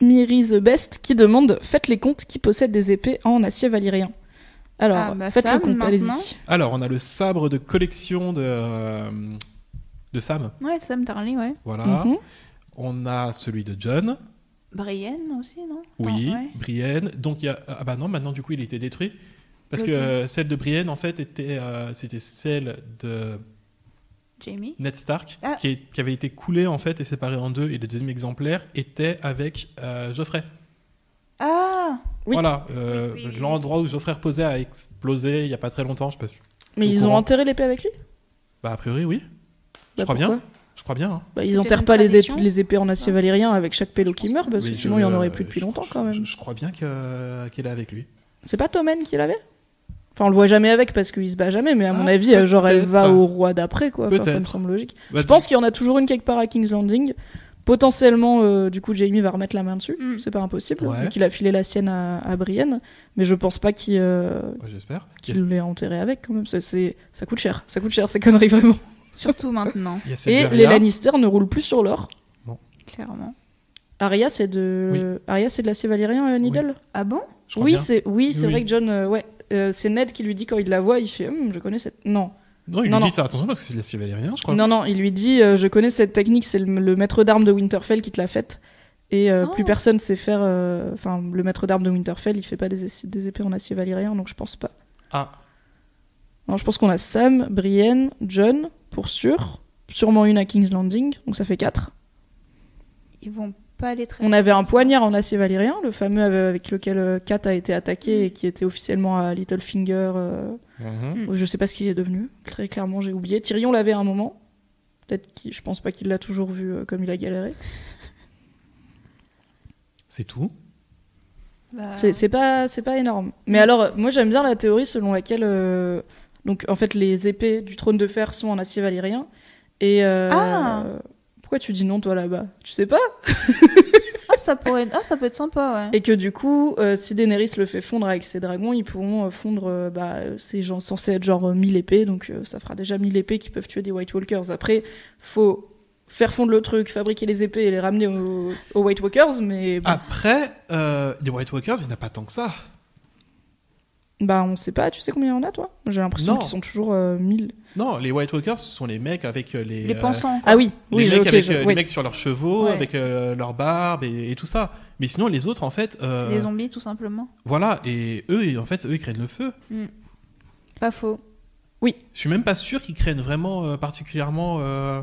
[SPEAKER 1] Miri the Best qui demande Faites les comptes qui possèdent des épées en acier valyrien. Alors,
[SPEAKER 2] Ah, bah,
[SPEAKER 1] faites le
[SPEAKER 2] Sam,
[SPEAKER 1] compte, allez-y.
[SPEAKER 2] maintenant.
[SPEAKER 3] Alors, on a le sabre de collection de, euh, de Sam.
[SPEAKER 2] Ouais, Sam Tarly, ouais.
[SPEAKER 3] Voilà.
[SPEAKER 1] Mhm.
[SPEAKER 3] On a celui de John.
[SPEAKER 2] Brienne aussi, non
[SPEAKER 3] Oui,
[SPEAKER 2] Attends, ouais.
[SPEAKER 3] Brienne. Donc il y a ah bah non, maintenant du coup il a été détruit parce que
[SPEAKER 2] Ok.
[SPEAKER 3] euh, celle de Brienne en fait était euh, c'était celle de
[SPEAKER 2] Jamie.
[SPEAKER 3] Ned Stark
[SPEAKER 2] Ah.
[SPEAKER 3] qui, est- qui avait été coulée en fait et séparée en deux et le deuxième exemplaire était avec euh, Geoffrey.
[SPEAKER 2] Ah
[SPEAKER 1] Oui.
[SPEAKER 3] Voilà, euh, l'endroit où Geoffrey reposait a explosé il y a pas très longtemps, je sais pas. si-
[SPEAKER 1] Mais
[SPEAKER 3] Au
[SPEAKER 1] ils ont
[SPEAKER 3] courant.
[SPEAKER 1] enterré l'épée avec lui
[SPEAKER 3] Bah a priori oui. je
[SPEAKER 1] Bah,
[SPEAKER 3] crois
[SPEAKER 1] pourquoi
[SPEAKER 3] bien. Je crois bien. hein.
[SPEAKER 1] Bah,
[SPEAKER 2] C'est
[SPEAKER 1] ils
[SPEAKER 2] peut-être
[SPEAKER 1] enterrent
[SPEAKER 2] une
[SPEAKER 1] pas les, ép-
[SPEAKER 2] tradition. Ah.
[SPEAKER 1] les épées en acier valérien avec chaque pélo qui meurt, parce
[SPEAKER 3] Mais
[SPEAKER 1] que sinon il y en
[SPEAKER 3] je-
[SPEAKER 1] aurait plus depuis
[SPEAKER 3] euh, je-
[SPEAKER 1] longtemps
[SPEAKER 3] je-
[SPEAKER 1] quand
[SPEAKER 3] Je,
[SPEAKER 1] même.
[SPEAKER 3] je crois bien que qu'elle est avec lui.
[SPEAKER 1] C'est pas Tommen qui l'avait Enfin, on le voit jamais avec parce qu'il se bat jamais, mais à mon
[SPEAKER 3] Ah,
[SPEAKER 1] avis, euh, genre elle va
[SPEAKER 3] peut-être.
[SPEAKER 1] au roi d'après, quoi. Enfin, ça me
[SPEAKER 3] Peut-être.
[SPEAKER 1] semble logique.
[SPEAKER 3] Bah,
[SPEAKER 1] je pense qu'il y en a toujours une quelque part à King's Landing. Potentiellement, euh, du coup, Jamie va remettre la main dessus.
[SPEAKER 2] Mm.
[SPEAKER 1] C'est pas impossible,
[SPEAKER 3] Ouais.
[SPEAKER 1] vu qu'il a filé la sienne à, à Brienne. Mais je pense pas qu'il euh,
[SPEAKER 3] ouais, j'espère. Il y a-
[SPEAKER 1] qu'il l'ait enterré avec quand même. Ça, c'est- ça coûte cher. Ça coûte cher, ces conneries vraiment.
[SPEAKER 2] Surtout maintenant, *laughs*
[SPEAKER 3] il y a cette
[SPEAKER 1] Et les
[SPEAKER 3] guerre-là.
[SPEAKER 1] Lannister ne roulent plus sur l'or.
[SPEAKER 2] clairement.
[SPEAKER 1] Aria, c'est de Arya, c'est de l'acier valérien, euh, Needle.
[SPEAKER 2] Ah bon
[SPEAKER 3] Je crois
[SPEAKER 1] Oui,
[SPEAKER 3] bien.
[SPEAKER 1] c'est oui, c'est
[SPEAKER 3] Oui.
[SPEAKER 1] vrai que John, euh, ouais, euh, c'est Ned qui lui dit quand il la voit, il fait, Hum, je connais cette. Non,
[SPEAKER 3] Non, il
[SPEAKER 1] Non, non.
[SPEAKER 3] lui dit de faire attention parce que c'est de l'acier valérien, je crois.
[SPEAKER 1] non, non, il lui dit, euh, je connais cette technique, c'est le, le maître d'armes de Winterfell qui te l'a faite, et euh,
[SPEAKER 2] Oh.
[SPEAKER 1] plus personne sait faire. euh, Enfin, le maître d'armes de Winterfell, il fait pas des, essais- des épées en acier valérien, donc je pense pas.
[SPEAKER 3] Ah,
[SPEAKER 1] Non, je pense qu'on a Sam, Brienne, John pour sûr, sûrement une à King's Landing, donc ça fait quatre.
[SPEAKER 2] Ils vont pas aller très
[SPEAKER 1] On
[SPEAKER 2] loin
[SPEAKER 1] avait un
[SPEAKER 2] comme ça.
[SPEAKER 1] poignard en acier valérien, le fameux avec lequel euh, Kat a été attaqué et qui était officiellement à Littlefinger. euh,
[SPEAKER 3] Mhm.
[SPEAKER 1] Je sais pas ce qu'il est devenu. Très clairement, j'ai oublié. Tyrion l'avait à un moment. Peut-être qu'il- je pense pas qu'il l'a toujours vu euh, comme il a galéré.
[SPEAKER 3] C'est tout.
[SPEAKER 2] Bah,
[SPEAKER 1] C'est c'est pas, c'est pas énorme. Mais alors, euh, moi j'aime bien la théorie selon laquelle, euh, donc en fait, les épées du trône de fer sont en acier valérien. Et euh,
[SPEAKER 2] Ah.
[SPEAKER 1] pourquoi tu dis non toi là-bas Tu sais pas
[SPEAKER 2] Ah, ça pourrait... ah, ça peut être sympa, ouais.
[SPEAKER 1] Et que du coup, euh, si Daenerys le fait fondre avec ses dragons, ils pourront euh, fondre euh, bah, euh, ces gens censés être genre euh, 1000 épées, donc euh, ça fera déjà 1000 épées qui peuvent tuer des White Walkers. Après, faut faire fondre le truc, fabriquer les épées et les ramener au- aux White Walkers, mais bon,
[SPEAKER 3] Ah. Après, euh, les White Walkers, il n'y en a pas tant que ça.
[SPEAKER 1] bah on sait pas, tu sais combien il y en a toi J'ai l'impression
[SPEAKER 3] Non.
[SPEAKER 1] qu'ils sont toujours euh, 1000.
[SPEAKER 3] Non, les White Walkers, ce sont les mecs avec euh, les.
[SPEAKER 2] Les
[SPEAKER 3] euh,
[SPEAKER 2] pensants.
[SPEAKER 1] Ah oui,
[SPEAKER 3] les
[SPEAKER 1] oui, je-
[SPEAKER 3] mecs
[SPEAKER 1] ok,
[SPEAKER 3] avec,
[SPEAKER 1] je-
[SPEAKER 3] euh, les
[SPEAKER 1] oui.
[SPEAKER 3] mecs sur leurs chevaux,
[SPEAKER 2] Ouais.
[SPEAKER 3] avec euh, leur barbe et, et tout ça. Mais sinon, les autres, en fait. euh,
[SPEAKER 2] C'est des zombies, tout simplement.
[SPEAKER 3] voilà, et eux, ils- en fait, eux, ils craignent le feu.
[SPEAKER 2] Pas faux.
[SPEAKER 3] Je suis même pas sûr qu'ils craignent vraiment euh, particulièrement. euh,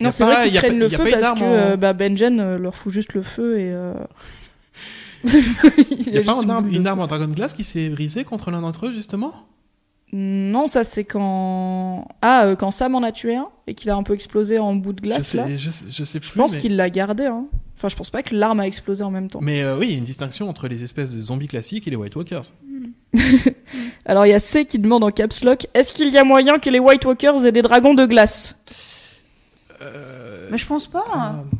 [SPEAKER 3] y
[SPEAKER 1] Non,
[SPEAKER 3] a
[SPEAKER 1] c'est
[SPEAKER 3] pas-
[SPEAKER 1] vrai
[SPEAKER 3] y
[SPEAKER 1] qu'ils
[SPEAKER 3] a pas-
[SPEAKER 1] craignent le
[SPEAKER 3] y a
[SPEAKER 1] feu
[SPEAKER 3] pas eu
[SPEAKER 1] parce
[SPEAKER 3] d'armes
[SPEAKER 1] que
[SPEAKER 3] en-
[SPEAKER 1] euh, bah, Benjen euh, leur fout juste le feu et.
[SPEAKER 3] *laughs*
[SPEAKER 1] euh,
[SPEAKER 3] Il n'y a,
[SPEAKER 1] juste
[SPEAKER 3] pas un arme-
[SPEAKER 1] boule de
[SPEAKER 3] une
[SPEAKER 1] feu.
[SPEAKER 3] arme en dragon glace qui s'est brisée contre l'un d'entre eux, justement
[SPEAKER 1] Non, ça c'est quand. Ah, euh, quand Sam en a tué un et qu'il a un peu explosé en bout de
[SPEAKER 3] je
[SPEAKER 1] glace
[SPEAKER 3] sais,
[SPEAKER 1] là.
[SPEAKER 3] Je, sais- je sais plus.
[SPEAKER 1] Je pense
[SPEAKER 3] mais...
[SPEAKER 1] qu'il l'a gardé. Hein. Enfin, je pense pas que l'arme a explosé en même temps.
[SPEAKER 3] mais, euh, oui, il y a une distinction entre les espèces de zombies classiques et les White Walkers.
[SPEAKER 1] Alors il y a C qui demande en caps lock Est-ce qu'il y a moyen que les White Walkers aient des dragons de glace
[SPEAKER 3] Euh,
[SPEAKER 2] Mais je pense pas.
[SPEAKER 3] ah.
[SPEAKER 1] Ah.
[SPEAKER 2] hein.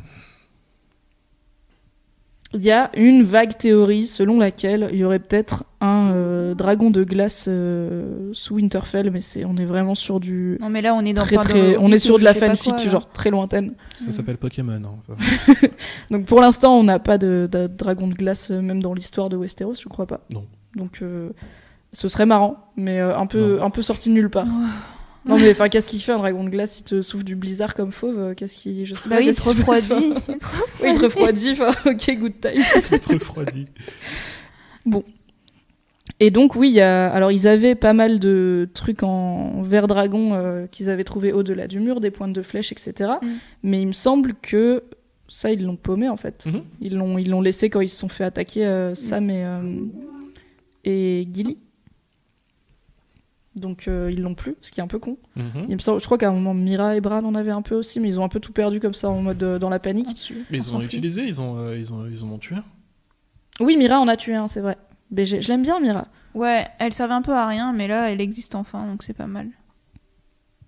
[SPEAKER 1] Il y a une vague théorie selon laquelle il y aurait peut-être un euh, dragon de glace euh, sous Winterfell, mais c'est on est vraiment sur du
[SPEAKER 2] Non, mais là, on est dans
[SPEAKER 1] très
[SPEAKER 2] plein de
[SPEAKER 1] très. On
[SPEAKER 2] hobbies
[SPEAKER 1] est sur
[SPEAKER 2] ou
[SPEAKER 1] de
[SPEAKER 2] je
[SPEAKER 1] la
[SPEAKER 2] sais pas
[SPEAKER 1] fanfic
[SPEAKER 2] quoi, là.
[SPEAKER 1] genre très lointaine.
[SPEAKER 3] Ça s'appelle Pokémon. hein.
[SPEAKER 1] *laughs*
[SPEAKER 3] Enfin,
[SPEAKER 1] Donc pour l'instant, on n'a pas de, de dragon de glace, euh, même dans l'histoire de Westeros, je crois pas.
[SPEAKER 3] Non.
[SPEAKER 1] Donc euh, ce serait marrant, mais euh, un, peu,
[SPEAKER 3] Non.
[SPEAKER 1] un peu sorti de nulle part. non mais enfin, qu'est-ce qu'il fait un dragon de glace Il te souffle du blizzard comme fauve euh, Qu'est-ce qui, je sais
[SPEAKER 2] Bah
[SPEAKER 1] pas.
[SPEAKER 2] oui, il
[SPEAKER 1] qu'est-ce
[SPEAKER 2] te
[SPEAKER 1] qui se passe, hein.
[SPEAKER 2] refroidit.
[SPEAKER 1] oui, il te refroidit. enfin, *laughs* ok, good time.
[SPEAKER 3] C'est trop refroidi.
[SPEAKER 1] Et donc oui, il y a- alors ils avaient pas mal de trucs en verre dragon euh, qu'ils avaient trouvé au-delà du mur, des pointes de flèches, etc.
[SPEAKER 2] Mm.
[SPEAKER 1] Mais il me semble que ça ils l'ont paumé en fait.
[SPEAKER 3] Mhm.
[SPEAKER 1] Ils l'ont ils l'ont laissé quand ils se sont fait attaquer euh, Sam et euh, et Gilly. Donc euh, ils l'ont plus, ce qui est un peu con.
[SPEAKER 3] Mhm.
[SPEAKER 1] Il me semble, je crois qu'à un moment Mira et Bran en avaient un peu aussi, mais ils ont un peu tout perdu comme ça en mode euh, dans la panique.
[SPEAKER 3] Mais
[SPEAKER 1] On
[SPEAKER 3] ils
[SPEAKER 1] s'en
[SPEAKER 3] ont
[SPEAKER 1] fout.
[SPEAKER 3] utilisé, ils ont, euh, ils ont, ils ont en tué. un.
[SPEAKER 1] Oui, Mira en a tué un, c'est vrai. BG, je l'aime bien Mira.
[SPEAKER 2] Ouais, elle servait un peu à rien, mais là, elle existe enfin, donc c'est pas mal.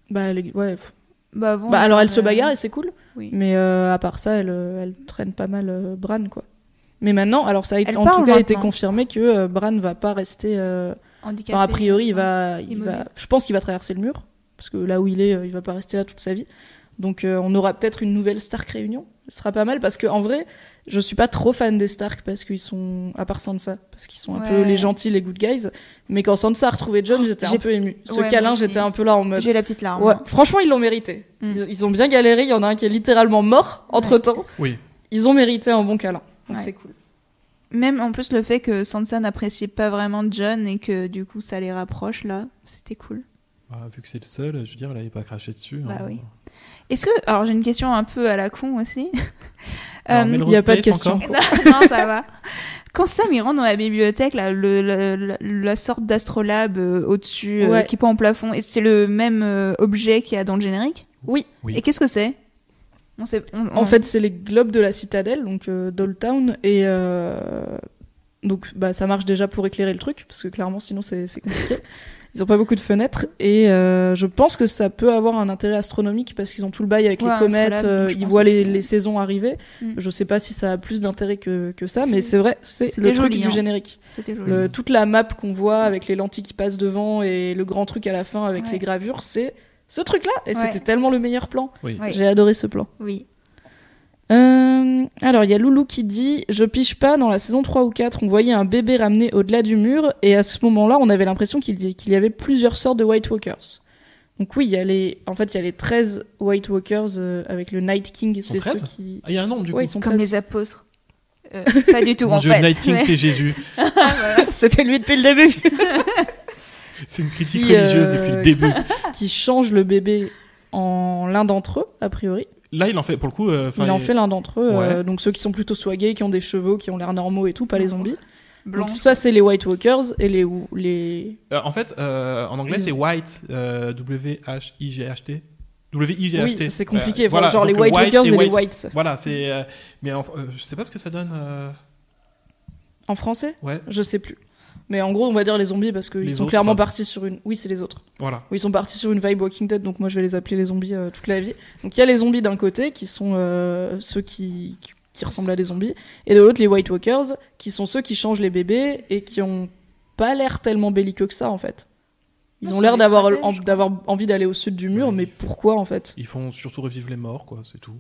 [SPEAKER 1] Bah elle est- ouais. pff.
[SPEAKER 2] Bah, avant,
[SPEAKER 1] bah alors elle se
[SPEAKER 2] servait à rien.
[SPEAKER 1] bagarre et c'est cool.
[SPEAKER 2] Oui.
[SPEAKER 1] Mais euh, à part ça, elle, euh, elle traîne pas mal euh, Bran, quoi. Mais maintenant, alors ça a été-
[SPEAKER 2] Elle
[SPEAKER 1] en
[SPEAKER 2] parle
[SPEAKER 1] tout cas été
[SPEAKER 2] maintenant.
[SPEAKER 1] confirmé que euh, Bran va pas rester. euh,
[SPEAKER 2] Handicapée. euh,
[SPEAKER 1] Enfin, a priori, il va, il
[SPEAKER 2] Immobile.
[SPEAKER 1] va. Je pense qu'il va traverser le mur, parce que là où il est, euh, il va pas rester là toute sa vie. Donc, euh, on aura peut-être une nouvelle Stark réunion. Ce sera pas mal, parce que en vrai, je suis pas trop fan des Stark parce qu'ils sont, à part Sansa, parce qu'ils sont un peu
[SPEAKER 2] Ouais. Oh,
[SPEAKER 1] les gentils, les good guys. Mais quand Sansa a retrouvé John, j'étais un
[SPEAKER 2] j'ai-
[SPEAKER 1] peu émue. Ce
[SPEAKER 2] Ouais, moi
[SPEAKER 1] câlin,
[SPEAKER 2] aussi.
[SPEAKER 1] j'étais un peu là en mode.
[SPEAKER 2] J'ai la petite larme. hein.
[SPEAKER 1] Ouais, franchement, ils l'ont mérité.
[SPEAKER 2] Mm.
[SPEAKER 1] Ils, ils ont bien galéré. Il y en a un qui est littéralement mort entre temps.
[SPEAKER 3] Oui.
[SPEAKER 1] Ils ont mérité un bon câlin. Donc
[SPEAKER 2] Ouais.
[SPEAKER 1] c'est cool.
[SPEAKER 2] Même en plus le fait que Sansa n'appréciait pas vraiment John et que du coup ça les rapproche là, c'était cool.
[SPEAKER 3] Bah, vu que c'est le seul, je veux dire, elle n'avait pas craché dessus.
[SPEAKER 2] Bah
[SPEAKER 3] hein.
[SPEAKER 2] oui. Est-ce que alors j'ai une question un peu à la con aussi.
[SPEAKER 3] Alors,
[SPEAKER 2] *laughs* Euh,
[SPEAKER 3] Melrose
[SPEAKER 1] y a pas de
[SPEAKER 3] Place
[SPEAKER 1] question.
[SPEAKER 3] encore
[SPEAKER 2] non, *laughs* non, ça va. Quand Sam il rentre dans la bibliothèque là, le, le- le- la sorte d'astrolabe euh, au-dessus euh,
[SPEAKER 1] Ouais.
[SPEAKER 2] qui pend au plafond, et c'est le même euh, objet qu'il y a dans le générique.
[SPEAKER 1] Oui.
[SPEAKER 3] Oui.
[SPEAKER 2] Et qu'est-ce que c'est On sait. on-
[SPEAKER 1] En
[SPEAKER 2] on-
[SPEAKER 1] fait, c'est les globes de la citadelle, donc euh, Dolltown, et euh, donc bah ça marche déjà pour éclairer le truc, parce que clairement sinon c'est c'est
[SPEAKER 2] *laughs*
[SPEAKER 1] compliqué. Ils ont pas beaucoup de fenêtres, et euh, je pense que ça peut avoir un intérêt astronomique parce qu'ils ont tout le bail avec
[SPEAKER 2] Ouais,
[SPEAKER 1] les
[SPEAKER 2] un
[SPEAKER 1] comètes,
[SPEAKER 2] astrolabe,
[SPEAKER 1] euh,
[SPEAKER 2] je
[SPEAKER 1] ils
[SPEAKER 2] pense
[SPEAKER 1] voient les,
[SPEAKER 2] aussi.
[SPEAKER 1] les saisons arriver.
[SPEAKER 2] Mm.
[SPEAKER 1] Je sais pas si ça a plus d'intérêt que, que ça, mais
[SPEAKER 2] C'est-
[SPEAKER 1] c'est vrai, c'est
[SPEAKER 2] c'était
[SPEAKER 1] le truc
[SPEAKER 2] joli,
[SPEAKER 1] du
[SPEAKER 2] hein.
[SPEAKER 1] générique.
[SPEAKER 2] c'était joli.
[SPEAKER 1] Le- toute la map qu'on voit avec les lentilles qui passent devant et le grand truc à la fin avec
[SPEAKER 2] Ouais.
[SPEAKER 1] les gravures, c'est ce truc-là. Et
[SPEAKER 2] Ouais.
[SPEAKER 1] c'était tellement le meilleur plan.
[SPEAKER 3] Oui.
[SPEAKER 2] Ouais.
[SPEAKER 1] J'ai adoré ce plan.
[SPEAKER 2] Oui.
[SPEAKER 1] Euh, alors, il y a Loulou qui dit Je pige pas, dans la saison 3 ou 4, on voyait un bébé ramené au-delà du mur, et à ce moment-là, on avait l'impression qu'il y- qu'il y avait plusieurs sortes de White Walkers. Donc, oui, il y a les, en fait, il y a les 13 White Walkers euh, avec le Night King,
[SPEAKER 3] sont
[SPEAKER 1] c'est ceux
[SPEAKER 3] 13?
[SPEAKER 1] qui.
[SPEAKER 3] Ah, il y a un nombre du
[SPEAKER 1] Ouais, ils
[SPEAKER 3] coup.
[SPEAKER 1] sont
[SPEAKER 2] Comme
[SPEAKER 1] 13.
[SPEAKER 2] les apôtres.
[SPEAKER 1] *laughs*
[SPEAKER 2] Euh, pas du tout
[SPEAKER 3] Mon
[SPEAKER 2] en
[SPEAKER 3] dieu,
[SPEAKER 2] fait.
[SPEAKER 3] Night King,
[SPEAKER 2] mais-
[SPEAKER 3] c'est Jésus.
[SPEAKER 1] C'était lui depuis le
[SPEAKER 2] *laughs*
[SPEAKER 1] début
[SPEAKER 3] C'est une critique
[SPEAKER 1] Qui, euh,
[SPEAKER 3] religieuse depuis le début.
[SPEAKER 1] qui change le bébé en l'un d'entre eux, a priori.
[SPEAKER 3] Là, il en fait, pour le coup. euh, enfin,
[SPEAKER 1] Il en
[SPEAKER 3] il-
[SPEAKER 1] fait l'un d'entre eux, euh,
[SPEAKER 3] Ouais.
[SPEAKER 1] donc ceux qui sont plutôt swaggés, qui ont des chevaux, qui ont l'air normaux et tout, pas les zombies.
[SPEAKER 2] Blanc.
[SPEAKER 1] Donc ça, c'est les White Walkers et les. ou- les...
[SPEAKER 3] Euh, en fait, euh, en anglais, c'est white, euh, W-H-I-G-H-T. W-I-G-H-T.
[SPEAKER 1] Oui, c'est
[SPEAKER 3] Euh,
[SPEAKER 1] compliqué.
[SPEAKER 3] voilà,
[SPEAKER 1] genre les
[SPEAKER 3] donc le
[SPEAKER 1] White
[SPEAKER 3] white
[SPEAKER 1] Walkers et,
[SPEAKER 3] et
[SPEAKER 1] les
[SPEAKER 3] white.
[SPEAKER 1] Whites.
[SPEAKER 3] Voilà, c'est. euh, mais en- euh, je sais pas ce que ça donne. euh,
[SPEAKER 1] En français
[SPEAKER 3] Ouais,
[SPEAKER 1] Je sais plus. Mais en gros, on va dire les zombies parce
[SPEAKER 3] Les
[SPEAKER 1] qu'ils sont
[SPEAKER 3] autres.
[SPEAKER 1] clairement partis sur une. Oui, c'est les autres.
[SPEAKER 3] voilà.
[SPEAKER 1] Oui, ils sont partis sur une vibe Walking Dead, donc moi je vais les appeler les zombies euh, toute la vie. Donc il y a les zombies d'un côté qui sont euh, ceux qui, qui, qui ressemblent à des zombies, et de l'autre les White Walkers qui sont ceux qui changent les bébés et qui ont pas l'air tellement belliqueux que ça en fait. Ils
[SPEAKER 2] Non,
[SPEAKER 1] ont
[SPEAKER 2] c'est
[SPEAKER 1] l'air
[SPEAKER 2] des
[SPEAKER 1] d'avoir
[SPEAKER 2] stratèges,
[SPEAKER 1] en-
[SPEAKER 2] quoi.
[SPEAKER 1] d'avoir envie d'aller au sud du mur,
[SPEAKER 3] Ouais.
[SPEAKER 1] mais pourquoi en fait
[SPEAKER 3] Ils font surtout revivre les morts, quoi, c'est tout.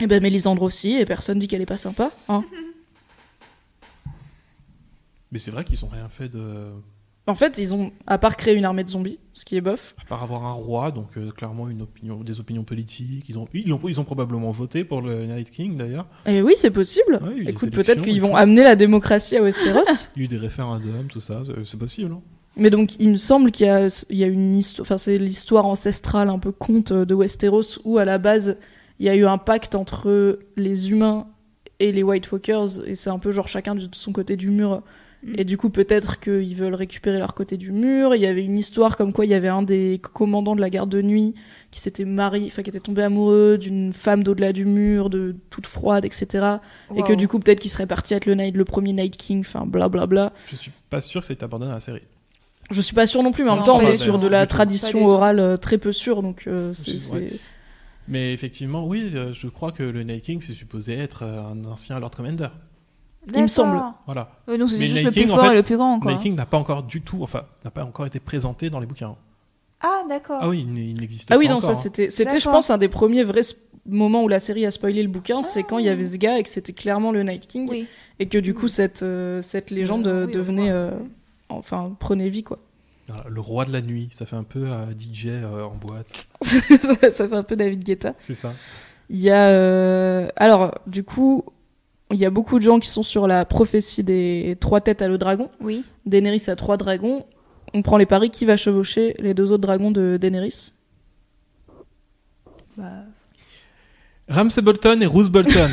[SPEAKER 1] Eh ben Mélisandre aussi, et personne dit qu'elle est pas sympa.
[SPEAKER 2] *laughs*
[SPEAKER 1] Hein
[SPEAKER 3] Mais c'est vrai qu'ils ont rien fait de.
[SPEAKER 1] en fait, ils ont, à part créer une armée de zombies, ce qui est bof,
[SPEAKER 3] À part avoir un roi, donc euh, clairement une opinion, des opinions politiques. Ils ont, ils, ont, ils ont probablement voté pour le Night King d'ailleurs.
[SPEAKER 1] Et eh oui, c'est possible.
[SPEAKER 3] Ah. Ouais, il y a eu des
[SPEAKER 1] Écoute,
[SPEAKER 3] élections
[SPEAKER 1] peut-être qu'ils
[SPEAKER 3] et
[SPEAKER 1] vont
[SPEAKER 3] tout.
[SPEAKER 1] amener la démocratie à
[SPEAKER 3] *laughs*
[SPEAKER 1] Westeros.
[SPEAKER 3] Il y a eu des référendums, tout ça, c'est- c'est possible. Hein
[SPEAKER 1] Mais donc, il me semble qu'il y a, il y a une histoire, enfin, c'est l'histoire ancestrale un peu conte euh, de Westeros où à la base, il y a eu un pacte entre les humains et les White Walkers et c'est un peu genre chacun de son côté du mur.
[SPEAKER 2] Mm.
[SPEAKER 1] Et du coup, peut-être qu'ils veulent récupérer leur côté du mur. Il y avait une histoire comme quoi il y avait un des commandants de la garde de nuit qui s'était marié, enfin, qui était tombé amoureux d'une femme d'au-delà du mur, de toute froide, etc. Et que du coup, peut-être qu'il serait parti être le Night, le premier Night King, enfin, blablabla.
[SPEAKER 3] Je suis pas sûr que ça ait été abordé dans la série.
[SPEAKER 1] Je suis pas sûre non plus, mais en
[SPEAKER 2] Non,
[SPEAKER 1] même temps,
[SPEAKER 2] pas
[SPEAKER 1] on est
[SPEAKER 3] du tout.
[SPEAKER 1] sur de
[SPEAKER 3] Pas
[SPEAKER 1] la
[SPEAKER 3] du tout.
[SPEAKER 2] Pas du
[SPEAKER 1] tradition
[SPEAKER 2] tout.
[SPEAKER 1] orale euh, très peu sûre, donc euh, c'est.
[SPEAKER 3] C'est vrai.
[SPEAKER 1] c'est-
[SPEAKER 3] Mais effectivement, oui, euh, je crois que le Night King, c'est supposé être euh, un ancien Lord Commander.
[SPEAKER 1] il me semble.
[SPEAKER 2] D'accord.
[SPEAKER 3] Voilà.
[SPEAKER 2] Euh, non, c'est
[SPEAKER 3] Mais
[SPEAKER 2] juste
[SPEAKER 3] Night
[SPEAKER 2] le
[SPEAKER 3] King,
[SPEAKER 2] plus
[SPEAKER 3] en
[SPEAKER 2] fort
[SPEAKER 3] fait,
[SPEAKER 2] et le plus grand, quoi.
[SPEAKER 3] Night King n'a pas encore du tout, enfin, n'a pas encore été présenté dans les bouquins.
[SPEAKER 2] Ah, d'accord.
[SPEAKER 3] Ah oui, il n- il n'existe
[SPEAKER 1] Ah oui,
[SPEAKER 3] pas
[SPEAKER 1] non, ça
[SPEAKER 3] encore, hein.
[SPEAKER 1] c'était, c'était, je
[SPEAKER 2] D'accord.
[SPEAKER 1] pense, un des premiers vrais sp- moments où la série a spoilé le bouquin, c'est quand il y avait ce gars et que c'était clairement le Night King,
[SPEAKER 2] Ah. Oui.
[SPEAKER 1] et que du coup, cette, euh, cette légende
[SPEAKER 2] Euh,
[SPEAKER 1] euh,
[SPEAKER 2] oui, on
[SPEAKER 1] devenait.
[SPEAKER 2] voit.
[SPEAKER 1] euh, enfin, prenait vie, quoi. *laughs*
[SPEAKER 3] Voilà, Ah, le roi de la nuit, ça fait un peu euh, DJ euh, en boîte.
[SPEAKER 1] ça, ça fait un peu David Guetta.
[SPEAKER 3] C'est ça.
[SPEAKER 1] Il y a. euh, Alors, du coup, il y a beaucoup de gens qui sont sur la prophétie des trois têtes à le dragon.
[SPEAKER 2] Oui.
[SPEAKER 1] Daenerys a trois dragons. On prend les paris qui va chevaucher les deux autres dragons de Daenerys.
[SPEAKER 2] Bah,
[SPEAKER 3] Ramsay Bolton et Roose Bolton.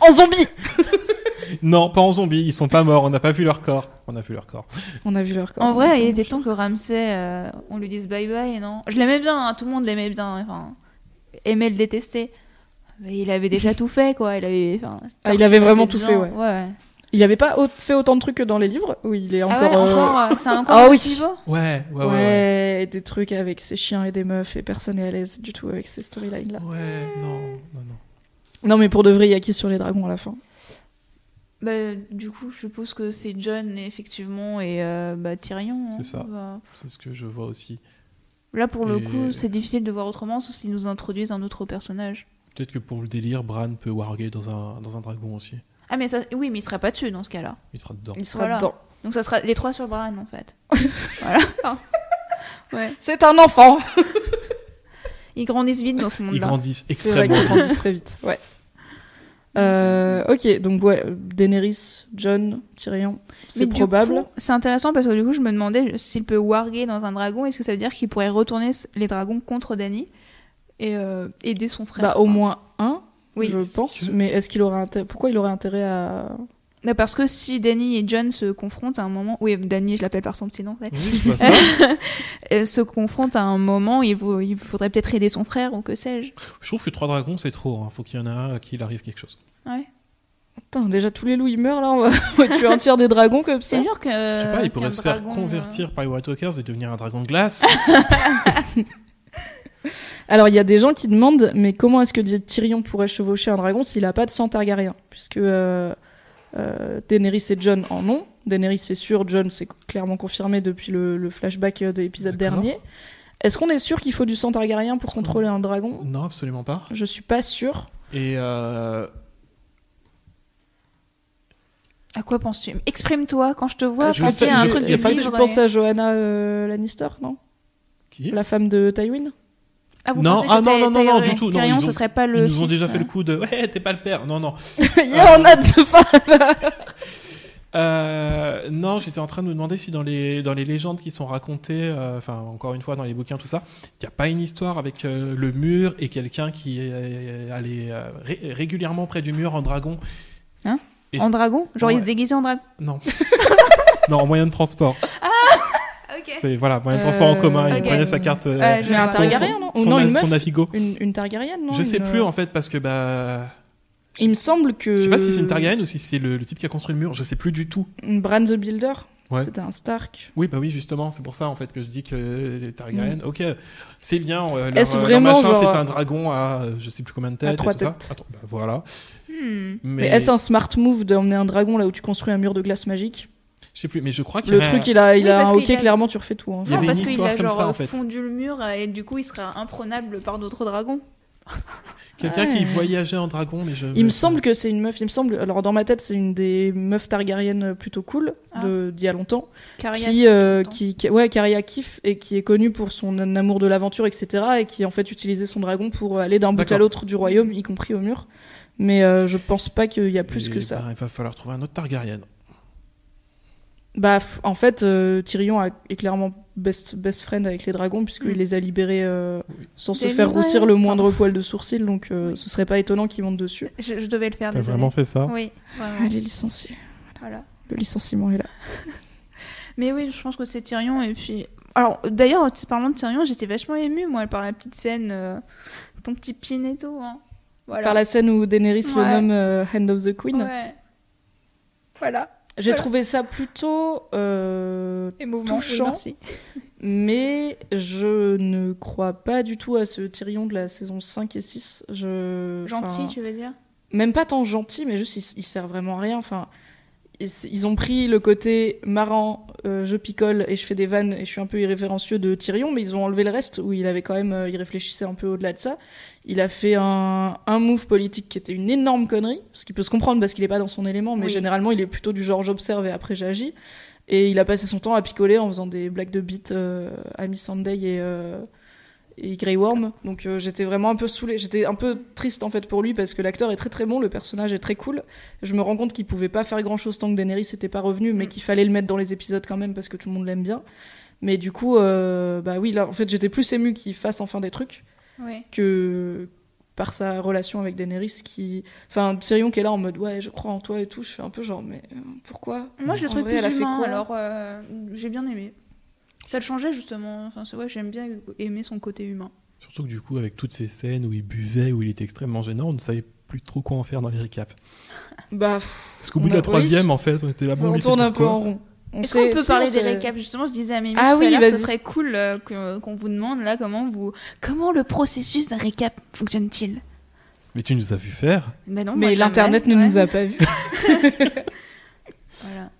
[SPEAKER 1] En zombie
[SPEAKER 3] *laughs* non, pas en zombie, ils sont pas morts, on n'a pas vu leur corps. On a vu leur corps.
[SPEAKER 1] On a vu leur corps.
[SPEAKER 2] En vrai, il était temps que Ramsay, euh, on lui dise bye bye, non Je l'aimais bien, hein, tout le monde l'aimait bien, enfin, aimait le détester. Mais il
[SPEAKER 1] *laughs*
[SPEAKER 2] avait déjà tout fait, quoi. Il avait, enfin,
[SPEAKER 1] Ah, il avait vraiment
[SPEAKER 2] torturé
[SPEAKER 1] tout
[SPEAKER 2] des
[SPEAKER 1] fait,
[SPEAKER 2] gens.
[SPEAKER 1] ouais.
[SPEAKER 2] ouais.
[SPEAKER 1] Il n'avait pas au- fait autant de trucs que dans les livres, où il est encore.
[SPEAKER 2] ah ouais,
[SPEAKER 1] euh,
[SPEAKER 2] encore, euh, c'est encore
[SPEAKER 1] Ah
[SPEAKER 2] un
[SPEAKER 1] oui.
[SPEAKER 2] autre niveau
[SPEAKER 3] Ouais, ouais,
[SPEAKER 1] Ouais,
[SPEAKER 3] ouais. Ouais,
[SPEAKER 1] des trucs avec ses chiens et des meufs, et personne n'est à l'aise du tout avec ces storylines-là.
[SPEAKER 3] Ouais, non, non, non.
[SPEAKER 1] Non, mais pour de vrai, il y a qui sur les dragons à la fin
[SPEAKER 2] Bah, du coup, je suppose que c'est John, effectivement, et euh, bah, Tyrion. hein.
[SPEAKER 3] C'est ça.
[SPEAKER 2] Bah,
[SPEAKER 3] C'est ce que je vois aussi.
[SPEAKER 2] là, pour le
[SPEAKER 3] Et-
[SPEAKER 2] coup, c'est difficile de voir autrement, sauf s'ils nous introduisent un autre personnage.
[SPEAKER 3] Peut-être que pour le délire, Bran peut warguer dans un, dans un dragon aussi.
[SPEAKER 2] Ah, mais ça, oui, mais il sera pas dessus dans ce cas-là.
[SPEAKER 3] Il sera dedans.
[SPEAKER 1] Il sera
[SPEAKER 2] Voilà.
[SPEAKER 1] dedans.
[SPEAKER 2] Donc, ça sera les trois sur Bran, en
[SPEAKER 1] *laughs*
[SPEAKER 2] fait. voilà. Ouais.
[SPEAKER 1] C'est un enfant
[SPEAKER 2] Ils grandissent vite dans ce
[SPEAKER 3] Ils
[SPEAKER 2] monde-là.
[SPEAKER 3] grandissent
[SPEAKER 1] C'est vrai
[SPEAKER 3] extrêmement
[SPEAKER 1] qu'ils
[SPEAKER 3] vite.
[SPEAKER 1] grandissent très vite, ouais. Euh, ok, donc ouais, Daenerys, John, Tyrion,
[SPEAKER 2] Mais
[SPEAKER 1] c'est
[SPEAKER 2] du
[SPEAKER 1] probable.
[SPEAKER 2] coup, C'est intéressant parce que du coup, je me demandais s'il peut warguer dans un dragon. Est-ce que ça veut dire qu'il pourrait retourner s- les dragons contre Dany et euh, aider son frère
[SPEAKER 1] Bah, au moins un,
[SPEAKER 2] Oui.
[SPEAKER 1] je pense.
[SPEAKER 3] que-
[SPEAKER 1] Mais est-ce qu'il aurait intérêt... Pourquoi il aurait intérêt à...
[SPEAKER 2] Non, parce que si Dany et John se confrontent à un moment, oui, Dany, je l'appelle par son petit nom, ouais.
[SPEAKER 3] Oui, je vois
[SPEAKER 1] *laughs*
[SPEAKER 3] ça.
[SPEAKER 2] Euh, se confrontent à un moment, il, vaut- il faudrait peut-être aider son frère ou que sais-je.
[SPEAKER 3] Je trouve que trois dragons, c'est trop. hein. Faut qu'il y en a un à qui il arrive quelque chose.
[SPEAKER 2] Ouais.
[SPEAKER 1] Putain, déjà tous les loups ils meurent là, on va, *laughs* on va tuer un tiers des dragons comme ça.
[SPEAKER 2] C'est dur que.
[SPEAKER 1] Euh,
[SPEAKER 2] euh,
[SPEAKER 3] Je sais pas, il pourrait se faire convertir par les White Walkers et devenir un dragon de glace.
[SPEAKER 1] Alors il y a des gens qui demandent, mais comment est-ce que Tyrion pourrait chevaucher un dragon s'il a pas de sang Targaryen Puisque euh, euh, Daenerys et John en ont. Daenerys c'est sûr, John c'est clairement confirmé depuis le, le flashback euh, de l'épisode
[SPEAKER 3] D'accord.
[SPEAKER 1] dernier. Est-ce qu'on est sûr qu'il faut du sang Targaryen pour contrôler un dragon
[SPEAKER 3] *laughs* non, absolument pas.
[SPEAKER 1] Je suis pas sûr.
[SPEAKER 3] Et euh,
[SPEAKER 2] euh, À quoi penses-tu Exprime-toi quand je te vois.
[SPEAKER 3] Ah, Je
[SPEAKER 2] quand Ah,
[SPEAKER 3] sais-
[SPEAKER 2] il y a un
[SPEAKER 3] je-
[SPEAKER 2] truc
[SPEAKER 3] il y a
[SPEAKER 2] de
[SPEAKER 3] pas eu-
[SPEAKER 1] Je
[SPEAKER 2] livre
[SPEAKER 1] pense
[SPEAKER 2] et-
[SPEAKER 1] à Johanna euh, Lannister, non
[SPEAKER 3] qui
[SPEAKER 1] La femme de
[SPEAKER 3] *laughs*
[SPEAKER 1] Tywin
[SPEAKER 2] Ah, vous
[SPEAKER 3] Non,
[SPEAKER 2] pensez que
[SPEAKER 3] ah, non,
[SPEAKER 2] Ty-
[SPEAKER 3] non, non,
[SPEAKER 2] Tyrion-
[SPEAKER 3] non, du tout, non,
[SPEAKER 2] Tyrion,
[SPEAKER 3] ils
[SPEAKER 2] ce
[SPEAKER 3] ont-
[SPEAKER 2] serait pas
[SPEAKER 3] Ils
[SPEAKER 2] le.
[SPEAKER 3] nous ont
[SPEAKER 2] fils,
[SPEAKER 3] déjà
[SPEAKER 1] *laughs*
[SPEAKER 2] euh. *laughs*
[SPEAKER 3] fait Oh, Euh, le coup de ouais, t'es pas le père. Non, non.
[SPEAKER 1] Il y a
[SPEAKER 3] Euh,
[SPEAKER 1] un hâte de fin
[SPEAKER 3] Euh, non, j'étais en train de me demander si dans les, dans les légendes qui sont racontées, euh, enfin encore une fois dans les bouquins, tout ça, il n'y a pas une histoire avec euh, le mur et quelqu'un qui est allé euh, ré- régulièrement près du mur en dragon. Et
[SPEAKER 2] euh, En dragon Genre il
[SPEAKER 3] Ouais.
[SPEAKER 2] se déguisait en dragon
[SPEAKER 1] *laughs*
[SPEAKER 3] Non. non, en moyen de transport.
[SPEAKER 2] Ok.
[SPEAKER 3] C'est voilà, moyen de transport en
[SPEAKER 1] Ah, Euh,
[SPEAKER 3] commun. Il
[SPEAKER 2] ok.
[SPEAKER 3] prenait sa carte. euh,
[SPEAKER 2] Ouais, je-
[SPEAKER 1] Mais un
[SPEAKER 2] Son-
[SPEAKER 1] Targaryen, hein, non Ou
[SPEAKER 3] son,
[SPEAKER 1] non,
[SPEAKER 3] na-
[SPEAKER 1] une meuf
[SPEAKER 3] son Navigo.
[SPEAKER 1] une, une Targaryenne, non
[SPEAKER 3] Je sais
[SPEAKER 1] Une,
[SPEAKER 3] plus
[SPEAKER 1] euh,
[SPEAKER 3] en fait parce que bah,
[SPEAKER 1] Il me semble que.
[SPEAKER 3] je sais pas si c'est une Targaryen ou si c'est le, le type qui a construit le mur. Je sais plus du tout.
[SPEAKER 1] Une Bran the Builder.
[SPEAKER 3] Ouais.
[SPEAKER 1] C'était un Stark.
[SPEAKER 3] Oui, bah oui, justement, c'est pour ça en fait que je dis que les Targaryen, ok, c'est bien. euh, leur,
[SPEAKER 1] Est-ce
[SPEAKER 3] euh, leur
[SPEAKER 1] vraiment,
[SPEAKER 3] machin,
[SPEAKER 1] genre,
[SPEAKER 3] c'est un dragon à euh, je sais plus combien de têtes.
[SPEAKER 1] à trois
[SPEAKER 3] et tout ça.
[SPEAKER 1] têtes.
[SPEAKER 3] À trois- bah, voilà.
[SPEAKER 2] Hmm.
[SPEAKER 3] Mais,
[SPEAKER 1] Mais, est-ce un smart move d'emmener un dragon là où tu construis un mur de glace magique
[SPEAKER 3] je sais plus. Mais je crois qu'il y
[SPEAKER 1] Le
[SPEAKER 3] avait un-
[SPEAKER 1] truc, il a, il
[SPEAKER 2] Oui,
[SPEAKER 1] a
[SPEAKER 2] parce
[SPEAKER 1] un
[SPEAKER 2] qu'il
[SPEAKER 1] hockey,
[SPEAKER 2] a-
[SPEAKER 1] clairement, tu refais tout. hein.
[SPEAKER 3] Il y
[SPEAKER 2] Non,
[SPEAKER 3] avait
[SPEAKER 2] parce
[SPEAKER 3] une
[SPEAKER 2] qu'il
[SPEAKER 3] histoire
[SPEAKER 2] a
[SPEAKER 3] comme
[SPEAKER 2] genre
[SPEAKER 3] ça, en
[SPEAKER 2] euh,
[SPEAKER 3] fait.
[SPEAKER 2] fondu le mur euh, et du coup il sera imprenable par d'autres dragons.
[SPEAKER 3] quelqu'un
[SPEAKER 1] Ouais.
[SPEAKER 3] qui voyageait en dragon. Mais je,
[SPEAKER 1] Il me semble que c'est une meuf, il me semble, alors dans ma tête, c'est une des meufs targaryennes euh, plutôt cool
[SPEAKER 2] Ah.
[SPEAKER 1] de- d'il y a longtemps.
[SPEAKER 2] Carias,
[SPEAKER 1] Qui, euh,
[SPEAKER 2] tout le temps.
[SPEAKER 1] qui, qui- ouais, Caria kiffe et qui est connue pour son an- amour de l'aventure, etc. Et qui en fait utilisait son dragon pour aller d'un bout à
[SPEAKER 3] D'accord.
[SPEAKER 1] l'autre du royaume, y compris au mur. Mais euh, je pense pas qu'il y a plus
[SPEAKER 3] Et
[SPEAKER 1] que ça.
[SPEAKER 3] bah, il va falloir trouver un autre Targaryen.
[SPEAKER 1] Bah, f- en fait, euh, Tyrion a- est clairement best, best friend avec les dragons, puisqu'il
[SPEAKER 2] Mm.
[SPEAKER 1] les a libérés euh,
[SPEAKER 3] Oui.
[SPEAKER 1] sans se
[SPEAKER 2] Des
[SPEAKER 1] faire roussir
[SPEAKER 2] libérés,
[SPEAKER 1] le moindre poil de sourcil, donc euh,
[SPEAKER 2] Oui.
[SPEAKER 1] ce serait pas étonnant qu'il monte dessus.
[SPEAKER 2] Je, je devais le faire,
[SPEAKER 3] T'as
[SPEAKER 2] désolé.
[SPEAKER 3] vraiment fait ça
[SPEAKER 2] Oui, vraiment.
[SPEAKER 1] Allez, licencier.
[SPEAKER 2] Voilà.
[SPEAKER 1] Le licenciement est là.
[SPEAKER 2] Mais oui, je pense que c'est Tyrion. Et puis. Alors, d'ailleurs, t- parlant de Tyrion, j'étais vachement émue, moi, par la petite scène. euh, ton petit pin et tout. Hein. Voilà.
[SPEAKER 1] Par la scène où Daenerys le
[SPEAKER 2] Ouais.
[SPEAKER 1] nomme euh, Hand of the Queen.
[SPEAKER 2] Ouais. Voilà.
[SPEAKER 1] J'ai
[SPEAKER 2] Voilà.
[SPEAKER 1] trouvé ça plutôt euh,
[SPEAKER 2] Émouvant. Oui,
[SPEAKER 1] Touchant.
[SPEAKER 2] merci.
[SPEAKER 1] Mais je ne crois pas du tout à ce Tyrion de la saison 5 et 6. Je...
[SPEAKER 2] Gentil,
[SPEAKER 1] enfin,
[SPEAKER 2] tu veux dire
[SPEAKER 1] Même pas tant gentil, mais juste il, il sert vraiment à rien. Enfin, ils, ils ont pris le côté marrant, euh, je picole et je fais des vannes et je suis un peu irrévérencieux de Tyrion, mais ils ont enlevé le reste où il avait quand même, euh, il réfléchissait un peu au-delà de ça. Il a fait un, un move politique qui était une énorme connerie, ce qui peut se comprendre parce qu'il est pas dans son élément, mais
[SPEAKER 2] Oui.
[SPEAKER 1] généralement il est plutôt du genre j'observe et après j'agis. Et il a passé son temps à picoler en faisant des blagues de beat euh, à Miss Sunday et, euh, et Grey Worm. Donc euh, j'étais vraiment un peu saoulée. J'étais un peu triste en fait pour lui parce que l'acteur est très très bon, le personnage est très cool. Je me rends compte qu'il pouvait pas faire grand chose tant que Daenerys n'était pas revenu, mais
[SPEAKER 2] Mm.
[SPEAKER 1] qu'il fallait le mettre dans les épisodes quand même parce que tout le monde l'aime bien. Mais du coup, euh, bah oui, là en fait j'étais plus émue qu'il fasse enfin des trucs
[SPEAKER 2] Oui.
[SPEAKER 1] que par sa relation avec Daenerys qui enfin Tyrion qui est là en mode ouais je crois en toi et tout je fais un peu genre mais euh, pourquoi
[SPEAKER 2] Moi, je le
[SPEAKER 1] En
[SPEAKER 2] trouve
[SPEAKER 1] vrai, elle a
[SPEAKER 2] plus
[SPEAKER 1] fait
[SPEAKER 2] humain,
[SPEAKER 1] quoi
[SPEAKER 2] alors euh, j'ai bien aimé. Ça le changeait, justement. Enfin, c'est- ouais, j'aime bien aimer son côté humain.
[SPEAKER 3] Surtout que du coup, avec toutes ces scènes où il buvait, où il était extrêmement gênant, on ne savait plus trop quoi en faire dans les récaps.
[SPEAKER 1] bah pff,
[SPEAKER 3] Parce qu'au
[SPEAKER 1] on
[SPEAKER 3] bout de
[SPEAKER 1] a-
[SPEAKER 3] la
[SPEAKER 1] oui,
[SPEAKER 3] troisième, en fait, on était là. bon,
[SPEAKER 1] on
[SPEAKER 3] il fait
[SPEAKER 1] tourne un
[SPEAKER 3] tout
[SPEAKER 1] peu
[SPEAKER 3] quoi
[SPEAKER 1] en rond on
[SPEAKER 2] Est-ce
[SPEAKER 1] sait-
[SPEAKER 2] qu'on peut
[SPEAKER 1] si, on
[SPEAKER 2] parler des
[SPEAKER 1] sait-
[SPEAKER 2] récaps Justement, je disais à Mimi
[SPEAKER 1] Ah
[SPEAKER 2] tout
[SPEAKER 1] oui,
[SPEAKER 2] à l'heure, ce
[SPEAKER 1] vas-y.
[SPEAKER 2] serait cool euh, que- qu'on vous demande là comment vous comment le processus d'un récap fonctionne-t-il.
[SPEAKER 3] Mais tu nous as vu faire.
[SPEAKER 2] Mais non, moi,
[SPEAKER 1] mais
[SPEAKER 2] je
[SPEAKER 1] l'internet ne
[SPEAKER 2] l'emmène,
[SPEAKER 1] nous
[SPEAKER 2] ouais.
[SPEAKER 1] a pas vu
[SPEAKER 2] Voilà.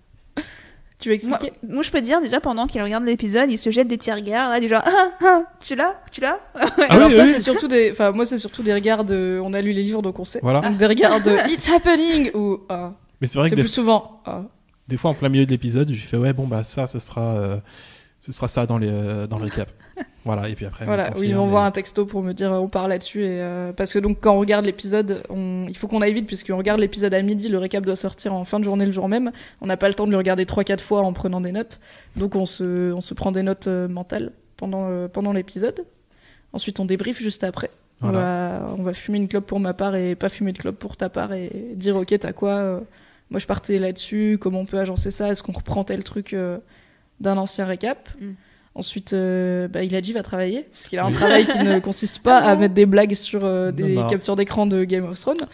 [SPEAKER 1] tu veux
[SPEAKER 2] Moi,
[SPEAKER 1] expliquer
[SPEAKER 2] moi, je peux te dire déjà pendant qu'il regarde l'épisode, il se jette des petits regards là du genre ah ah tu l'as tu l'as. Ouais.
[SPEAKER 3] Ah
[SPEAKER 1] alors
[SPEAKER 3] oui,
[SPEAKER 1] ça
[SPEAKER 3] oui.
[SPEAKER 1] c'est surtout des enfin moi c'est surtout des regards de on a lu les livres donc on sait
[SPEAKER 3] Voilà.
[SPEAKER 1] donc des regards *laughs* de it's happening ou ah
[SPEAKER 3] Mais Ah. c'est vrai
[SPEAKER 1] c'est
[SPEAKER 3] que des,
[SPEAKER 1] plus souvent ah.
[SPEAKER 3] des fois, en plein milieu de l'épisode, j'ai fait ouais, bon bah ça, ce sera, euh, ce sera ça dans les, euh, dans
[SPEAKER 1] *laughs*
[SPEAKER 3] le récap. voilà. Et puis après.
[SPEAKER 1] Voilà,
[SPEAKER 3] on
[SPEAKER 1] oui,
[SPEAKER 3] continue,
[SPEAKER 1] on
[SPEAKER 3] mais-
[SPEAKER 1] voit un texto pour me dire euh, on part là-dessus. Et, euh, parce que donc quand on regarde l'épisode, on... il faut qu'on aille vite puisqu'on regarde l'épisode à midi, le récap doit sortir en fin de journée le jour même. On n'a pas le temps de le regarder 3-4 fois en prenant des notes. Donc on se, on se prend des notes euh, mentales pendant, euh, pendant l'épisode. Ensuite on débrief juste après.
[SPEAKER 3] Voilà.
[SPEAKER 1] On, va, on va fumer une clope pour ma part et pas fumer de clope pour ta part et dire ok t'as quoi euh, Moi je partais là-dessus, comment on peut agencer ça Est-ce qu'on reprend tel truc euh, d'un ancien récap
[SPEAKER 2] Mm.
[SPEAKER 1] Ensuite, euh, bah, il a dit va travailler, parce qu'il a un
[SPEAKER 3] Oui.
[SPEAKER 1] travail qui
[SPEAKER 3] *laughs*
[SPEAKER 1] ne consiste pas
[SPEAKER 2] Ah
[SPEAKER 1] à
[SPEAKER 2] bon
[SPEAKER 1] mettre des blagues sur euh,
[SPEAKER 3] Non,
[SPEAKER 1] des
[SPEAKER 3] non.
[SPEAKER 1] captures d'écran de Game of Thrones.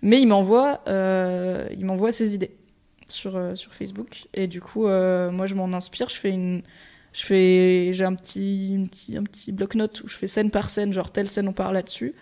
[SPEAKER 1] Mais il m'envoie, euh, il m'envoie ses idées sur euh, sur Facebook, et du coup, euh, moi je m'en inspire, je fais une, je fais, j'ai un petit, une petit- un petit bloc-notes où je fais scène par scène, genre telle scène on part là-dessus,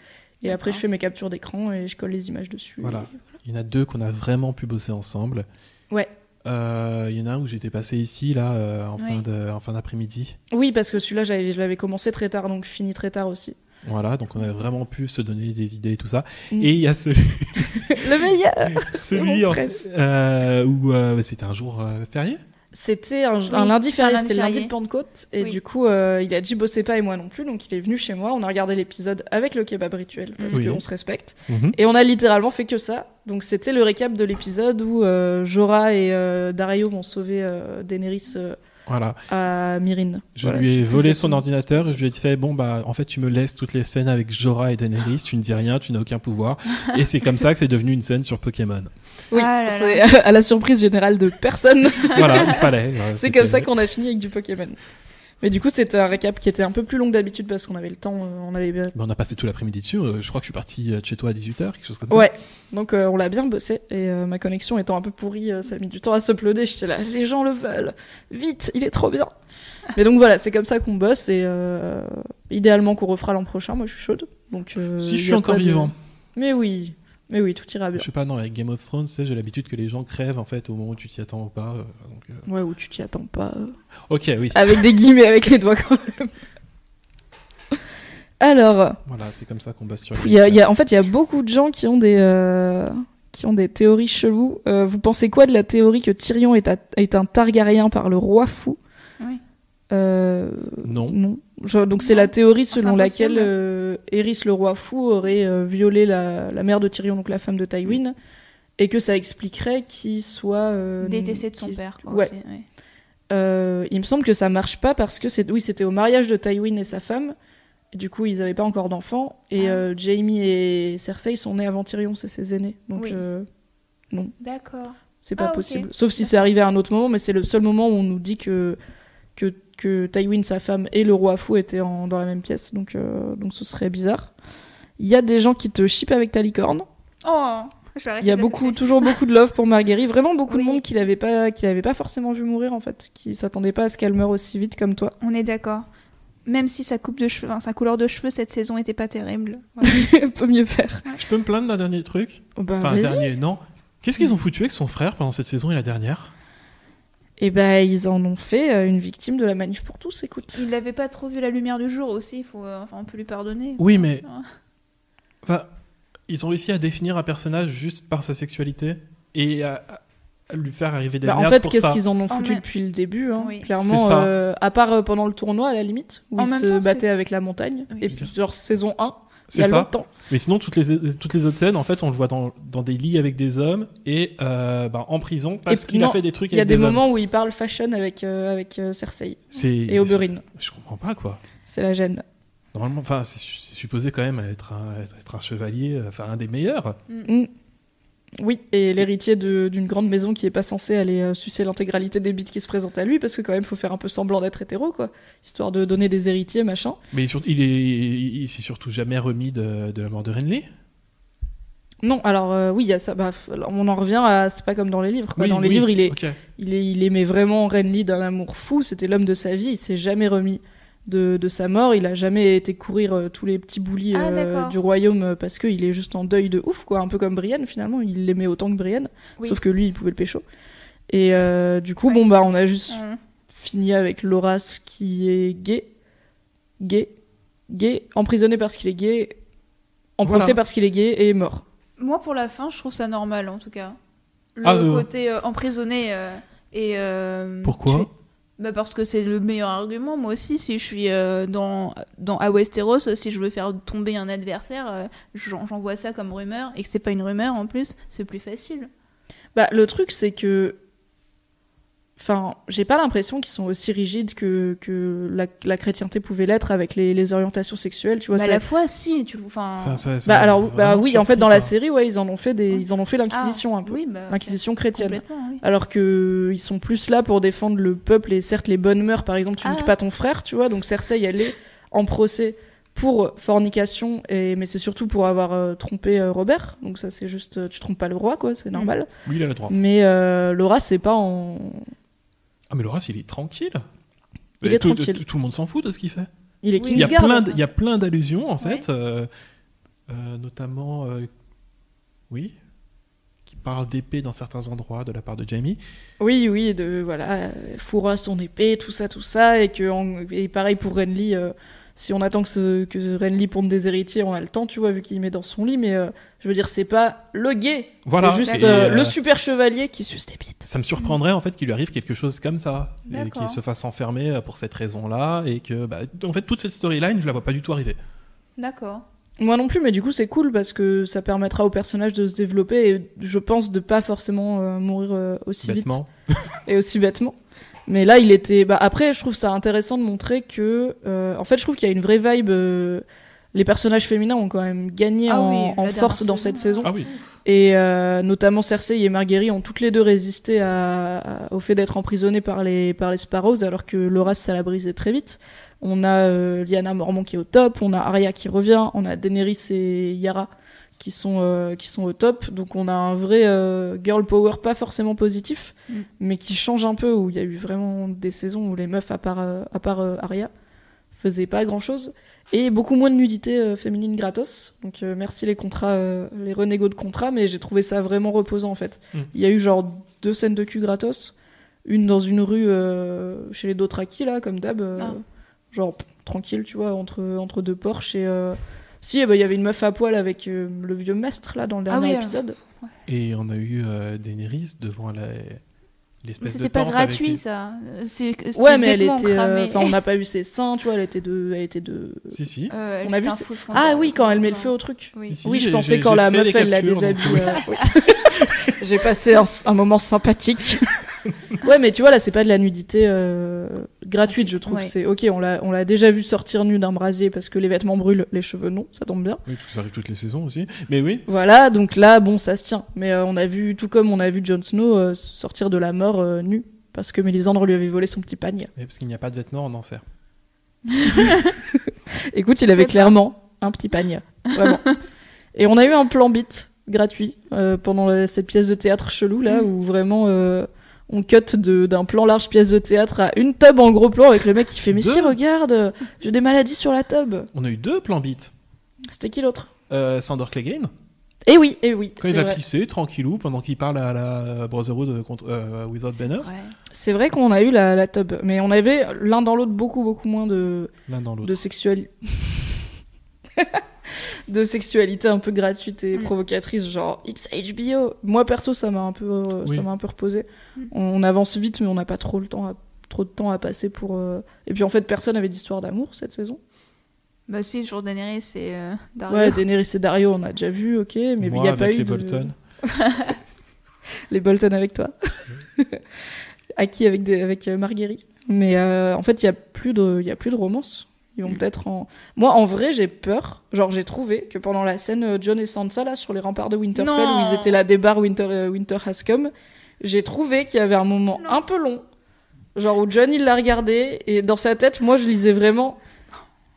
[SPEAKER 1] et après
[SPEAKER 2] D'accord.
[SPEAKER 1] je fais mes captures d'écran et je colle les images dessus.
[SPEAKER 3] Voilà. Il y en a deux qu'on a vraiment pu bosser ensemble.
[SPEAKER 1] Ouais.
[SPEAKER 3] Euh, Il y en a un où j'étais passé ici là euh, en, fin
[SPEAKER 2] Oui.
[SPEAKER 3] de, en fin d'après-midi.
[SPEAKER 1] Oui, parce que celui-là j'avais- je l'avais commencé très tard, donc fini très tard
[SPEAKER 2] *laughs*
[SPEAKER 1] aussi.
[SPEAKER 3] Voilà, donc
[SPEAKER 1] Mhm.
[SPEAKER 3] on a vraiment pu se donner des idées et tout ça.
[SPEAKER 1] Mm.
[SPEAKER 3] Et il y a celui *laughs*
[SPEAKER 1] Le meilleur.
[SPEAKER 3] Celui
[SPEAKER 1] mon
[SPEAKER 3] en-
[SPEAKER 1] préf.
[SPEAKER 3] euh, où euh, c'était un jour euh, férié
[SPEAKER 1] C'était un, un
[SPEAKER 2] Oui,
[SPEAKER 1] lundi
[SPEAKER 2] c'était un
[SPEAKER 1] férié,
[SPEAKER 2] lundi
[SPEAKER 1] c'était le lundi
[SPEAKER 2] férié.
[SPEAKER 1] de Pentecôte. Et
[SPEAKER 2] Oui.
[SPEAKER 1] du coup, euh, il a dit bossez pas et moi non plus. Donc il est venu chez moi. On a regardé l'épisode avec le kebab rituel parce
[SPEAKER 3] Oui.
[SPEAKER 1] qu'on se respecte.
[SPEAKER 3] Mhm.
[SPEAKER 1] Et on a littéralement fait que ça. Donc c'était le récap de l'épisode où euh, Jorah et euh, Dario vont sauver euh, Daenerys euh,
[SPEAKER 3] Voilà.
[SPEAKER 1] à Myrin.
[SPEAKER 3] Je
[SPEAKER 1] Voilà,
[SPEAKER 3] lui
[SPEAKER 1] sais
[SPEAKER 3] ai
[SPEAKER 1] plus
[SPEAKER 3] volé son
[SPEAKER 1] exactement.
[SPEAKER 3] ordinateur et je lui ai fait bon bah en fait tu me laisses toutes les scènes avec Jorah et Daenerys, tu ne dis rien, tu n'as
[SPEAKER 1] *laughs*
[SPEAKER 3] aucun pouvoir et c'est comme ça que c'est devenu une scène sur Pokémon.
[SPEAKER 1] Oui,
[SPEAKER 2] Ah là là.
[SPEAKER 1] c'est *laughs* à la surprise générale de personne.
[SPEAKER 3] Voilà,
[SPEAKER 1] *laughs*
[SPEAKER 3] il fallait. voilà,
[SPEAKER 1] C'est
[SPEAKER 3] Ah, c'était-
[SPEAKER 1] comme ça qu'on a fini avec du Pokémon. Mais du coup, c'était un récap qui était un peu plus long que d'habitude parce qu'on avait le temps, euh, on avait bien...
[SPEAKER 3] Mais on a passé tout l'après-midi dessus. euh, Je crois que je suis parti euh, de chez toi à 18h, quelque chose comme ça.
[SPEAKER 1] Ouais, donc euh, on l'a bien bossé et euh, ma connexion étant un peu pourrie, euh, ça a mis du temps à s'uploader. J'étais là, les gens le veulent, vite, il est trop bien. Mais donc voilà, c'est comme ça qu'on bosse et euh, idéalement qu'on refera l'an prochain. Moi, je suis chaude. Donc euh,
[SPEAKER 3] Si je
[SPEAKER 1] y
[SPEAKER 3] suis
[SPEAKER 1] a
[SPEAKER 3] encore
[SPEAKER 1] pas de-
[SPEAKER 3] vivant.
[SPEAKER 1] Mais oui, mais oui, tout ira bien.
[SPEAKER 3] Je sais pas, non, avec Game of Thrones, tu sais, j'ai l'habitude que les gens crèvent en fait au moment où tu t'y attends ou pas. euh, donc, euh,
[SPEAKER 1] Ouais, ou tu t'y attends pas. euh.
[SPEAKER 3] Ok, oui.
[SPEAKER 1] Avec des guillemets, avec les doigts quand même. Alors,
[SPEAKER 3] Voilà, c'est comme ça qu'on bosse sur.
[SPEAKER 1] Euh, il y a- il y a- en fait, il y a beaucoup de gens qui ont des, euh, qui ont des théories cheloues. Euh, vous pensez quoi de la théorie que Tyrion est, à- est un Targaryen par le roi fou
[SPEAKER 2] Oui.
[SPEAKER 1] Euh,
[SPEAKER 3] Non.
[SPEAKER 1] non. Je- donc c'est
[SPEAKER 2] Non. Ah,
[SPEAKER 1] la théorie
[SPEAKER 2] c'est
[SPEAKER 1] selon laquelle
[SPEAKER 2] impossible.
[SPEAKER 1] euh, Eris le roi fou aurait euh, violé la, la mère de Tyrion, donc la femme de Tywin, et que ça expliquerait qu'il soit euh,
[SPEAKER 2] Détesté de son
[SPEAKER 1] qu'il-
[SPEAKER 2] père, quoi.
[SPEAKER 1] Ouais.
[SPEAKER 2] aussi, ouais.
[SPEAKER 1] Euh, il me semble que ça marche pas parce que c'est oui c'était au mariage de Tywin et sa femme. Du coup, ils n'avaient pas encore d'enfants et euh,
[SPEAKER 2] Ah.
[SPEAKER 1] Jamie et Cersei sont nés avant Tyrion, c'est ses aînés. Donc
[SPEAKER 2] Oui.
[SPEAKER 1] euh,
[SPEAKER 2] D'accord.
[SPEAKER 1] c'est pas
[SPEAKER 2] Ah, ok.
[SPEAKER 1] possible. Sauf si c'est arrivé à un autre moment, mais c'est le seul moment où on nous dit que que, que Tywin, sa femme et le roi fou étaient en- dans la même pièce. Donc euh, donc ce serait bizarre. Il y a des gens qui te chipent avec ta licorne.
[SPEAKER 2] Oh, je vais arrêter
[SPEAKER 1] Il y a
[SPEAKER 2] de
[SPEAKER 1] beaucoup,
[SPEAKER 2] taper.
[SPEAKER 1] toujours beaucoup de love pour Marguerite. Vraiment beaucoup
[SPEAKER 2] Oui.
[SPEAKER 1] de monde qui l'avait pas, qui l'avait pas forcément vu mourir en fait, qui s'attendait pas à ce qu'elle meure aussi vite comme toi.
[SPEAKER 2] On est d'accord. Même si sa coupe de cheveux, enfin, sa couleur de cheveux cette saison était pas terrible.
[SPEAKER 1] *laughs* peut mieux faire.
[SPEAKER 3] Je peux me plaindre d'un dernier truc
[SPEAKER 1] bah,
[SPEAKER 3] Enfin, un dernier, non. Qu'est-ce qu'ils ont foutu avec son frère pendant cette saison et la dernière
[SPEAKER 1] Et bah, ils en ont fait euh, une victime de la manif pour tous, écoute.
[SPEAKER 2] *laughs* Il n'avait pas trop vu la lumière du jour aussi. il Faut, euh, enfin, on peut lui pardonner.
[SPEAKER 3] Oui, mais.
[SPEAKER 2] Ah.
[SPEAKER 3] Enfin, ils ont réussi à définir un personnage juste par sa sexualité et à, à lui faire arriver des
[SPEAKER 1] Bah, en
[SPEAKER 3] merdes
[SPEAKER 1] fait,
[SPEAKER 3] pour
[SPEAKER 1] qu'est-ce
[SPEAKER 3] ça. Oh,
[SPEAKER 1] qu'ils en ont
[SPEAKER 2] En
[SPEAKER 1] foutu
[SPEAKER 2] même-
[SPEAKER 1] depuis le début hein,
[SPEAKER 2] Oui.
[SPEAKER 1] Clairement,
[SPEAKER 3] C'est ça.
[SPEAKER 1] euh, à part euh, pendant le tournoi, à la limite, où
[SPEAKER 2] En
[SPEAKER 1] ils
[SPEAKER 2] même
[SPEAKER 1] se
[SPEAKER 2] temps, c'est-
[SPEAKER 1] battaient avec la montagne,
[SPEAKER 2] Oui.
[SPEAKER 1] et puis genre saison 1, il y
[SPEAKER 3] C'est
[SPEAKER 1] a
[SPEAKER 3] ça.
[SPEAKER 1] longtemps.
[SPEAKER 3] Mais sinon, toutes les, toutes les autres scènes, en fait, on le voit dans, dans des lits avec des hommes et euh, bah, en prison parce
[SPEAKER 1] Et
[SPEAKER 3] qu'il a
[SPEAKER 1] non,
[SPEAKER 3] fait des trucs
[SPEAKER 1] Il y a
[SPEAKER 3] avec
[SPEAKER 1] des,
[SPEAKER 3] hommes.
[SPEAKER 1] moments où ils parlent fashion avec, euh, avec euh, Cersei
[SPEAKER 3] C'est-
[SPEAKER 1] et Oberyn.
[SPEAKER 3] Je, je comprends pas, quoi.
[SPEAKER 1] C'est la gêne.
[SPEAKER 3] Normalement, enfin, c'est su- c'est supposé quand même être un, être un chevalier, euh, enfin, un des meilleurs.
[SPEAKER 1] Mm. Oui, et l'héritier de- d'une grande maison qui est pas censé aller euh, sucer l'intégralité des bites qui se présentent à lui, parce que quand même, faut faire un peu semblant d'être hétéro, quoi. Histoire de donner des héritiers, machin.
[SPEAKER 3] Mais sur- il est- il il s'est surtout jamais remis de, de la mort de Renly.
[SPEAKER 1] Bah, Non, alors euh, oui, il y a ça. Bah, f- alors, on en revient à. C'est pas comme dans les livres. Quoi. dans les livres, il, est,
[SPEAKER 3] ok.
[SPEAKER 1] il, est, il aimait vraiment Renly d'un amour fou. C'était l'homme de sa vie. Il s'est jamais remis de, de sa mort. Il a jamais été courir euh, tous les petits boulis
[SPEAKER 2] Ah,
[SPEAKER 1] euh,
[SPEAKER 2] d'accord.
[SPEAKER 1] du royaume euh, parce qu'il est juste en deuil de ouf, quoi. Un peu comme Brienne, finalement. Il l'aimait autant que Brienne.
[SPEAKER 2] Oui.
[SPEAKER 1] Sauf que lui, il pouvait le pécho. Et euh, du coup,
[SPEAKER 2] Ouais.
[SPEAKER 1] bon, bah, on a juste
[SPEAKER 2] Hum.
[SPEAKER 1] fini avec Loras qui est gay. Gay. Gay. Emprisonné parce qu'il est gay. En
[SPEAKER 3] Voilà.
[SPEAKER 1] procès parce qu'il est gay et mort.
[SPEAKER 2] Moi, pour la fin, je trouve ça normal en tout cas. Le
[SPEAKER 3] Ah, euh.
[SPEAKER 2] côté euh, emprisonné euh, et. euh,
[SPEAKER 3] Pourquoi
[SPEAKER 2] tué. bah parce que c'est le meilleur argument. Moi aussi, si je suis euh, dans, dans à Westeros, si je veux faire tomber un adversaire, euh, j'en- j'envoie ça comme rumeur et que c'est pas une rumeur en plus, c'est plus facile.
[SPEAKER 1] Bah, le truc, c'est que. Enfin, j'ai pas l'impression qu'ils sont aussi rigides que, que la, la chrétienté pouvait l'être avec les, les orientations sexuelles, tu vois.
[SPEAKER 2] Bah, à
[SPEAKER 1] ça-
[SPEAKER 2] la fois, si tu, enfin.
[SPEAKER 3] Ça- ça- ça
[SPEAKER 1] Bah,
[SPEAKER 3] m'a
[SPEAKER 1] alors, bah
[SPEAKER 3] vraiment
[SPEAKER 1] oui, en fait,
[SPEAKER 3] surpris,
[SPEAKER 1] dans la
[SPEAKER 3] quoi.
[SPEAKER 1] série, ouais, ils en ont fait des,
[SPEAKER 2] Ouais.
[SPEAKER 1] ils en ont fait l'inquisition un peu,
[SPEAKER 2] Oui, bah,
[SPEAKER 1] l'inquisition chrétienne.
[SPEAKER 2] complètement, oui.
[SPEAKER 1] Alors que ils sont plus là pour défendre le peuple et certes les bonnes mœurs. Par exemple, tu
[SPEAKER 2] Ah.
[SPEAKER 1] niques pas ton frère, tu vois. Donc Cersei, elle est en procès pour fornication et mais c'est surtout pour avoir euh, trompé euh, Robert. Donc ça, c'est juste, euh, tu trompes pas le roi, quoi.
[SPEAKER 2] Mm.
[SPEAKER 1] C'est normal.
[SPEAKER 3] Lui, il a le droit.
[SPEAKER 1] Mais euh, Laura, c'est pas en.
[SPEAKER 3] Ah, mais Loras, il est tranquille.
[SPEAKER 1] Il
[SPEAKER 3] Mais
[SPEAKER 1] est
[SPEAKER 3] tout,
[SPEAKER 1] tranquille.
[SPEAKER 3] Tout, tout le monde s'en fout de ce qu'il fait.
[SPEAKER 1] Il est
[SPEAKER 2] Oui.
[SPEAKER 3] Il y a
[SPEAKER 1] Kingsguard.
[SPEAKER 3] plein, d- il y a plein d'allusions, en
[SPEAKER 2] Ouais.
[SPEAKER 3] fait, euh, euh, notamment. euh, oui qui parle d'épée dans certains endroits de la part de Jamie.
[SPEAKER 1] Oui, oui, de voilà, euh, fourra son épée, tout ça, tout ça, et que en- et pareil pour Renly, euh, si on attend que, ce, que Renly ponde des héritiers, on a le temps, tu vois, vu qu'il met dans son lit. Mais euh, je veux dire, c'est pas le gay,
[SPEAKER 3] Voilà.
[SPEAKER 1] c'est juste
[SPEAKER 3] Et,
[SPEAKER 1] euh,
[SPEAKER 3] euh,
[SPEAKER 1] le super chevalier qui suce des bites.
[SPEAKER 3] Ça me surprendrait en fait qu'il lui arrive quelque chose comme ça, et
[SPEAKER 2] D'accord.
[SPEAKER 3] qu'il se fasse enfermer euh, pour cette raison-là, et que bah, en fait toute cette storyline, je la vois pas du tout arriver.
[SPEAKER 2] D'accord.
[SPEAKER 1] Moi non plus, mais du coup c'est cool parce que ça permettra au personnage de se développer et je pense de pas forcément euh, mourir euh, aussi
[SPEAKER 3] Bêtement.
[SPEAKER 1] vite et aussi bêtement. Mais là il était. Bah, après je trouve ça intéressant de montrer que euh, en fait je trouve qu'il y a une vraie vibe. euh, Les personnages féminins ont quand même gagné
[SPEAKER 2] Ah
[SPEAKER 1] en,
[SPEAKER 2] oui,
[SPEAKER 1] en
[SPEAKER 2] la dernière
[SPEAKER 1] force dans
[SPEAKER 2] saison,
[SPEAKER 1] cette
[SPEAKER 2] ouais.
[SPEAKER 1] saison
[SPEAKER 3] Ah oui.
[SPEAKER 1] et euh, notamment Cersei et Marguerite ont toutes les deux résisté à- à- au fait d'être emprisonnées par les par les Sparrows alors que Loras ça l'a brisé très vite. On a euh, Lyanna Mormont qui est au top, on a Arya qui revient, on a Daenerys et Yara qui sont euh, qui sont au top. Donc on a un vrai euh, girl power pas forcément positif
[SPEAKER 2] Mm.
[SPEAKER 1] mais qui change un peu où il y a eu vraiment des saisons où les meufs à part euh, à part euh, Arya faisaient pas grand-chose et beaucoup moins de nudité euh, féminine gratos. Donc euh, merci les contrats, euh, les renégos de contrats, mais j'ai trouvé ça vraiment reposant en fait.
[SPEAKER 3] Mm.
[SPEAKER 1] Il y a eu genre deux scènes de cul gratos, une dans une rue euh, chez les Dothraki là, comme d'hab, euh,
[SPEAKER 2] Ah.
[SPEAKER 1] genre pff, tranquille, tu vois, entre entre deux Porsche et euh, si, eh ben, il y avait une meuf à poil avec euh, le vieux mestre là dans le
[SPEAKER 2] Ah
[SPEAKER 1] dernier
[SPEAKER 2] oui, alors.
[SPEAKER 1] épisode.
[SPEAKER 3] Et on a eu euh, Daenerys devant la-
[SPEAKER 2] Mais
[SPEAKER 3] l'espèce de
[SPEAKER 2] c'était pas
[SPEAKER 3] tente avec
[SPEAKER 2] gratuit
[SPEAKER 3] les-
[SPEAKER 2] ça. C'est c'est
[SPEAKER 1] Ouais, mais elle
[SPEAKER 2] vêtements
[SPEAKER 1] était, euh,
[SPEAKER 2] cramés.
[SPEAKER 1] enfin, on n'a pas eu ses seins, tu vois, elle était de, elle était de.
[SPEAKER 3] Si si.
[SPEAKER 2] Euh, elle,
[SPEAKER 1] on a
[SPEAKER 2] c'était
[SPEAKER 1] vu
[SPEAKER 2] un
[SPEAKER 1] ce-
[SPEAKER 2] faux fond
[SPEAKER 1] Ah
[SPEAKER 2] de-
[SPEAKER 1] oui, quand elle met le feu au truc.
[SPEAKER 2] Oui.
[SPEAKER 3] Si, si,
[SPEAKER 1] oui, je
[SPEAKER 3] j'ai-
[SPEAKER 1] pensais
[SPEAKER 3] j'ai-
[SPEAKER 1] quand
[SPEAKER 3] j'ai
[SPEAKER 1] la
[SPEAKER 3] fait
[SPEAKER 1] meuf
[SPEAKER 3] les
[SPEAKER 1] elle la
[SPEAKER 3] captures, donc,
[SPEAKER 1] déshabille.
[SPEAKER 3] oui.
[SPEAKER 1] euh, oui. *laughs* J'ai passé un, un moment sympathique. *laughs* ouais, mais tu vois là, c'est pas de la nudité euh, gratuite, je trouve.
[SPEAKER 2] Ouais.
[SPEAKER 1] C'est ok, on l'a on l'a déjà vu sortir nu d'un brasier parce que les vêtements brûlent, les cheveux non, ça tombe bien.
[SPEAKER 3] Oui, parce que ça arrive toutes les saisons aussi. Mais oui.
[SPEAKER 1] Voilà, donc là, bon, ça se tient. Mais euh, on a vu, tout comme on a vu Jon Snow euh, sortir de la mort euh, nu parce que Mélisandre lui avait volé son petit panier.
[SPEAKER 3] Mais parce qu'il n'y a pas de vêtements en enfer.
[SPEAKER 1] Écoute, il avait
[SPEAKER 2] C'est pas-
[SPEAKER 1] clairement un petit panier. Vraiment. Et on a eu un plan beat gratuit euh, pendant la- cette pièce de théâtre chelou là où vraiment euh, on cut de- d'un plan large pièce de théâtre à une tub en gros plan avec le mec qui fait mais si
[SPEAKER 3] Deux
[SPEAKER 1] regarde euh, j'ai des maladies sur la tub.
[SPEAKER 3] On a eu deux plans beat.
[SPEAKER 1] C'était qui l'autre
[SPEAKER 3] Euh, Sandor Clegane,
[SPEAKER 1] Eh oui, eh oui,
[SPEAKER 3] quand
[SPEAKER 1] c'est
[SPEAKER 3] il va
[SPEAKER 1] vrai.
[SPEAKER 3] pisser tranquillou pendant qu'il parle à la Brotherhood contre euh, Without Banners,
[SPEAKER 2] Ouais.
[SPEAKER 1] C'est vrai qu'on a eu la, la tub, mais on avait l'un dans l'autre beaucoup beaucoup moins de
[SPEAKER 3] l'un dans l'autre.
[SPEAKER 1] de sexualité *laughs* de sexualité un peu gratuite et
[SPEAKER 2] Mm.
[SPEAKER 1] provocatrice genre it's HBO moi perso ça m'a un peu euh,
[SPEAKER 3] Oui.
[SPEAKER 1] ça m'a un peu reposé
[SPEAKER 2] Mm.
[SPEAKER 1] on, on avance vite mais on n'a pas trop le temps à- trop de temps à passer pour euh, et puis en fait personne avait d'histoire d'amour cette saison
[SPEAKER 2] Bah si, jour Daenerys c'est euh, Dario.
[SPEAKER 1] ouais Daenerys et Dario on a déjà vu ok mais il
[SPEAKER 3] Moi,
[SPEAKER 1] n'y a
[SPEAKER 3] avec
[SPEAKER 1] pas eu
[SPEAKER 3] les
[SPEAKER 1] de-
[SPEAKER 3] Bolton.
[SPEAKER 1] *laughs* les Bolton avec toi Aki avec des, avec euh, Marguerite mais euh, en fait il y a plus de il y a plus de romance ils
[SPEAKER 2] Mm.
[SPEAKER 1] vont peut-être en moi en vrai j'ai peur genre j'ai trouvé que pendant la scène euh, John et Sansa là sur les remparts de Winterfell
[SPEAKER 2] Non.
[SPEAKER 1] où ils étaient là des bars Winter euh, Winter has come j'ai trouvé qu'il y avait un moment
[SPEAKER 2] Non.
[SPEAKER 1] un peu long genre où John il l'a regardé et dans sa tête moi je lisais vraiment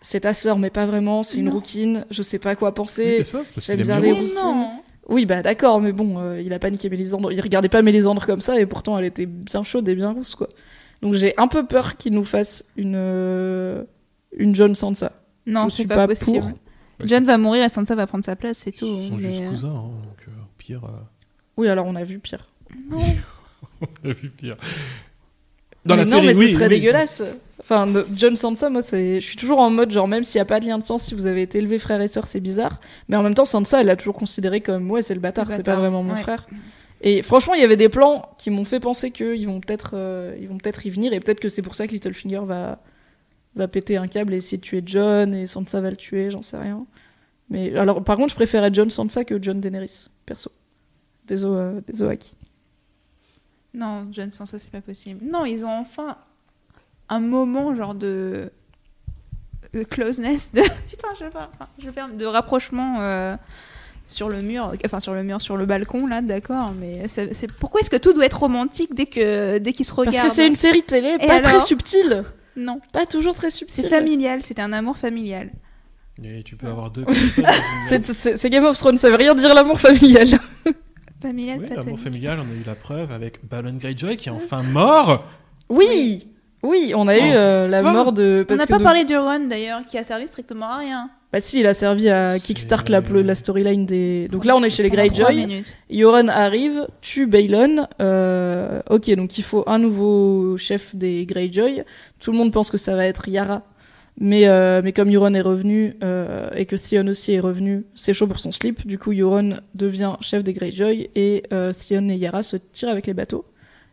[SPEAKER 1] c'est ta sœur mais pas vraiment c'est une
[SPEAKER 2] Non.
[SPEAKER 1] rouquine je sais pas quoi penser
[SPEAKER 3] Oui, c'est ça, c'est parce
[SPEAKER 1] j'aime
[SPEAKER 3] qu'il aime
[SPEAKER 1] bien
[SPEAKER 3] les
[SPEAKER 1] les
[SPEAKER 2] Mais
[SPEAKER 3] roses.
[SPEAKER 1] roustines.
[SPEAKER 2] non.
[SPEAKER 1] oui, bah d'accord, mais bon, euh, il a paniqué Mélisandre. Il regardait pas Mélisandre comme ça, et pourtant elle était bien chaude et bien rousse, quoi. Donc j'ai un peu peur qu'il nous fasse une, euh, une John Sansa.
[SPEAKER 2] Non,
[SPEAKER 1] Je
[SPEAKER 2] c'est
[SPEAKER 1] suis
[SPEAKER 2] pas,
[SPEAKER 1] pas
[SPEAKER 2] possible.
[SPEAKER 1] pour.
[SPEAKER 3] Bah,
[SPEAKER 2] John va mourir et Sansa va prendre sa place, c'est
[SPEAKER 3] Ils
[SPEAKER 2] tout.
[SPEAKER 3] sont juste
[SPEAKER 2] mais, euh,
[SPEAKER 3] cousins, hein, donc euh, au pire. *laughs* euh,
[SPEAKER 1] Oui, alors on a vu pire.
[SPEAKER 2] non.
[SPEAKER 3] on a vu pire.
[SPEAKER 1] mais non,
[SPEAKER 3] série,
[SPEAKER 1] mais
[SPEAKER 3] oui,
[SPEAKER 1] ce serait
[SPEAKER 3] oui.
[SPEAKER 1] dégueulasse. Enfin, de- John Sansa, moi, c'est, je suis toujours en mode genre même s'il y a pas de lien de sang, si vous avez été élevé frère et sœur, c'est bizarre. Mais en même temps, Sansa, elle l'a toujours considéré comme ouais, c'est le bâtard,
[SPEAKER 2] Le
[SPEAKER 1] c'est pas
[SPEAKER 2] bâtard,
[SPEAKER 1] vraiment mon
[SPEAKER 2] ouais.
[SPEAKER 1] frère. Et franchement, il y avait des plans qui m'ont fait penser qu'ils vont peut-être, euh, ils vont peut-être y venir, et peut-être que c'est pour ça que Littlefinger va va péter un câble et essayer de tuer John et Sansa va le tuer, j'en sais rien. Mais alors, par contre, je préférais John Sansa que John Daenerys, perso. Désolé, euh, désolé à qui.
[SPEAKER 2] non, John Sansa c'est pas possible. Non, ils ont enfin un moment genre de, de closeness, de *laughs* putain, je parle, enfin, je perds- de rapprochement euh, sur le mur, enfin sur le mur, sur le balcon là, d'accord. Mais ça- c'est pourquoi est-ce que tout doit être romantique dès que dès qu'ils se regardent
[SPEAKER 1] Parce que c'est une série télé
[SPEAKER 2] Et
[SPEAKER 1] pas très
[SPEAKER 2] alors
[SPEAKER 1] subtile,
[SPEAKER 2] Non,
[SPEAKER 1] pas toujours très subtile.
[SPEAKER 2] c'est familial, c'était un amour familial.
[SPEAKER 3] Et tu peux avoir deux personnes. dans
[SPEAKER 1] *laughs* C'est-
[SPEAKER 3] une
[SPEAKER 1] C'est c'est Game of Thrones, ça veut rien dire l'amour familial.
[SPEAKER 2] Familial,
[SPEAKER 3] Oui, l'amour
[SPEAKER 2] platonique.
[SPEAKER 3] familial, on a eu la preuve avec Balon Greyjoy qui est enfin mort.
[SPEAKER 1] Oui, oui, on a eu euh, la
[SPEAKER 3] Enfin,
[SPEAKER 1] mort de.
[SPEAKER 2] Oh. On
[SPEAKER 1] parce
[SPEAKER 2] n'a
[SPEAKER 1] que
[SPEAKER 2] pas
[SPEAKER 1] de-
[SPEAKER 2] parlé de Ron d'ailleurs, qui a servi strictement à rien.
[SPEAKER 1] Bah si, il a servi à
[SPEAKER 3] C'est-
[SPEAKER 1] kickstart la, la storyline des. Donc là, on est chez les
[SPEAKER 2] Pendant trois
[SPEAKER 1] Greyjoy.
[SPEAKER 2] minutes.
[SPEAKER 1] Yoren arrive, tue Balon. euh, ok, donc il faut un nouveau chef des Greyjoy. Tout le monde pense que ça va être Yara. Mais, euh, mais comme Euron est revenu euh, et que Sion aussi est revenu, c'est chaud pour son slip. Du coup, Euron devient chef des Greyjoy et euh, Sion et Yara se tirent avec les bateaux.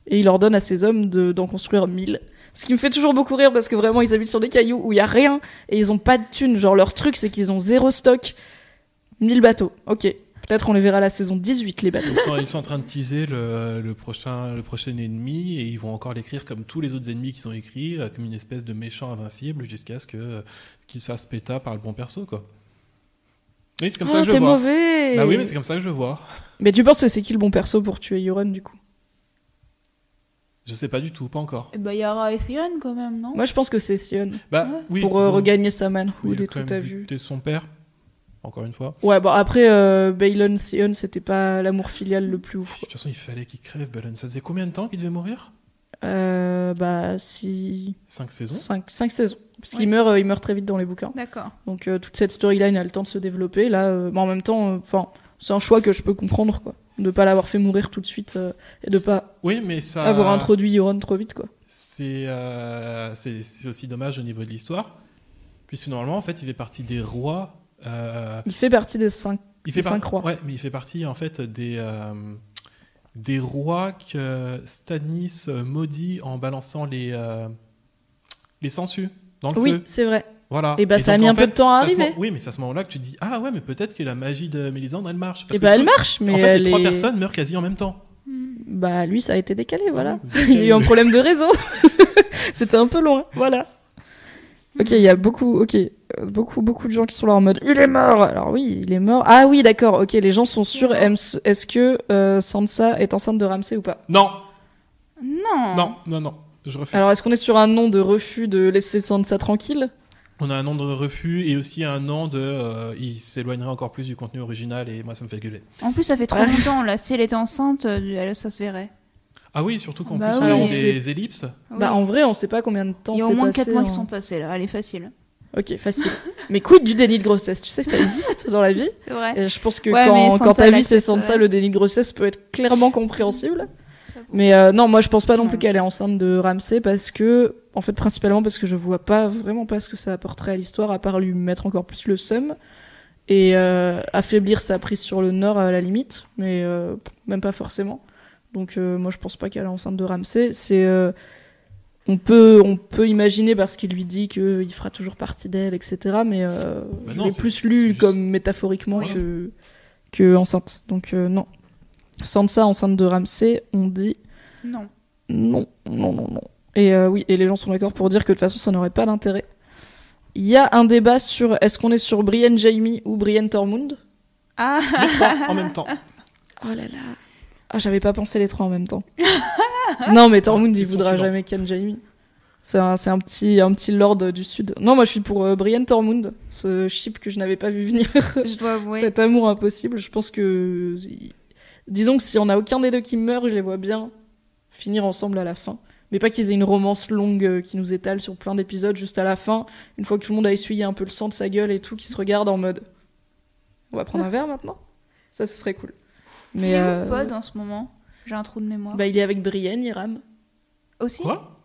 [SPEAKER 1] Et il ordonne à ses hommes de- d'en construire 1000. Ce qui me fait toujours beaucoup rire parce que vraiment, ils habitent sur des cailloux où il y a rien et ils ont pas de thunes. Genre, leur truc, c'est qu'ils ont zéro stock. 1000 bateaux. Ok. Peut-être on les verra la saison 18, les bateaux.
[SPEAKER 3] Ils sont, ils sont en train de teaser le, le prochain, le prochain ennemi et ils vont encore l'écrire comme tous les autres ennemis qu'ils ont écrits, euh, comme une espèce de méchant invincible jusqu'à ce que euh, qu'il se fasse péta par le bon perso. Quoi. Oui, c'est comme ça
[SPEAKER 1] Oh,
[SPEAKER 3] que je
[SPEAKER 1] t'es
[SPEAKER 3] vois.
[SPEAKER 1] mauvais
[SPEAKER 3] Bah oui, mais c'est comme ça que je vois.
[SPEAKER 1] Mais tu penses que c'est qui le bon perso pour tuer Euron, du coup
[SPEAKER 3] Je sais pas du tout, pas encore.
[SPEAKER 2] Eh bah, Yara et Theon, quand même, non
[SPEAKER 1] Moi, je pense que c'est Sion.
[SPEAKER 3] Bah
[SPEAKER 2] Ouais.
[SPEAKER 3] oui.
[SPEAKER 1] pour euh,
[SPEAKER 3] bon,
[SPEAKER 1] regagner sa
[SPEAKER 3] oui,
[SPEAKER 1] manhood
[SPEAKER 3] il a
[SPEAKER 1] et
[SPEAKER 3] quand
[SPEAKER 1] tout,
[SPEAKER 3] même
[SPEAKER 1] t'as vu.
[SPEAKER 3] buté son père, encore une fois.
[SPEAKER 1] Ouais, bon, après, euh, Balon Theon, c'était pas l'amour filial le plus
[SPEAKER 3] Puis,
[SPEAKER 1] ouf.
[SPEAKER 3] De toute façon, il fallait qu'il crève, Balon. Ça faisait combien de temps qu'il devait mourir
[SPEAKER 1] Euh, bah, si.
[SPEAKER 3] Cinq saisons
[SPEAKER 1] Cinq, cinq saisons. Parce
[SPEAKER 2] Ouais.
[SPEAKER 1] qu'il meurt, euh, il meurt très vite dans les bouquins.
[SPEAKER 2] D'accord.
[SPEAKER 1] Donc, euh, toute cette storyline a le temps de se développer. Là, euh, mais en même temps, enfin, c'est un choix que je peux comprendre, quoi. De pas l'avoir fait mourir tout de suite euh, et de pas
[SPEAKER 3] Oui, mais ça.
[SPEAKER 1] avoir introduit Euron trop vite, quoi.
[SPEAKER 3] C'est euh, c'est- c'est aussi dommage au niveau de l'histoire, puisque normalement, en fait, il fait partie des rois. euh,
[SPEAKER 1] Il fait partie des cinq.
[SPEAKER 3] il fait
[SPEAKER 1] Des cinq rois.
[SPEAKER 3] Ouais, mais il fait partie, en fait, des, euh, des rois que Stannis maudit en balançant les, euh, les sangsues dans le
[SPEAKER 1] Oui,
[SPEAKER 3] feu.
[SPEAKER 1] c'est vrai.
[SPEAKER 3] Voilà.
[SPEAKER 1] Et bah, ça a
[SPEAKER 3] donc,
[SPEAKER 1] mis
[SPEAKER 3] en
[SPEAKER 1] un peu de temps à
[SPEAKER 3] c'est ce
[SPEAKER 1] arriver.
[SPEAKER 3] moment- oui, mais c'est à ce moment-là que tu te dis Ah ouais, mais peut-être que la magie de Mélisandre, elle marche.
[SPEAKER 1] Et
[SPEAKER 3] Parce
[SPEAKER 1] bah,
[SPEAKER 3] que
[SPEAKER 1] elle
[SPEAKER 3] tout-
[SPEAKER 1] marche, mais
[SPEAKER 3] En fait,
[SPEAKER 1] elle
[SPEAKER 3] les trois
[SPEAKER 1] est-
[SPEAKER 3] personnes meurent quasi en même temps.
[SPEAKER 1] Bah lui, ça a été décalé, voilà.
[SPEAKER 3] Oui,
[SPEAKER 1] *laughs* il y a eu un
[SPEAKER 3] décalé.
[SPEAKER 1] problème de réseau. *laughs* C'était un peu loin, voilà. Ok, il y a beaucoup, ok, euh, beaucoup, beaucoup de gens qui sont là en mode il est mort. Alors oui, il est mort. Ah oui, d'accord. Ok, les gens sont sûrs. Est-ce est-ce que euh, Sansa est enceinte de Ramsay ou pas
[SPEAKER 3] Non,
[SPEAKER 2] Non.
[SPEAKER 3] non, non, non. Je refuse.
[SPEAKER 1] Alors est-ce qu'on est sur un nom de refus de laisser Sansa tranquille
[SPEAKER 3] On a un an de refus et aussi un an de. euh, il s'éloignerait encore plus du contenu original et moi ça me fait gueuler.
[SPEAKER 2] En plus, ça
[SPEAKER 1] *laughs*
[SPEAKER 2] fait trop
[SPEAKER 1] Ah.
[SPEAKER 2] longtemps, là. Si elle était enceinte, euh, elle, ça se verrait.
[SPEAKER 3] Ah oui, surtout qu'en
[SPEAKER 2] Bah
[SPEAKER 3] plus
[SPEAKER 1] oui.
[SPEAKER 3] on a eu
[SPEAKER 1] C'est-
[SPEAKER 3] des ellipses.
[SPEAKER 1] Bah
[SPEAKER 2] Oui.
[SPEAKER 1] en vrai, on sait pas combien de temps.
[SPEAKER 2] Il y a au
[SPEAKER 1] s'est
[SPEAKER 2] moins
[SPEAKER 1] passé hein.
[SPEAKER 2] 4 mois
[SPEAKER 1] en-
[SPEAKER 2] qui sont passés, là. Elle est facile.
[SPEAKER 1] Ok, facile. Mais quid du déni de grossesse Tu sais que ça existe dans la vie
[SPEAKER 2] C'est vrai.
[SPEAKER 1] Et je pense que
[SPEAKER 2] Ouais, mais
[SPEAKER 1] quand,
[SPEAKER 2] Sansa
[SPEAKER 1] quand ta vie c'est
[SPEAKER 2] l'accepte,
[SPEAKER 1] Sansa,
[SPEAKER 2] ouais.
[SPEAKER 1] le déni de grossesse peut être clairement compréhensible.
[SPEAKER 2] J'avoue.
[SPEAKER 1] Mais euh, non, moi je pense pas non plus
[SPEAKER 2] Non.
[SPEAKER 1] qu'elle est enceinte de Ramsay parce que, en fait, principalement parce que je vois pas vraiment pas ce que ça apporterait à l'histoire à part lui mettre encore plus le seum et euh, affaiblir sa prise sur le Nord à la limite, mais euh, même pas forcément. Donc euh, moi je pense pas qu'elle est enceinte de Ramsay. C'est euh, on peut on peut imaginer parce qu'il lui dit que il fera toujours partie d'elle, etc. Mais euh,
[SPEAKER 3] Bah
[SPEAKER 1] je
[SPEAKER 3] non,
[SPEAKER 1] l'ai
[SPEAKER 3] c'est-
[SPEAKER 1] plus
[SPEAKER 3] c'est
[SPEAKER 1] lu
[SPEAKER 3] juste-
[SPEAKER 1] comme métaphoriquement
[SPEAKER 3] Oui.
[SPEAKER 1] que, que enceinte. Donc euh, non. Sansa enceinte de Ramsay, on dit
[SPEAKER 2] Non.
[SPEAKER 1] non, non, non, non. Et euh, oui, et les gens sont d'accord pour dire que de toute façon ça n'aurait pas d'intérêt. Il y a un débat sur est-ce qu'on est sur Brienne Jamie ou Brienne Tormund *laughs*
[SPEAKER 2] Ah
[SPEAKER 3] Les trois en même temps.
[SPEAKER 1] Oh là là. Ah, j'avais pas pensé les trois en même temps. *laughs* non, mais Tormund, il
[SPEAKER 3] Question
[SPEAKER 1] voudra
[SPEAKER 3] suivante.
[SPEAKER 1] jamais Ken Jaime. C'est un, c'est un petit, un petit lord euh, du sud. Non, moi je suis pour euh, Brienne Tormund, ce chip que je n'avais pas vu venir.
[SPEAKER 2] Je dois avouer.
[SPEAKER 1] Cet amour impossible, je pense que. Disons que si on a aucun des deux qui meurt, je les vois bien finir ensemble à la fin. Mais pas qu'ils aient une romance longue euh, qui nous étale sur plein d'épisodes juste à la fin, une fois que tout le monde a essuyé un peu le sang de sa gueule et tout, qui se regardent en mode. On va prendre un verre maintenant Ça, ce serait cool.
[SPEAKER 2] Mais
[SPEAKER 1] Mais.
[SPEAKER 2] il est
[SPEAKER 1] euh,
[SPEAKER 2] où, Pod hein en ce moment J'ai un trou de mémoire.
[SPEAKER 1] bah, il est avec Brienne, Iram.
[SPEAKER 2] Aussi
[SPEAKER 3] Quoi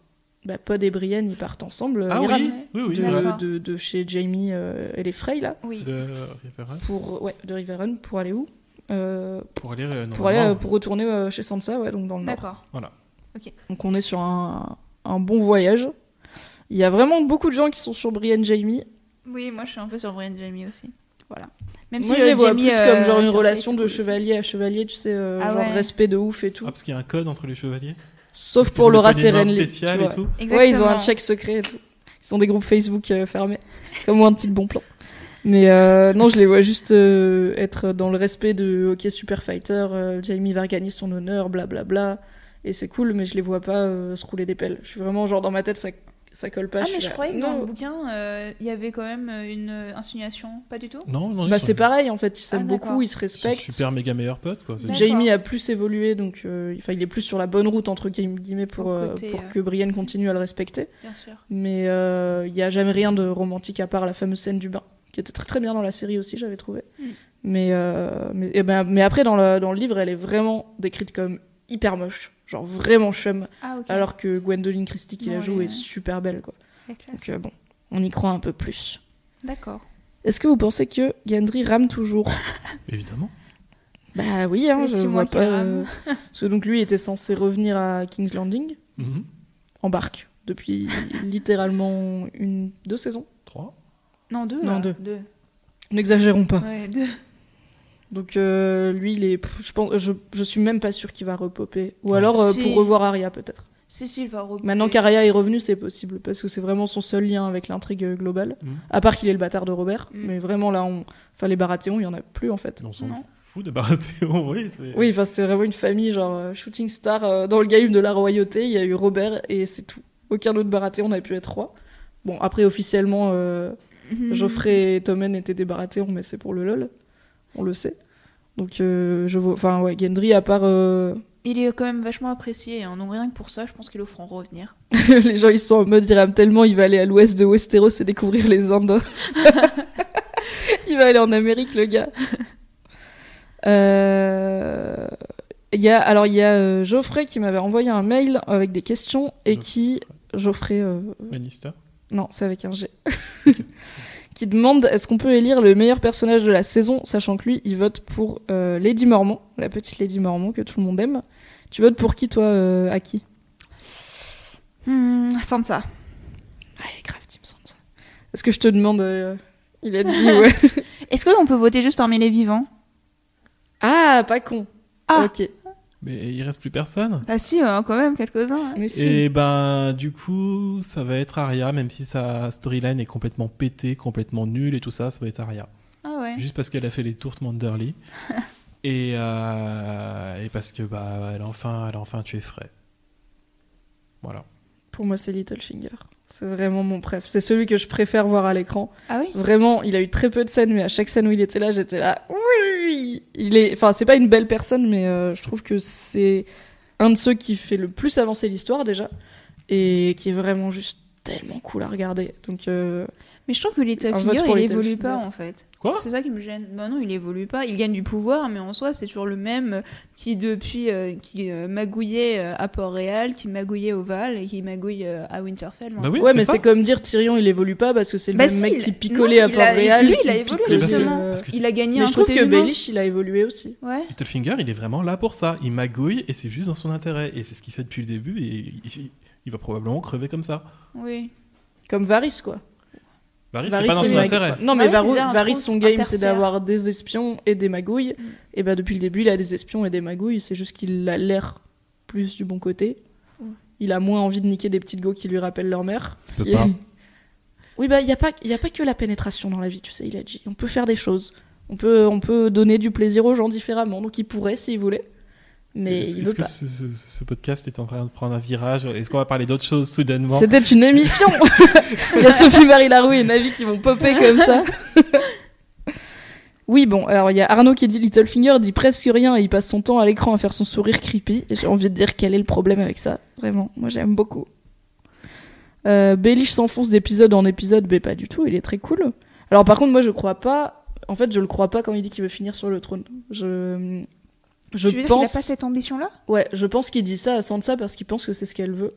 [SPEAKER 1] Bah, Pod et Brienne, ils partent ensemble. euh,
[SPEAKER 3] Ah
[SPEAKER 1] Hiram,
[SPEAKER 3] oui, oui, oui.
[SPEAKER 1] de,
[SPEAKER 3] ouais.
[SPEAKER 2] D'accord.
[SPEAKER 1] de- de chez Jamie euh, et les Frey, là.
[SPEAKER 2] Oui.
[SPEAKER 3] De euh, Riverrun
[SPEAKER 1] Pour, ouais, de Riverrun, pour aller où Euh,
[SPEAKER 3] pour aller euh,
[SPEAKER 1] pour aller euh,
[SPEAKER 3] normalement,
[SPEAKER 1] pour retourner euh, chez Sansa ouais donc dans le nord
[SPEAKER 2] D'accord.
[SPEAKER 1] donc on est sur un, un bon voyage il y a vraiment beaucoup de gens qui sont sur Brienne Jamie
[SPEAKER 2] Oui, moi, je suis un peu sur Brian Jamie aussi. Voilà. Même
[SPEAKER 1] moi
[SPEAKER 2] si
[SPEAKER 1] je les
[SPEAKER 2] euh,
[SPEAKER 1] vois
[SPEAKER 2] Jaime,
[SPEAKER 1] plus
[SPEAKER 2] euh,
[SPEAKER 1] comme genre une
[SPEAKER 2] Cersei,
[SPEAKER 1] relation
[SPEAKER 2] c'est
[SPEAKER 1] de
[SPEAKER 2] cool
[SPEAKER 1] chevalier à chevalier tu sais euh,
[SPEAKER 2] Ah
[SPEAKER 1] genre
[SPEAKER 2] ouais.
[SPEAKER 1] respect de ouf et tout
[SPEAKER 3] Ah, parce qu'il y a un code entre les chevaliers.
[SPEAKER 1] sauf
[SPEAKER 3] Parce
[SPEAKER 1] pour
[SPEAKER 3] qu'ils ont
[SPEAKER 1] Laura
[SPEAKER 3] des communes
[SPEAKER 1] Serenly
[SPEAKER 3] spéciales
[SPEAKER 1] tu
[SPEAKER 3] et
[SPEAKER 1] vois.
[SPEAKER 3] tout.
[SPEAKER 2] aussi.
[SPEAKER 1] ouais ils ont un
[SPEAKER 2] Exactement.
[SPEAKER 1] check secret et tout ils ont des groupes Facebook euh, fermés comme moi un petit bon plan mais euh, non je les vois juste euh, être dans le respect de ok super fighter euh, Jamie va gagner son honneur blablabla et c'est cool mais je les vois pas euh, se rouler des pelles je suis vraiment genre dans ma tête ça ça colle pas
[SPEAKER 2] Ah,
[SPEAKER 1] suis
[SPEAKER 2] mais je
[SPEAKER 1] là,
[SPEAKER 2] croyais que
[SPEAKER 1] non.
[SPEAKER 2] dans le bouquin, euh, il y avait quand même euh, une euh, insinuation. Pas du tout
[SPEAKER 3] Non, non, ils
[SPEAKER 1] Bah
[SPEAKER 3] sont-
[SPEAKER 1] c'est pareil en fait, ils s'aiment
[SPEAKER 2] Ah, d'accord.
[SPEAKER 1] beaucoup, ils se
[SPEAKER 3] ils sont
[SPEAKER 1] respectent.
[SPEAKER 3] super méga meilleurs potes. Quoi. C'est-
[SPEAKER 2] D'accord.
[SPEAKER 1] Jamie a plus évolué, donc euh, enfin, il est plus sur la bonne route entre guillem- guillemets pour,
[SPEAKER 2] Au
[SPEAKER 1] euh,
[SPEAKER 2] côté,
[SPEAKER 1] pour
[SPEAKER 2] euh.
[SPEAKER 1] que Brienne continue à le respecter.
[SPEAKER 2] Bien sûr.
[SPEAKER 1] Mais euh, il y a jamais rien de romantique à part la fameuse scène du bain, qui était très très bien dans la série aussi, j'avais trouvé.
[SPEAKER 2] Mm.
[SPEAKER 1] Mais, euh, mais, eh ben, mais après dans le, dans le livre, elle est vraiment décrite comme hyper moche, genre vraiment chum,
[SPEAKER 2] Ah, ok.
[SPEAKER 1] alors que Gwendoline Christie qui la
[SPEAKER 2] Ouais,
[SPEAKER 1] joue
[SPEAKER 2] ouais.
[SPEAKER 1] est super belle quoi.
[SPEAKER 2] La classe.
[SPEAKER 1] Donc euh, bon, on y croit un peu plus.
[SPEAKER 2] D'accord.
[SPEAKER 1] Est-ce que vous pensez que Gendry rame toujours
[SPEAKER 3] Évidemment.
[SPEAKER 1] Bah oui, hein,
[SPEAKER 2] C'est
[SPEAKER 1] je
[SPEAKER 2] six mois
[SPEAKER 1] vois
[SPEAKER 2] qu'il
[SPEAKER 1] pas.
[SPEAKER 2] rame.
[SPEAKER 1] euh, Parce que donc lui était censé revenir à King's Landing
[SPEAKER 3] Mhm.
[SPEAKER 1] en barque
[SPEAKER 2] *laughs*
[SPEAKER 1] depuis littéralement une deux saisons.
[SPEAKER 3] Trois.
[SPEAKER 2] Non, deux.
[SPEAKER 1] Non,
[SPEAKER 2] là.
[SPEAKER 1] deux. N'exagérons pas.
[SPEAKER 2] Ouais, deux. *laughs*
[SPEAKER 1] Donc euh, lui, il est, je pense, je, je suis même pas sûr qu'il va repoper. Ou
[SPEAKER 3] Ouais.
[SPEAKER 1] alors euh,
[SPEAKER 2] Si.
[SPEAKER 1] pour revoir Arya peut-être.
[SPEAKER 2] Si, si, il va reposer.
[SPEAKER 1] Maintenant qu'Arya est revenue, c'est possible parce que c'est vraiment son seul lien avec l'intrigue euh, globale.
[SPEAKER 3] Mhm.
[SPEAKER 1] À part qu'il est le bâtard de Robert,
[SPEAKER 2] Mhm.
[SPEAKER 1] mais vraiment là, on, enfin les Baratheons, il y en a plus en fait.
[SPEAKER 3] On s'en
[SPEAKER 2] Non.
[SPEAKER 3] fout de Baratheon, *laughs* oui. c'est-
[SPEAKER 1] Oui, enfin c'était vraiment une famille genre euh, shooting star euh, dans le game de la royauté. Il y a eu Robert et c'est tout. Aucun autre Baratheon n'a pu être roi. Bon après officiellement, euh,
[SPEAKER 2] Mhm.
[SPEAKER 1] Geoffrey et Tommen étaient des Baratheons, mais c'est pour le lol. On le sait. Donc euh, je vois, enfin ouais, Gendry à part. euh, *laughs*
[SPEAKER 2] Il est quand même vachement apprécié. Hein. Donc rien que pour ça, je pense qu'il offre en revenir.
[SPEAKER 1] les gens ils sont en mode il rame tellement il va aller à l'ouest de Westeros et découvrir les Indes. il va aller en Amérique le gars. Euh, Il y a alors il y a euh, Geoffrey qui m'avait envoyé un mail avec des questions et qui Geoffrey euh,
[SPEAKER 3] Lannister.
[SPEAKER 1] non c'est avec un G *laughs* qui demande est-ce qu'on peut élire le meilleur personnage de la saison sachant que lui il vote pour euh, Lady Mormon la petite Lady Mormon que tout le monde aime. Tu votes pour qui toi euh, à qui
[SPEAKER 2] Hmm, Sansa.
[SPEAKER 1] Ouais, Ah, grave, Team Sansa. Est-ce que je te demande euh, Il a dit ouais.
[SPEAKER 2] Est-ce qu'on peut voter juste parmi les vivants
[SPEAKER 1] *laughs* ah, pas con.
[SPEAKER 2] Ah.
[SPEAKER 1] Ok.
[SPEAKER 3] Mais il reste plus personne.
[SPEAKER 2] Bah si, euh, quand même, quelques-uns. hein.
[SPEAKER 1] Mais si.
[SPEAKER 3] Et ben, du coup, ça va être Arya, même si sa storyline est complètement pétée, complètement nulle et tout ça, ça va être Arya.
[SPEAKER 2] Ah ouais.
[SPEAKER 3] Juste parce qu'elle a fait les tours de Manderly.
[SPEAKER 1] *laughs*
[SPEAKER 3] et, euh, et parce que, bah, elle a enfin, elle a enfin tué Frey. Voilà.
[SPEAKER 1] Pour moi, c'est Littlefinger. C'est vraiment mon préf. C'est celui que je préfère voir à l'écran.
[SPEAKER 2] Ah oui
[SPEAKER 1] Vraiment, il a eu très peu de scènes, mais à chaque scène où il était là, j'étais là. Oui. Il est. Enfin, c'est pas une belle personne, mais euh, je trouve que c'est un de ceux qui fait le plus avancer l'histoire déjà et qui est vraiment juste tellement cool à regarder. Donc. euh,
[SPEAKER 2] Mais je trouve que
[SPEAKER 1] Un
[SPEAKER 2] Littlefinger,
[SPEAKER 1] vote pour
[SPEAKER 2] il
[SPEAKER 1] Littlefinger.
[SPEAKER 2] évolue pas en fait.
[SPEAKER 3] Quoi
[SPEAKER 2] C'est ça qui me gêne. Bah non, il évolue pas. Il gagne du pouvoir, mais en soi, c'est toujours le même euh, qui depuis euh, qui euh, magouillait euh, à Port-Réal, qui magouillait au Val et qui magouille euh, à Winterfell. moi.
[SPEAKER 3] Bah oui,
[SPEAKER 1] ouais,
[SPEAKER 3] c'est
[SPEAKER 1] mais
[SPEAKER 3] ça.
[SPEAKER 1] c'est comme dire Tyrion, il évolue pas parce que c'est le
[SPEAKER 2] Bah
[SPEAKER 1] même
[SPEAKER 2] si,
[SPEAKER 1] mec
[SPEAKER 2] il-
[SPEAKER 1] qui picolait à
[SPEAKER 2] non, il a-
[SPEAKER 1] Port-Réal.
[SPEAKER 2] lui, il
[SPEAKER 1] qui
[SPEAKER 2] a évolué,
[SPEAKER 1] picolait,
[SPEAKER 2] justement.
[SPEAKER 1] euh,
[SPEAKER 3] Parce que-
[SPEAKER 2] Il a gagné
[SPEAKER 1] Mais
[SPEAKER 2] un
[SPEAKER 1] je trouve
[SPEAKER 2] côté
[SPEAKER 1] que
[SPEAKER 2] humain.
[SPEAKER 1] Baelish, il a évolué aussi.
[SPEAKER 2] Ouais.
[SPEAKER 3] Littlefinger, il est vraiment là pour ça. Il magouille et c'est juste dans son intérêt. Et c'est ce qu'il fait depuis le début et il, il va probablement crever comme ça.
[SPEAKER 2] Oui.
[SPEAKER 1] Comme Varys, quoi.
[SPEAKER 3] Varys, c'est
[SPEAKER 1] Varys,
[SPEAKER 3] pas dans
[SPEAKER 1] c'est
[SPEAKER 3] son
[SPEAKER 1] une-
[SPEAKER 3] intérêt.
[SPEAKER 1] Non, mais
[SPEAKER 2] Varys,
[SPEAKER 1] Varys,
[SPEAKER 2] c'est déjà un
[SPEAKER 1] Varys,
[SPEAKER 2] trou
[SPEAKER 1] son game, c'est
[SPEAKER 2] intertière.
[SPEAKER 1] d'avoir des espions et des magouilles. Et bah, depuis le début, il a des espions et des magouilles. C'est juste qu'il a l'air plus du bon côté.
[SPEAKER 2] Ouais.
[SPEAKER 1] Il a moins envie de niquer des petites go qui lui rappellent leur mère. ce
[SPEAKER 3] C'est
[SPEAKER 1] qui est-
[SPEAKER 3] pas.
[SPEAKER 1] *laughs* Oui, bah, il n'y a, pas- y a pas que la pénétration dans la vie, tu sais, il a dit. On peut faire des choses. On peut, on peut donner du plaisir aux gens différemment. Donc, il pourrait s'il voulait. Mais
[SPEAKER 3] Est-ce
[SPEAKER 1] il
[SPEAKER 3] est-ce
[SPEAKER 1] veut
[SPEAKER 3] que
[SPEAKER 1] pas.
[SPEAKER 3] ce, ce- ce podcast est en train de prendre un virage Est-ce qu'on va parler d'autre chose soudainement
[SPEAKER 1] C'était une émission. Il y a Sophie Marie Laroux et Navi qui vont popper comme ça. oui, bon, alors il y a Arnaud qui dit Littlefinger dit presque rien et il passe son temps à l'écran à faire son sourire creepy. Et J'ai envie de dire quel est le problème avec ça. Vraiment, moi j'aime beaucoup. Euh, Baelish s'enfonce d'épisode en épisode, mais pas du tout, il est très cool. Alors par contre, moi je crois pas. En fait, je le crois pas quand il dit qu'il veut finir sur le trône. Je. Je
[SPEAKER 2] tu veux dire
[SPEAKER 1] pense.
[SPEAKER 2] qu'il a pas cette ambition-là
[SPEAKER 1] Ouais, je pense qu'il dit ça à Sansa parce qu'il pense que c'est ce qu'elle veut.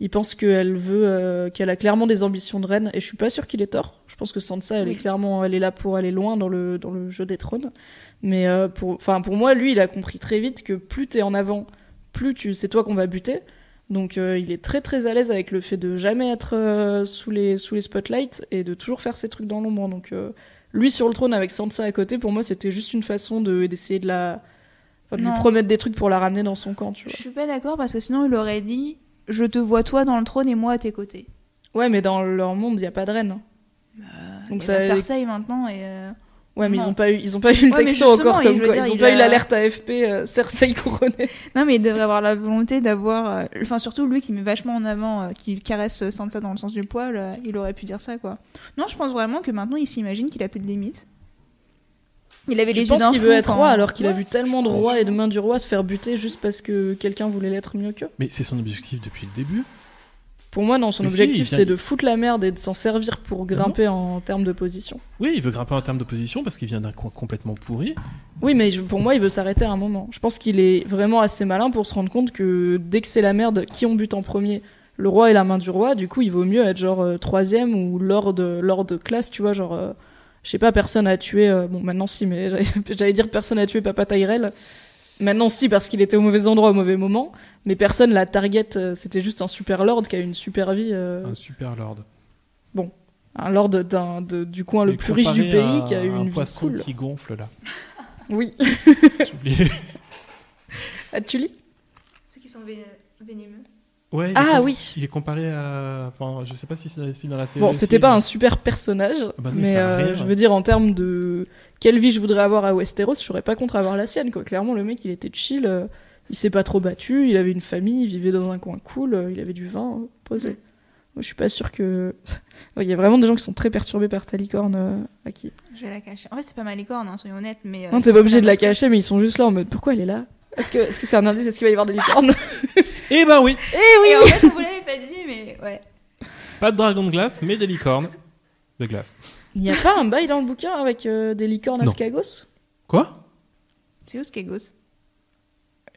[SPEAKER 1] Il pense qu'elle veut, euh, qu'elle a clairement des ambitions de reine, et je suis pas sûre qu'il ait tort. Je pense que Sansa, elle est
[SPEAKER 2] Oui.
[SPEAKER 1] clairement, elle est là pour aller loin dans le dans le jeu des trônes. Mais euh, pour, enfin pour moi, lui, il a compris très vite que plus t'es en avant, plus tu, c'est toi qu'on va buter. Donc euh, il est très très à l'aise avec le fait de jamais être euh, sous les sous les spotlights et de toujours faire ses trucs dans l'ombre. Donc euh, lui sur le trône avec Sansa à côté, pour moi, c'était juste une façon de d'essayer de la, enfin, de lui
[SPEAKER 2] Non.
[SPEAKER 1] promettre des trucs pour la ramener dans son camp, tu vois.
[SPEAKER 2] Je suis pas d'accord parce que sinon il aurait dit je te vois toi dans le trône et moi à tes côtés.
[SPEAKER 1] Ouais, mais dans leur monde, il n'y a pas de reine. hein.
[SPEAKER 2] Donc
[SPEAKER 3] Bah,
[SPEAKER 1] Donc
[SPEAKER 2] ça
[SPEAKER 1] ça-
[SPEAKER 2] Cersei bah, maintenant et euh,
[SPEAKER 1] Ouais, mais
[SPEAKER 2] Non.
[SPEAKER 1] ils n'ont pas eu, ils ont pas eu le
[SPEAKER 2] Ouais, mais
[SPEAKER 1] texto
[SPEAKER 2] justement,
[SPEAKER 1] encore
[SPEAKER 2] il-
[SPEAKER 1] comme
[SPEAKER 2] je veux
[SPEAKER 1] quoi.
[SPEAKER 2] dire,
[SPEAKER 1] ils n'ont
[SPEAKER 2] il
[SPEAKER 1] pas eu
[SPEAKER 2] a-
[SPEAKER 1] l'alerte AFP euh, *laughs* Cersei couronnée.
[SPEAKER 2] Non, mais il devrait avoir la volonté d'avoir. euh, Enfin, surtout lui qui met vachement en avant, euh, qui caresse euh, Sansa dans le sens du poil, euh, il aurait pu dire ça, quoi. Non, je pense vraiment que maintenant il s'imagine qu'il a plus de limites. Il avait
[SPEAKER 1] Je
[SPEAKER 2] les yeux
[SPEAKER 1] pense
[SPEAKER 2] d'un
[SPEAKER 1] qu'il
[SPEAKER 2] fou
[SPEAKER 1] veut être
[SPEAKER 2] quand-
[SPEAKER 1] roi alors qu'il a vu tellement de
[SPEAKER 3] pense.
[SPEAKER 1] rois et de mains du roi se faire buter juste parce que quelqu'un voulait l'être mieux qu'eux.
[SPEAKER 3] Mais c'est son objectif depuis le début.
[SPEAKER 1] Pour moi, non, son
[SPEAKER 3] Mais si, il
[SPEAKER 1] objectif,
[SPEAKER 3] vient-
[SPEAKER 1] c'est de foutre la merde et de s'en servir pour grimper en termes de position.
[SPEAKER 3] Oui, il veut grimper en termes de position parce qu'il vient d'un coin complètement pourri.
[SPEAKER 1] Oui, mais je- pour moi, il veut s'arrêter à un moment. Je pense qu'il est vraiment assez malin pour se rendre compte que dès que c'est la merde, qui on bute en premier le roi et la main du roi, du coup, il vaut mieux être genre euh, troisième ou lord, euh, lord de classe, tu vois, genre, euh, je sais pas, personne à tuer. euh, bon, maintenant si, mais j'allais- *laughs* j'allais dire personne à tuer Papa Tyrell. Maintenant si, parce qu'il était au mauvais endroit au mauvais moment, mais personne la target. euh, C'était juste un super lord qui a une super vie. euh,
[SPEAKER 3] Un super lord.
[SPEAKER 1] un lord d'un, de- du coin le
[SPEAKER 3] Mais
[SPEAKER 1] plus riche du
[SPEAKER 3] Ah. comparé à
[SPEAKER 1] pays qui a eu
[SPEAKER 3] un
[SPEAKER 1] une vie
[SPEAKER 3] poisson
[SPEAKER 1] cool.
[SPEAKER 3] qui
[SPEAKER 1] *laughs*
[SPEAKER 3] gonfle là.
[SPEAKER 1] Oui. *laughs*
[SPEAKER 3] J'ai oublié.
[SPEAKER 1] Ah, tu lis
[SPEAKER 2] Ceux qui sont vé- vénémeux.
[SPEAKER 3] Ouais, il est
[SPEAKER 1] Ah
[SPEAKER 3] com-
[SPEAKER 1] oui.
[SPEAKER 3] Il est comparé à. Enfin, je sais pas si, c'est- si dans la série.
[SPEAKER 1] Bon, c'était pas un
[SPEAKER 3] c'est-
[SPEAKER 1] super personnage,
[SPEAKER 3] Bah non, il
[SPEAKER 1] mais
[SPEAKER 3] sert à
[SPEAKER 1] euh,
[SPEAKER 3] rien.
[SPEAKER 1] je veux dire en termes de quelle vie je voudrais avoir à Westeros, je serais pas contre avoir la sienne. Quoi. Clairement, le mec, il était chill, euh, il s'est pas trop battu, il avait une famille, il vivait dans un coin cool, euh, il avait du vin, euh, posé. Moi, je suis pas sûre que. *laughs* Ouais, Il y a vraiment des gens qui sont très perturbés par ta licorne euh, à qui.
[SPEAKER 2] Je vais la cacher. En fait, c'est pas mal les cornes, hein, soyons honnêtes, mais. euh,
[SPEAKER 1] Non, t'es pas obligé de la
[SPEAKER 2] parce que-
[SPEAKER 1] cacher, mais ils sont juste là en mode pourquoi elle est là Est-ce que est-ce que c'est un indice Est-ce qu'il va y avoir des licornes
[SPEAKER 3] Eh ben oui
[SPEAKER 2] Et en fait, on vous l'avez pas dit, mais ouais.
[SPEAKER 3] Pas de dragon de glace, mais des licornes de glace.
[SPEAKER 1] *laughs* Il y a pas un bail dans le bouquin avec euh, des licornes à
[SPEAKER 3] Non.
[SPEAKER 1] Skagos
[SPEAKER 3] Quoi
[SPEAKER 2] C'est où ce Kegos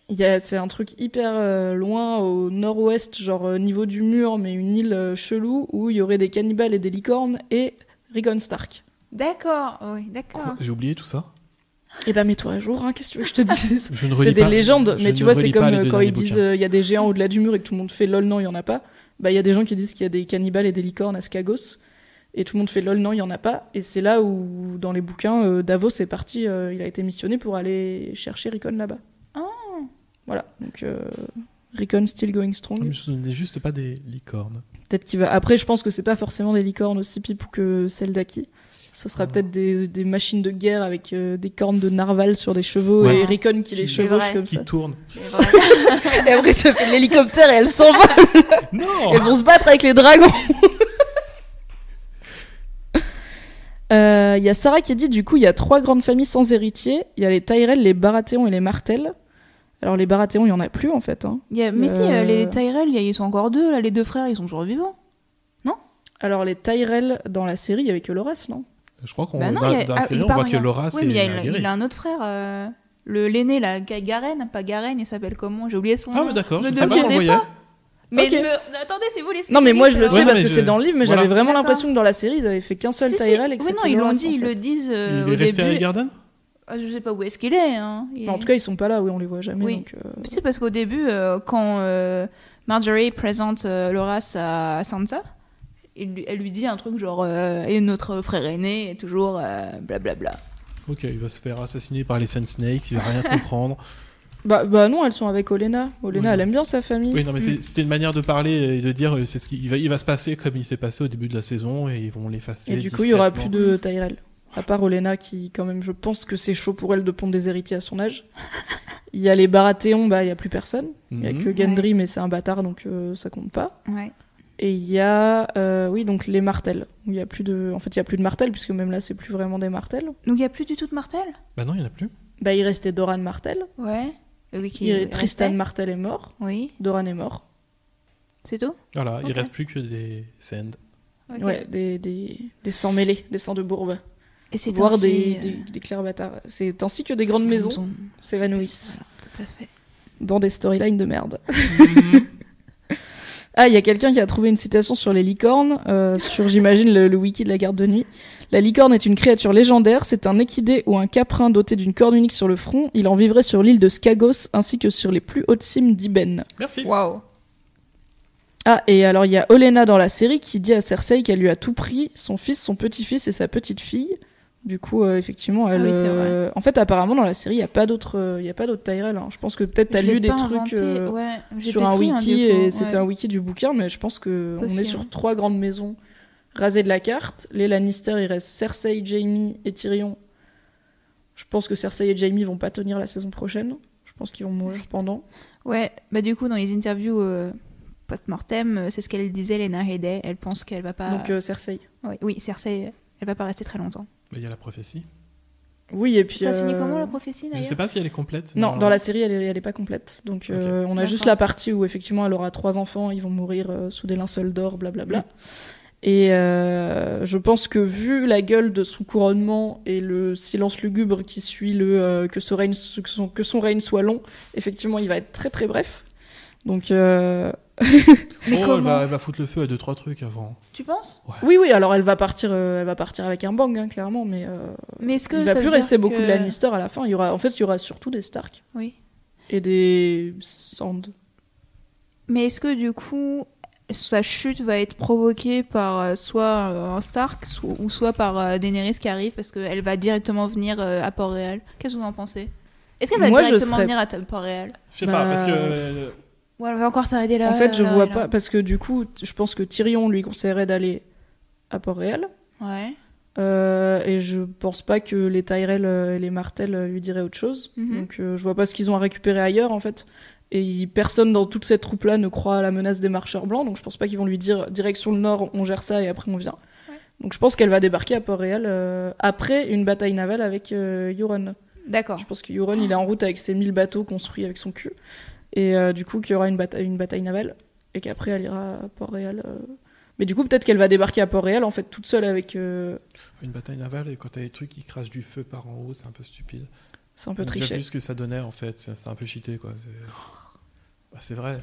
[SPEAKER 1] Il y a- C'est un truc hyper euh, loin au nord-ouest, genre euh, niveau du mur, mais une île euh, chelou où il y aurait des cannibales et des licornes et Rigon Stark.
[SPEAKER 2] D'accord, oh oui, d'accord.
[SPEAKER 3] J'ai oublié tout ça
[SPEAKER 1] Eh ben mets-toi à jour, hein, qu'est-ce que tu veux que je te dise
[SPEAKER 3] Je ne relis
[SPEAKER 1] C'est des
[SPEAKER 3] pas-
[SPEAKER 1] légendes,
[SPEAKER 3] je
[SPEAKER 1] mais tu
[SPEAKER 3] ne
[SPEAKER 1] vois, c'est
[SPEAKER 3] relis pas
[SPEAKER 1] comme
[SPEAKER 3] les
[SPEAKER 1] euh,
[SPEAKER 3] deux
[SPEAKER 1] quand ils
[SPEAKER 3] derniers
[SPEAKER 1] disent
[SPEAKER 3] bouquins.
[SPEAKER 1] euh, il y a des géants au-delà du mur et que tout le monde fait lol, non, il y en a pas. Bah il y a des gens qui disent qu'il y a des cannibales et des licornes à Skagos et tout le monde fait lol, non, il y en a pas. Et c'est là où, dans les bouquins, euh, Davos est parti, euh, il a été missionné pour aller chercher Rickon là-bas.
[SPEAKER 2] Ah.
[SPEAKER 1] Voilà, donc euh, Rickon still going strong.
[SPEAKER 3] Non, Ah, mais Je ne juste pas des licornes.
[SPEAKER 1] Peut-être qu'il va. Après, je pense que c'est pas forcément des licornes aussi pipes que celles d'Aki. Ce sera
[SPEAKER 3] Ah.
[SPEAKER 1] peut-être des, des machines de guerre avec euh, des cornes de narval sur des chevaux
[SPEAKER 3] Ouais.
[SPEAKER 1] et Rikon qui les
[SPEAKER 3] C'est
[SPEAKER 1] chevauche
[SPEAKER 2] vrai.
[SPEAKER 1] comme
[SPEAKER 3] Qui
[SPEAKER 1] ça.
[SPEAKER 3] tournent.
[SPEAKER 2] Mais voilà.
[SPEAKER 1] Et après, ça fait l'hélicoptère et elles s'envolent.
[SPEAKER 3] Non
[SPEAKER 1] Elles vont se battre avec les dragons. *laughs* Euh, Il y a Sarah qui dit du coup, il y a trois grandes familles sans héritier. Il y a les Tyrell, les Baratheon et les Martel. Alors, les Baratheon, il y en a plus en fait. hein.
[SPEAKER 2] Il y a- Mais si, euh,
[SPEAKER 1] Euh,
[SPEAKER 2] les Tyrell, il y a- ils sont encore deux, là, les deux frères, ils sont toujours vivants.
[SPEAKER 1] Alors, les Tyrell, dans la série, il y avait que Loras, non
[SPEAKER 3] *laughs* Je crois qu'on
[SPEAKER 2] Bah non,
[SPEAKER 3] dans,
[SPEAKER 2] il y a-
[SPEAKER 3] dans
[SPEAKER 2] ah,
[SPEAKER 3] la série,
[SPEAKER 2] il
[SPEAKER 3] on
[SPEAKER 2] part
[SPEAKER 3] voit
[SPEAKER 2] en
[SPEAKER 3] que
[SPEAKER 2] guerre.
[SPEAKER 3] Laura,
[SPEAKER 2] Oui,
[SPEAKER 3] c'est
[SPEAKER 2] mais il, a,
[SPEAKER 3] la
[SPEAKER 2] il- il
[SPEAKER 3] guérie.
[SPEAKER 2] a un autre frère. euh, le l'aîné, là, Ga- Garen, pas Garen, il s'appelle comment J'ai oublié son
[SPEAKER 3] Ah,
[SPEAKER 2] nom.
[SPEAKER 3] mais d'accord,
[SPEAKER 2] Le
[SPEAKER 3] je ne
[SPEAKER 2] deux-
[SPEAKER 3] sais
[SPEAKER 2] le
[SPEAKER 3] pas qu'on
[SPEAKER 2] dé-
[SPEAKER 3] voyait.
[SPEAKER 2] Mais
[SPEAKER 1] Ok.
[SPEAKER 2] me- attendez, c'est vous les
[SPEAKER 1] Non, mais moi je le
[SPEAKER 2] spécialistes,
[SPEAKER 1] sais
[SPEAKER 3] Ouais,
[SPEAKER 2] alors.
[SPEAKER 1] parce
[SPEAKER 3] mais
[SPEAKER 1] que
[SPEAKER 3] je-
[SPEAKER 1] c'est dans le livre, mais
[SPEAKER 3] Voilà.
[SPEAKER 1] j'avais vraiment
[SPEAKER 2] D'accord.
[SPEAKER 1] l'impression que dans la série ils avaient fait qu'un seul
[SPEAKER 2] Si, si,
[SPEAKER 1] Tyrell et que
[SPEAKER 2] oui, non,
[SPEAKER 1] c'était
[SPEAKER 2] ils l'ont
[SPEAKER 1] Loras,
[SPEAKER 2] dit,
[SPEAKER 1] en
[SPEAKER 2] ils
[SPEAKER 1] fait.
[SPEAKER 2] le disent euh,
[SPEAKER 3] Il est
[SPEAKER 2] au
[SPEAKER 3] resté à
[SPEAKER 2] début.
[SPEAKER 3] les Garden
[SPEAKER 2] Ah, je sais pas où est-ce qu'il est. Hein. Il-
[SPEAKER 1] Mais En tout cas, ils sont pas là, oui, on les voit jamais.
[SPEAKER 2] Oui.
[SPEAKER 1] donc, euh,
[SPEAKER 2] C'est parce qu'au début, euh, quand euh, Marjorie présente euh, Loras à, à Sansa, il lui- elle lui dit un truc genre euh, Et notre frère aîné est toujours euh, blablabla.
[SPEAKER 3] Ok, il va se faire assassiner par les Sand Snakes, il va
[SPEAKER 1] *laughs*
[SPEAKER 3] rien comprendre.
[SPEAKER 1] Bah, bah non, elles sont avec Olena. Olena,
[SPEAKER 3] Oui.
[SPEAKER 1] elle aime bien sa famille.
[SPEAKER 3] Oui, non, mais c'est- c'était une manière de parler et de dire euh, c'est ce qui il va, il va se passer comme il s'est passé au début de la saison et ils vont l'effacer.
[SPEAKER 1] et du coup, il y aura plus
[SPEAKER 3] discrètement.
[SPEAKER 1] de Tyrell. À part Olena, qui, quand même, je pense que c'est chaud pour elle de pondre des héritiers à son
[SPEAKER 2] *laughs*
[SPEAKER 1] âge. Il y a les Baratheon, bah il y a plus personne. Il y a
[SPEAKER 3] Mhm.
[SPEAKER 1] que Gendry, mais c'est un bâtard, donc euh, ça compte pas.
[SPEAKER 2] Ouais.
[SPEAKER 1] Et il y a, euh, oui, donc les Martel. où Il y a plus de, en fait, il y a plus de Martel puisque même là, c'est plus vraiment des Martel.
[SPEAKER 2] Donc il n'y a plus du tout de Martel
[SPEAKER 3] Bah non, il y en a plus.
[SPEAKER 1] Bah, il restait Doran Martel.
[SPEAKER 2] Ouais. Euh, qui
[SPEAKER 1] Il y a- Tristan
[SPEAKER 2] restait
[SPEAKER 1] Martel est mort.
[SPEAKER 2] Oui,
[SPEAKER 1] Doran est mort.
[SPEAKER 2] c'est tout
[SPEAKER 3] Voilà, il
[SPEAKER 2] Ok.
[SPEAKER 3] reste plus que des Sand.
[SPEAKER 2] Ok.
[SPEAKER 1] Ouais, des, des, des sangs mêlés, des sangs de bourbe.
[SPEAKER 2] Et c'est
[SPEAKER 1] Voire
[SPEAKER 2] ainsi,
[SPEAKER 1] des,
[SPEAKER 2] euh,
[SPEAKER 1] des, des clairs bâtards. C'est ainsi que des grandes maisons s'évanouissent
[SPEAKER 2] Tout à fait.
[SPEAKER 1] dans des storylines de merde. *laughs* Ah, il y a quelqu'un qui a trouvé une citation sur les licornes, euh, sur j'imagine le, le wiki de la garde de nuit. La licorne est une créature légendaire, c'est un équidé ou un caprin doté d'une corne unique sur le front. Il en vivrait sur l'île de Skagos ainsi que sur les plus hautes cimes d'Iben.
[SPEAKER 3] Merci.
[SPEAKER 2] Waouh.
[SPEAKER 1] Ah, et alors il y a Olena dans la série qui dit à Cersei qu'elle lui a tout pris, son fils, son petit-fils et sa petite-fille. Du coup, euh, effectivement, elle.
[SPEAKER 2] Ah oui, c'est
[SPEAKER 1] euh, En fait, apparemment, dans la série, il n'y a pas d'autres euh, il y a pas d'autres Tyrell. hein. Je pense que peut-être t'as
[SPEAKER 2] Je l'ai
[SPEAKER 1] lu des
[SPEAKER 2] pas
[SPEAKER 1] trucs
[SPEAKER 2] inventé,
[SPEAKER 1] euh,
[SPEAKER 2] ouais, j'ai
[SPEAKER 1] sur un
[SPEAKER 2] pétri, hein,
[SPEAKER 1] wiki
[SPEAKER 2] du coup,
[SPEAKER 1] et
[SPEAKER 2] ouais.
[SPEAKER 1] c'était un wiki du bouquin, mais je pense que on est
[SPEAKER 2] Possible.
[SPEAKER 1] sur trois grandes maisons rasées de la carte. Les Lannister, il reste Cersei, Jaime et Tyrion. Je pense que Cersei et Jaime vont pas tenir la saison prochaine. Je pense qu'ils vont mourir pendant.
[SPEAKER 2] Ouais, bah du coup, dans les interviews euh, post-mortem, euh, c'est ce qu'elle disait, Lena Headey. Elle pense qu'elle va pas.
[SPEAKER 1] Donc euh, Cersei.
[SPEAKER 2] Ouais, Oui, Cersei, elle va pas rester très longtemps.
[SPEAKER 3] Bah, il y a la prophétie.
[SPEAKER 1] Oui, et puis.
[SPEAKER 2] ça se finit
[SPEAKER 1] euh,
[SPEAKER 2] comment la prophétie
[SPEAKER 3] Je
[SPEAKER 2] d'ailleurs
[SPEAKER 3] sais pas si elle est complète.
[SPEAKER 1] Non, dans la série, elle est, elle est pas complète. Donc, euh, on a juste
[SPEAKER 2] D'accord.
[SPEAKER 1] la partie où effectivement, elle aura trois enfants, ils vont mourir euh, sous des linceuls d'or, blablabla. Et euh, je pense que vu la gueule de son couronnement et le silence lugubre qui suit le euh, que, ce règne, que, son, que son règne soit long, effectivement, il va être très très bref. Donc, euh,
[SPEAKER 2] Mais
[SPEAKER 3] oh, elle
[SPEAKER 2] comment
[SPEAKER 3] va, elle va foutre le feu à deux trois trucs avant.
[SPEAKER 2] Tu penses
[SPEAKER 1] Oui, oui, alors elle va partir, euh, elle va partir avec un bang, hein, clairement, mais euh,
[SPEAKER 2] Mais est-ce que
[SPEAKER 1] il
[SPEAKER 2] ça
[SPEAKER 1] va
[SPEAKER 2] veut
[SPEAKER 1] plus
[SPEAKER 2] dire
[SPEAKER 1] rester beaucoup
[SPEAKER 2] que-
[SPEAKER 1] de Lannister à la fin. Il y aura, en fait, il y aura surtout des Stark
[SPEAKER 2] Oui.
[SPEAKER 1] et des Sand.
[SPEAKER 2] Mais est-ce que du coup, sa chute va être provoquée par euh, soit euh, un Stark so- ou soit par euh, Daenerys qui arrive parce qu'elle va directement venir euh, à Port-Réal Qu'est-ce que vous en pensez Est-ce qu'elle va
[SPEAKER 1] Moi, je
[SPEAKER 2] directement
[SPEAKER 1] serais-
[SPEAKER 2] venir à t- Port-Réal
[SPEAKER 3] Je sais
[SPEAKER 1] Bah,
[SPEAKER 3] pas parce que euh,
[SPEAKER 2] Ou elle va encore s'arrêter Ah là
[SPEAKER 1] en fait, je
[SPEAKER 2] là,
[SPEAKER 1] vois
[SPEAKER 2] là.
[SPEAKER 1] pas parce que du coup, t- je pense que Tyrion lui conseillerait d'aller à Port-Réal.
[SPEAKER 2] Ouais.
[SPEAKER 1] euh, et je pense pas que les Tyrell euh, et les Martel euh, lui diraient autre chose.
[SPEAKER 2] Mhm.
[SPEAKER 1] Donc euh, je vois pas ce qu'ils ont à récupérer ailleurs en fait. Et il- personne dans toute cette troupe là ne croit à la menace des marcheurs blancs. Donc je pense pas qu'ils vont lui dire direction le nord, on gère ça et après on vient. Donc je pense qu'elle va débarquer à Port-Réal euh, après une bataille navale avec euh, Euron.
[SPEAKER 2] D'accord.
[SPEAKER 1] Je pense que Euron il est en route avec ses 1000 bateaux construits avec son cul. Et euh, du coup, qu'il y aura une bataille, une bataille navale. Et qu'après, elle ira à Port-Réal. euh. Mais du coup, peut-être qu'elle va débarquer à Port-Réal en fait toute seule avec. euh,
[SPEAKER 3] une bataille navale et quand t'as des trucs qui crachent du feu par en haut, c'est un peu stupide.
[SPEAKER 1] C'est un
[SPEAKER 3] On
[SPEAKER 1] peu
[SPEAKER 3] a déjà
[SPEAKER 1] triché.
[SPEAKER 3] vu ce que ça donnait en fait, c'est c'est un peu cheaté quoi. C'est
[SPEAKER 1] Oh.
[SPEAKER 3] Bah, c'est vrai.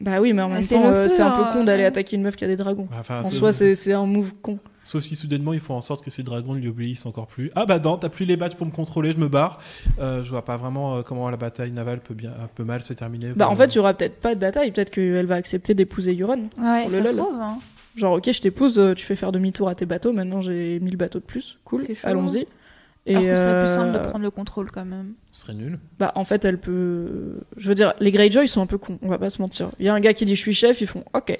[SPEAKER 1] Bah oui, mais en
[SPEAKER 2] Ah,
[SPEAKER 1] même
[SPEAKER 2] c'est
[SPEAKER 1] temps,
[SPEAKER 2] le
[SPEAKER 1] euh,
[SPEAKER 2] feu,
[SPEAKER 1] c'est un peu
[SPEAKER 2] hein.
[SPEAKER 1] con d'aller attaquer une meuf qui a des dragons.
[SPEAKER 3] Enfin,
[SPEAKER 1] En
[SPEAKER 3] ce-
[SPEAKER 1] soi, Ah, c'est c'est un move con.
[SPEAKER 3] Sauf si soudainement ils font en sorte que ces dragons lui obéissent encore plus. Ah bah non, t'as plus les badges pour me contrôler, je me barre. Euh, je vois pas vraiment euh, comment la bataille navale peut bien, peut mal se terminer.
[SPEAKER 1] Bah en
[SPEAKER 3] Euh,
[SPEAKER 1] fait, il y aura peut-être pas de bataille. Peut-être qu'elle va accepter d'épouser Euron.
[SPEAKER 2] Ouais,
[SPEAKER 1] Pour le
[SPEAKER 2] ça
[SPEAKER 1] lol.
[SPEAKER 2] se trouve. hein.
[SPEAKER 1] Genre, ok, je t'épouse, euh, tu fais faire demi-tour à tes bateaux. Maintenant, j'ai 1000 bateaux de plus. Cool,
[SPEAKER 2] C'est chaud,
[SPEAKER 1] allons-y. Et
[SPEAKER 2] Alors que ce serait plus simple de
[SPEAKER 1] euh,
[SPEAKER 2] prendre le contrôle quand même.
[SPEAKER 3] ce serait nul.
[SPEAKER 1] Bah, en fait, elle peut. Je veux dire, les Greyjoy ils sont un peu cons, on va pas se mentir. Il y a un gars qui dit je suis chef, ils font ok.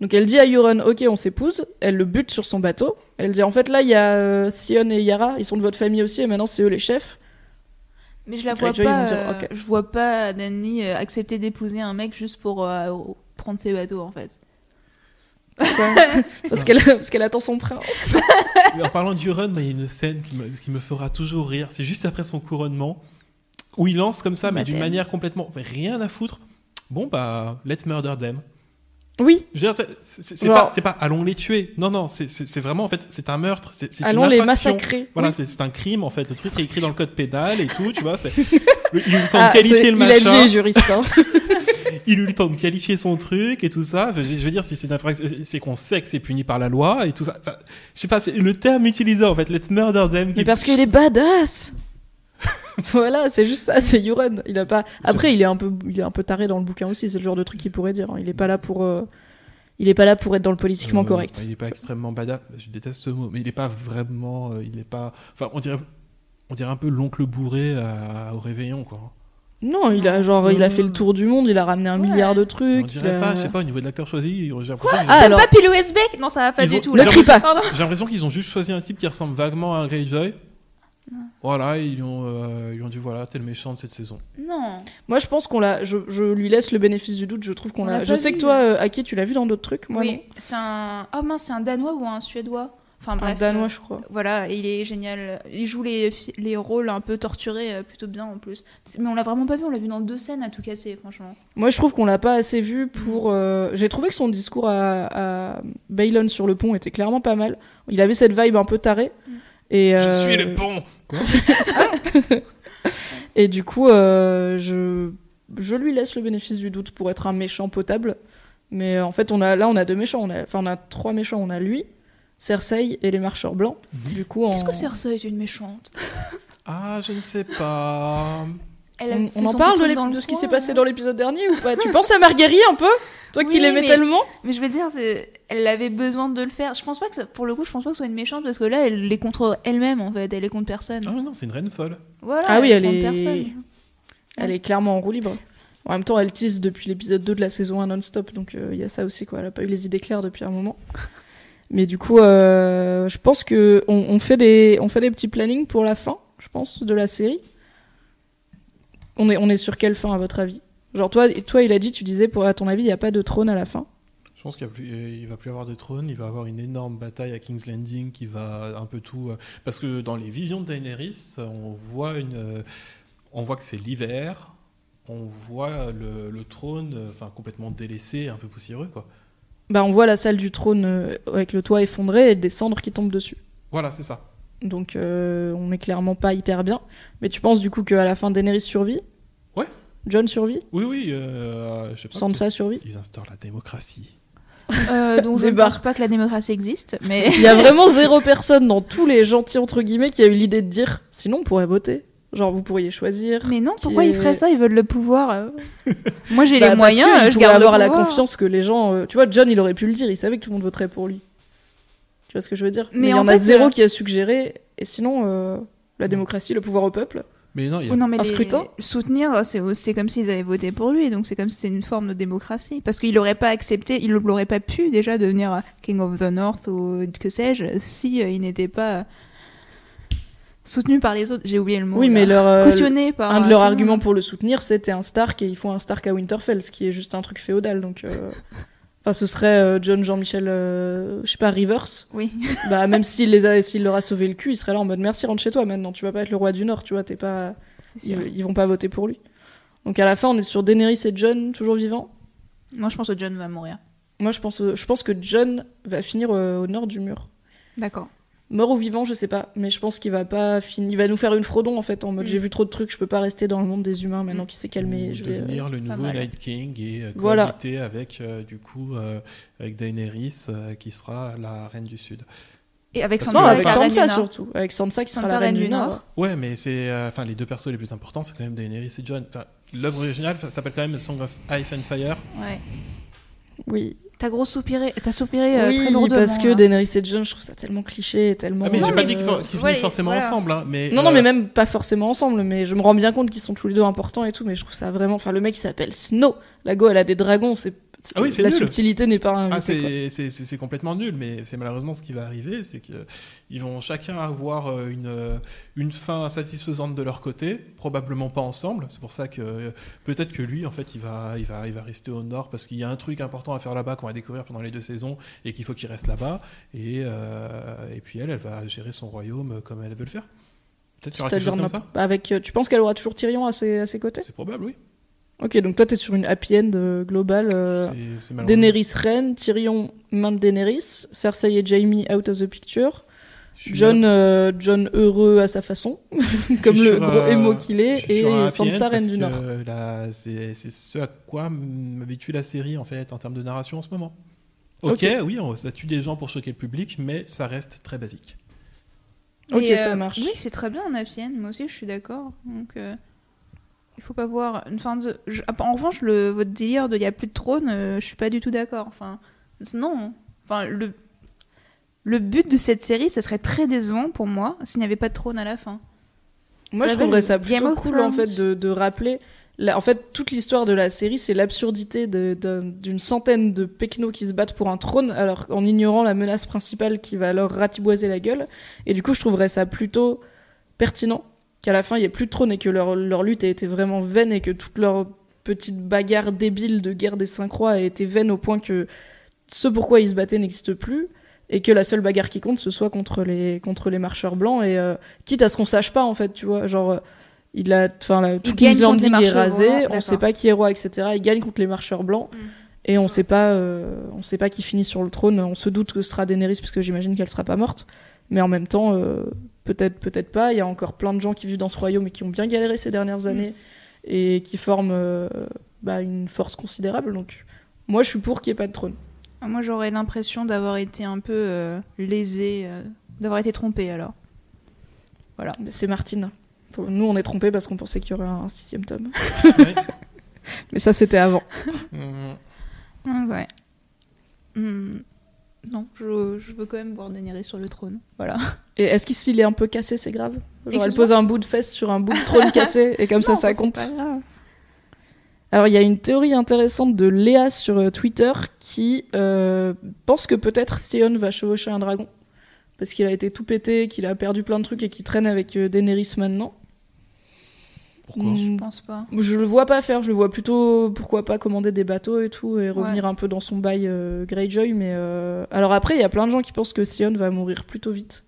[SPEAKER 1] Donc elle dit à Euron ok, on s'épouse. Elle le bute sur son bateau. Elle dit en fait là, il y a euh, Theon et Yara, ils sont de votre famille aussi et maintenant c'est eux les chefs.
[SPEAKER 2] Mais je la
[SPEAKER 1] Les
[SPEAKER 2] vois
[SPEAKER 1] Greyjoy, ils
[SPEAKER 2] pas.
[SPEAKER 1] vont dire,
[SPEAKER 2] euh,
[SPEAKER 1] ok.
[SPEAKER 2] Je vois pas Dany euh, accepter d'épouser un mec juste pour euh, prendre ses bateaux en fait.
[SPEAKER 1] parce qu'elle *laughs* parce qu'elle attend son prince.
[SPEAKER 3] en parlant d'Euron, mais il y a une scène qui me, qui me fera toujours rire. C'est juste après son couronnement, où il lance comme ça, mais d'une
[SPEAKER 2] baptême.
[SPEAKER 3] manière complètement mais rien à foutre. Bon bah, let's murder them.
[SPEAKER 1] oui,
[SPEAKER 3] Je veux dire, c'est- c'est c'est
[SPEAKER 1] Genre-
[SPEAKER 3] pas, c'est pas allons les tuer. Non, non, c'est- c'est c'est vraiment en fait, c'est un meurtre. c'est- c'est une
[SPEAKER 1] allons les
[SPEAKER 3] infraction.
[SPEAKER 1] massacrer.
[SPEAKER 3] Voilà,
[SPEAKER 1] Oui.
[SPEAKER 3] c'est- c'est un crime en fait. Le truc est écrit dans le code pénal et tout, tu vois.
[SPEAKER 1] *laughs*
[SPEAKER 3] c'est- le- Ils ont le temps
[SPEAKER 1] Ah,
[SPEAKER 3] de qualifier
[SPEAKER 1] c'est-
[SPEAKER 3] le
[SPEAKER 1] il a dit
[SPEAKER 3] machin.
[SPEAKER 1] les juristes. hein.
[SPEAKER 3] Il a eu le temps de qualifier son truc et tout ça. Enfin, je, je veux dire, si c'est une infraction, c'est- c'est qu'on sait que c'est puni par la loi et tout ça. Enfin, je sais pas, c'est le terme utilisé en fait. Let's murder them.
[SPEAKER 1] Mais parce qu'il est badass. *laughs* voilà, c'est juste ça, c'est Euron. Il a pas. Après, il est un peu, il est un peu taré dans le bouquin aussi. C'est le genre de truc qu'il pourrait dire. hein. Il est pas là pour, euh, il est pas là pour être dans le politiquement
[SPEAKER 3] Euh,
[SPEAKER 1] correct.
[SPEAKER 3] Il est pas extrêmement badass. Je déteste ce mot, mais il est pas vraiment. euh, il est pas. Enfin, on dirait, on dirait un peu l'oncle bourré à- au réveillon, quoi.
[SPEAKER 1] Non, il a genre, il a fait le tour du monde. Il a ramené un
[SPEAKER 2] Ouais.
[SPEAKER 1] milliard de
[SPEAKER 3] On
[SPEAKER 1] trucs. il
[SPEAKER 3] dirait
[SPEAKER 1] a-
[SPEAKER 3] pas. Je sais pas. Au niveau de l'acteur choisi, j'ai l'impression qu'ils ont-
[SPEAKER 1] Ah,
[SPEAKER 2] T'aimes
[SPEAKER 1] alors-
[SPEAKER 2] pas Pile Westbeck Non, ça va pas
[SPEAKER 3] Ils
[SPEAKER 2] du
[SPEAKER 3] ont-
[SPEAKER 2] tout.
[SPEAKER 3] Ne
[SPEAKER 2] là.
[SPEAKER 1] crie pas.
[SPEAKER 2] Pardon.
[SPEAKER 3] J'ai l'impression qu'ils ont juste choisi un type qui ressemble vaguement à un Greyjoy. Voilà, ils lui ont, euh, ils lui ont dit voilà, t'es le méchant de cette saison.
[SPEAKER 2] Non.
[SPEAKER 1] Moi, je pense qu'on l'a. Je, je lui laisse le bénéfice du doute. Je trouve qu'on
[SPEAKER 2] On
[SPEAKER 1] l'a.
[SPEAKER 2] l'a
[SPEAKER 1] Je
[SPEAKER 2] pas
[SPEAKER 1] sais
[SPEAKER 2] vu.
[SPEAKER 1] que toi, euh, Aki, tu l'as vu dans d'autres trucs. Moi,
[SPEAKER 2] oui, c'est un. Oh mince, c'est un Danois ou un Suédois Enfin
[SPEAKER 1] non.
[SPEAKER 2] bref.
[SPEAKER 1] un danois,
[SPEAKER 2] euh,
[SPEAKER 1] je crois.
[SPEAKER 2] Voilà, et il est génial. Il joue les, fi- les rôles un peu torturés euh, plutôt bien en plus. C'est- Mais on l'a vraiment pas vu, on l'a vu dans deux scènes à tout casser, franchement.
[SPEAKER 1] Moi, je trouve qu'on l'a pas assez vu pour. euh, J'ai trouvé que son discours à, à Baylon sur le pont était clairement pas mal. Il avait cette vibe un peu tarée. Et,
[SPEAKER 3] Je
[SPEAKER 1] euh,
[SPEAKER 3] suis le bon
[SPEAKER 1] Et du coup, euh, je, je lui laisse le bénéfice du doute pour être un méchant potable. Mais euh, en fait, on a, là, on a deux méchants. On a, enfin, on a trois méchants. On a lui, Cersei et les marcheurs blancs. Du coup, en-
[SPEAKER 2] Est-ce que Cersei est une méchante
[SPEAKER 3] Ah, je ne sais pas.
[SPEAKER 2] Elle a
[SPEAKER 1] on,
[SPEAKER 2] fait
[SPEAKER 1] on en
[SPEAKER 2] son
[SPEAKER 1] parle de,
[SPEAKER 2] piton
[SPEAKER 1] l'ép-
[SPEAKER 2] dans le
[SPEAKER 1] de ce qui
[SPEAKER 2] coin,
[SPEAKER 1] s'est
[SPEAKER 2] là.
[SPEAKER 1] passé dans l'épisode dernier ou pas Tu penses à Marguerite un peu Toi qui
[SPEAKER 2] Oui,
[SPEAKER 1] l'aimais
[SPEAKER 2] mais-
[SPEAKER 1] tellement
[SPEAKER 2] Mais je veux dire, c'est- elle avait besoin de le faire. Je pense pas que ça- pour le coup, je pense pas que ce soit une méchante parce que là, elle les contre elle-même en fait, elle est contre personne.
[SPEAKER 3] Ah mais non, c'est une reine folle.
[SPEAKER 2] Voilà,
[SPEAKER 1] Hein Ah oui, elle
[SPEAKER 2] contre
[SPEAKER 1] est- *laughs*
[SPEAKER 2] personne.
[SPEAKER 1] Elle est clairement en roue libre. En même temps, elle tease depuis l'épisode 2 de la saison 1 non-stop, donc euh, il y a ça aussi, quoi. Elle a pas eu les idées claires depuis un moment. Mais du coup, euh, je pense que on, on fait des, on fait des petits plannings pour la fin, je pense, de la série. On est, on est sur quelle fin, à votre avis Genre, toi, toi, il a dit, tu disais, pour, à ton avis, il n'y a pas de trône à la fin.
[SPEAKER 3] Je pense qu'il va plus, euh, il va plus avoir de trône, il va avoir une énorme bataille à King's Landing qui va un peu tout. euh, Parce que dans les visions de Daenerys, on voit une, euh, on voit que c'est l'hiver, on voit le, le trône, euh, enfin complètement délaissé, un peu poussiéreux quoi.
[SPEAKER 1] Bah, on voit la salle du trône euh, avec le toit effondré et des cendres qui tombent dessus.
[SPEAKER 3] Voilà, c'est ça.
[SPEAKER 1] Donc, euh, on est clairement pas hyper bien. Mais tu penses, du coup, qu'à la fin, Daenerys survit
[SPEAKER 3] Ouais.
[SPEAKER 1] John survit
[SPEAKER 3] Oui, oui, euh, je sais pas.
[SPEAKER 1] Sansa survit
[SPEAKER 3] Ils instaurent la démocratie.
[SPEAKER 2] Euh, donc je ne
[SPEAKER 1] Débarque.
[SPEAKER 2] pense pas que la démocratie existe, mais *laughs*
[SPEAKER 1] Il y a vraiment zéro personne dans tous les gentils entre guillemets qui a eu l'idée de dire sinon on pourrait voter. Genre vous pourriez choisir.
[SPEAKER 2] mais non,
[SPEAKER 1] Qui
[SPEAKER 2] pourquoi
[SPEAKER 1] est-
[SPEAKER 2] ils feraient ça Ils veulent le
[SPEAKER 1] *laughs*
[SPEAKER 2] pouvoir. euh. Moi j'ai
[SPEAKER 1] Bah, parce
[SPEAKER 2] les moyens,
[SPEAKER 1] que il
[SPEAKER 2] euh, je
[SPEAKER 1] pourrait
[SPEAKER 2] garde
[SPEAKER 1] avoir
[SPEAKER 2] le
[SPEAKER 1] la
[SPEAKER 2] pouvoir.
[SPEAKER 1] confiance que les gens. euh, Tu vois, John, il aurait pu le dire. Il savait que tout le monde voterait pour lui. Tu vois ce que je veux dire
[SPEAKER 2] Mais
[SPEAKER 1] Mais il y
[SPEAKER 2] en
[SPEAKER 1] en a
[SPEAKER 2] fait,
[SPEAKER 1] zéro
[SPEAKER 2] euh,
[SPEAKER 1] qui a suggéré. Et sinon, euh, la démocratie, le pouvoir au peuple.
[SPEAKER 3] Mais non, il y a
[SPEAKER 2] Oui, non, mais
[SPEAKER 1] Un
[SPEAKER 2] les-
[SPEAKER 1] scrutin
[SPEAKER 2] Soutenir, c'est c'est comme s'ils avaient voté pour lui, donc c'est comme si c'était une forme de démocratie. Parce qu'il n'aurait pas accepté, il n'aurait pas pu déjà devenir King of the North ou que sais-je, si euh, il n'était pas soutenu par les autres. J'ai oublié le mot.
[SPEAKER 1] oui,
[SPEAKER 2] là.
[SPEAKER 1] mais leur. euh,
[SPEAKER 2] Cautionné par.
[SPEAKER 1] Un de
[SPEAKER 2] euh,
[SPEAKER 1] leurs
[SPEAKER 2] tout le
[SPEAKER 1] arguments
[SPEAKER 2] monde.
[SPEAKER 1] pour le soutenir, c'était un Stark et ils font un Stark à Winterfell, ce qui est juste un truc féodal. Donc, euh, enfin, ce serait euh, John, Jean-Michel, euh, je sais pas, Rivers.
[SPEAKER 2] Oui. *laughs*
[SPEAKER 1] Bah, même s'il les a, s'il leur a sauvé le cul, il serait là en mode merci, rentre chez toi maintenant. Tu vas pas être le roi du Nord, tu vois. T'es pas,
[SPEAKER 2] c'est
[SPEAKER 1] ils,
[SPEAKER 2] sûr.
[SPEAKER 1] ils vont pas voter pour lui. Donc à la fin, on est sur Daenerys et John toujours vivants.
[SPEAKER 2] Moi, je pense que John va mourir.
[SPEAKER 1] Moi, je pense, je pense que John va finir euh, au nord du mur.
[SPEAKER 2] D'accord.
[SPEAKER 1] Mort ou vivant, je sais pas, mais je pense qu'il va pas finir. Il va nous faire une frodon en fait, en mode
[SPEAKER 2] Mm.
[SPEAKER 1] j'ai vu trop de trucs, je peux pas rester dans le monde des humains maintenant
[SPEAKER 2] Mm.
[SPEAKER 1] qu'il s'est calmé.
[SPEAKER 3] Ou
[SPEAKER 1] Je vais, euh,
[SPEAKER 3] devenir le nouveau
[SPEAKER 2] mal.
[SPEAKER 3] Night King et euh,
[SPEAKER 1] Voilà.
[SPEAKER 3] cohabiter avec euh, du coup euh, avec Daenerys euh, qui sera la reine du sud.
[SPEAKER 2] Et avec
[SPEAKER 3] Parce
[SPEAKER 2] Sansa,
[SPEAKER 1] Non, avec
[SPEAKER 2] la reine
[SPEAKER 1] Sansa
[SPEAKER 2] du Nord.
[SPEAKER 1] surtout. Avec Sansa qui sera
[SPEAKER 2] Sansa,
[SPEAKER 1] la reine du Nord.
[SPEAKER 3] Ouais, mais c'est euh, enfin les deux persos les plus importants, c'est quand même Daenerys et Jon. Enfin, l'œuvre originale ça s'appelle quand même Song of Ice and Fire.
[SPEAKER 2] Ouais.
[SPEAKER 1] Oui,
[SPEAKER 2] T'as gros soupiré, t'as soupiré euh,
[SPEAKER 1] oui
[SPEAKER 2] très lourdement.
[SPEAKER 1] parce que
[SPEAKER 2] là.
[SPEAKER 1] Daenerys et John, je trouve ça tellement cliché et tellement.
[SPEAKER 3] Ah, mais
[SPEAKER 1] euh,
[SPEAKER 3] j'ai
[SPEAKER 2] Non,
[SPEAKER 3] pas
[SPEAKER 2] mais,
[SPEAKER 3] dit qu'ils
[SPEAKER 1] euh,
[SPEAKER 3] fin- qu'ils
[SPEAKER 2] voilà,
[SPEAKER 3] finissent forcément
[SPEAKER 2] voilà.
[SPEAKER 3] ensemble, hein, mais
[SPEAKER 1] Non, non, mais
[SPEAKER 3] euh,
[SPEAKER 1] même pas forcément ensemble, mais je me rends bien compte qu'ils sont tous les deux importants et tout, mais je trouve ça vraiment. Enfin, le mec il s'appelle Snow. La go, elle a des dragons, c'est.
[SPEAKER 3] Ah oui, c'est
[SPEAKER 1] La
[SPEAKER 3] nul.
[SPEAKER 1] subtilité n'est pas
[SPEAKER 3] Ah,
[SPEAKER 1] invitée. quoi.
[SPEAKER 3] c'est- c'est c'est- c'est complètement nul, mais c'est malheureusement ce qui va arriver, c'est qu'ils vont chacun avoir euh, une, euh, une fin satisfaisante de leur côté, probablement pas ensemble. C'est pour ça que euh, peut-être que lui, en fait, il va, il va, il va rester au nord parce qu'il y a un truc important à faire là-bas qu'on va découvrir pendant les deux saisons et qu'il faut qu'il reste là-bas. Et, euh, et puis elle, elle va gérer son royaume comme elle veut le faire. Peut-être qu'il y aura quelque
[SPEAKER 1] C'est-à-dire
[SPEAKER 3] chose comme
[SPEAKER 1] n'a-
[SPEAKER 3] ça.
[SPEAKER 1] avec. euh, Tu penses qu'elle aura toujours Tyrion à ses, à ses côtés
[SPEAKER 3] C'est probable, oui.
[SPEAKER 1] Ok, donc toi t'es sur une happy end euh, globale. euh,
[SPEAKER 3] C'est- c'est malheureux.
[SPEAKER 1] Daenerys reine, Tyrion main de Daenerys, Cersei et Jaime out of the picture,
[SPEAKER 3] Je suis
[SPEAKER 1] John, euh, John heureux à sa façon, *laughs* comme
[SPEAKER 3] Je suis
[SPEAKER 1] le
[SPEAKER 3] sur,
[SPEAKER 1] gros
[SPEAKER 3] euh,
[SPEAKER 1] émo qu'il est,
[SPEAKER 3] Je suis sur un
[SPEAKER 1] et
[SPEAKER 3] happy end
[SPEAKER 1] Sansa reine
[SPEAKER 3] parce
[SPEAKER 1] du
[SPEAKER 3] que
[SPEAKER 1] Nord.
[SPEAKER 3] la- C'est c'est ce à quoi m'habitue la série en fait en termes de narration en ce moment. Ok,
[SPEAKER 1] Ok.
[SPEAKER 3] oui, on- ça tue des gens pour choquer le public, mais ça reste très basique.
[SPEAKER 1] Ok,
[SPEAKER 2] Mais,
[SPEAKER 1] ça
[SPEAKER 2] euh,
[SPEAKER 1] marche.
[SPEAKER 2] Oui, c'est très bien en APN. Moi aussi, je suis d'accord. Donc, euh, il faut pas voir une fin de. je- ah, En revanche, le votre délire de il y a plus de trône, euh, je suis pas du tout d'accord. Enfin, c'est- non. hein. Enfin, le le but de cette série, ce serait très décevant pour moi s'il n'y avait pas de trône à la fin.
[SPEAKER 1] Moi,
[SPEAKER 2] Ça
[SPEAKER 1] je trouverais ça
[SPEAKER 2] s'appelle Game
[SPEAKER 1] plutôt
[SPEAKER 2] of
[SPEAKER 1] cool en
[SPEAKER 2] Thrones.
[SPEAKER 1] fait de, de rappeler. la- en fait, toute l'histoire de la série, c'est l'absurdité de- d'un- d'une centaine de pecnos qui se battent pour un trône, alors en ignorant la menace principale qui va leur ratiboiser la gueule. Et du coup, je trouverais ça plutôt pertinent qu'à la fin, il n'y ait plus de trône et que leur, leur lutte ait été vraiment vaine et que toute leur petite bagarre débile de guerre des cinq rois ait été vaine au point que ce pourquoi ils se battaient n'existe plus et que la seule bagarre qui compte, ce soit contre les, contre les marcheurs blancs et euh, quitte à ce qu'on sache pas en fait, tu vois, genre euh, il a, enfin la- toute
[SPEAKER 2] gagne
[SPEAKER 1] l'Islande
[SPEAKER 2] contre les
[SPEAKER 1] est
[SPEAKER 2] marcheurs blancs,
[SPEAKER 1] rasée, on
[SPEAKER 2] d'accord.
[SPEAKER 1] sait pas qui est roi, etc. Il gagne contre les marcheurs blancs
[SPEAKER 2] Mm.
[SPEAKER 1] et on sait pas, euh, on sait pas qui finit sur le trône. On se doute que ce sera Daenerys puisque j'imagine qu'elle sera pas morte, mais en même temps euh, peut-être peut-être pas. Il y a encore plein de gens qui vivent dans ce royaume et qui ont bien galéré ces
[SPEAKER 2] Mm.
[SPEAKER 1] dernières années et qui forment euh, bah, une force considérable. Donc moi je suis pour qu'il y ait pas de trône.
[SPEAKER 2] Ah, Moi, j'aurais l'impression d'avoir été un peu euh, lésée, euh, d'avoir été trompée alors.
[SPEAKER 1] Mais C'est Martine. Faut- Nous, on est trompés parce qu'on pensait qu'il y aurait un sixième tome.
[SPEAKER 3] Ouais.
[SPEAKER 1] Mais ça, c'était avant. Mm.
[SPEAKER 3] Mhm.
[SPEAKER 2] Donc, ouais. Hmm. Non, je, je veux quand même voir Daenerys sur le trône. Voilà.
[SPEAKER 1] Et est-ce qu'il s'il est un peu cassé, c'est grave Genre, elle
[SPEAKER 2] Excuse-moi
[SPEAKER 1] pose un bout de fesse sur un bout de trône cassé, et comme ça,
[SPEAKER 2] Non,
[SPEAKER 1] ça
[SPEAKER 2] c'est
[SPEAKER 1] compte.
[SPEAKER 2] pas grave.
[SPEAKER 1] Alors, il y a une théorie intéressante de Léa sur euh, Twitter qui euh, pense que peut-être Theon va chevaucher un dragon. Parce qu'il a été tout pété, qu'il a perdu plein de trucs et qu'il traîne avec euh, Daenerys maintenant.
[SPEAKER 3] Pourquoi
[SPEAKER 1] Mm.
[SPEAKER 2] Je pense pas.
[SPEAKER 1] Je le vois pas faire, je le vois plutôt, pourquoi pas, commander des bateaux et tout, et revenir un peu dans son bail euh, Greyjoy, mais... euh, Alors après, il y a plein de gens qui pensent que Sion va mourir plutôt vite.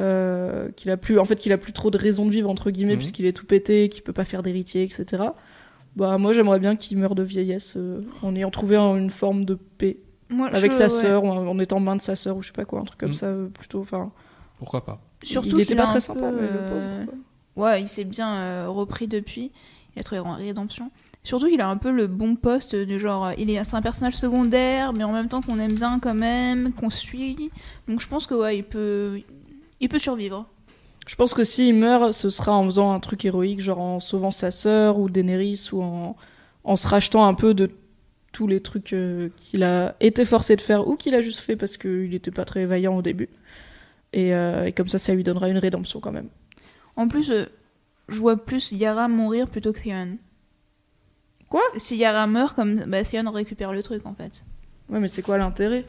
[SPEAKER 1] Euh, qu'il a plus... En fait, qu'il a plus trop de raison de vivre, entre guillemets,
[SPEAKER 3] Mhm.
[SPEAKER 1] puisqu'il est tout pété, qu'il peut pas faire d'héritier, etc. Bah, moi, j'aimerais bien qu'il meure de vieillesse, euh, en ayant trouvé un- une forme de paix,
[SPEAKER 2] Moi,
[SPEAKER 1] avec
[SPEAKER 2] je-
[SPEAKER 1] sa
[SPEAKER 2] ouais.
[SPEAKER 1] sœur, ou en en étant main de sa sœur, ou je sais pas quoi, un truc comme
[SPEAKER 3] Mhm.
[SPEAKER 1] ça, euh, plutôt, enfin...
[SPEAKER 3] Pourquoi pas
[SPEAKER 2] Surtout
[SPEAKER 1] il était
[SPEAKER 2] qu'il
[SPEAKER 1] pas
[SPEAKER 2] a
[SPEAKER 1] très
[SPEAKER 2] un
[SPEAKER 1] sympa,
[SPEAKER 2] peu,
[SPEAKER 1] mais le
[SPEAKER 2] euh,
[SPEAKER 1] pauvre, quoi.
[SPEAKER 2] Ouais, il s'est bien euh, repris depuis. il a trouvé rédemption. Surtout, il a un peu le bon poste de genre, euh, il est, c'est un personnage secondaire, mais en même temps qu'on aime bien quand même, qu'on suit. Donc je pense que ouais, il peut, il peut survivre.
[SPEAKER 1] Je pense que s'il meurt, ce sera en faisant un truc héroïque, genre en sauvant sa sœur ou Daenerys ou en, en se rachetant un peu de tous les trucs euh, qu'il a été forcé de faire ou qu'il a juste fait parce qu'il n'était pas très vaillant au début. Et, euh, et, comme ça, ça lui donnera une rédemption quand même.
[SPEAKER 2] En plus, euh, je vois plus Yara mourir plutôt que Theon.
[SPEAKER 1] Quoi
[SPEAKER 2] Si Yara meurt, comme bah, Theon récupère le truc en fait.
[SPEAKER 1] Ouais, mais c'est quoi l'intérêt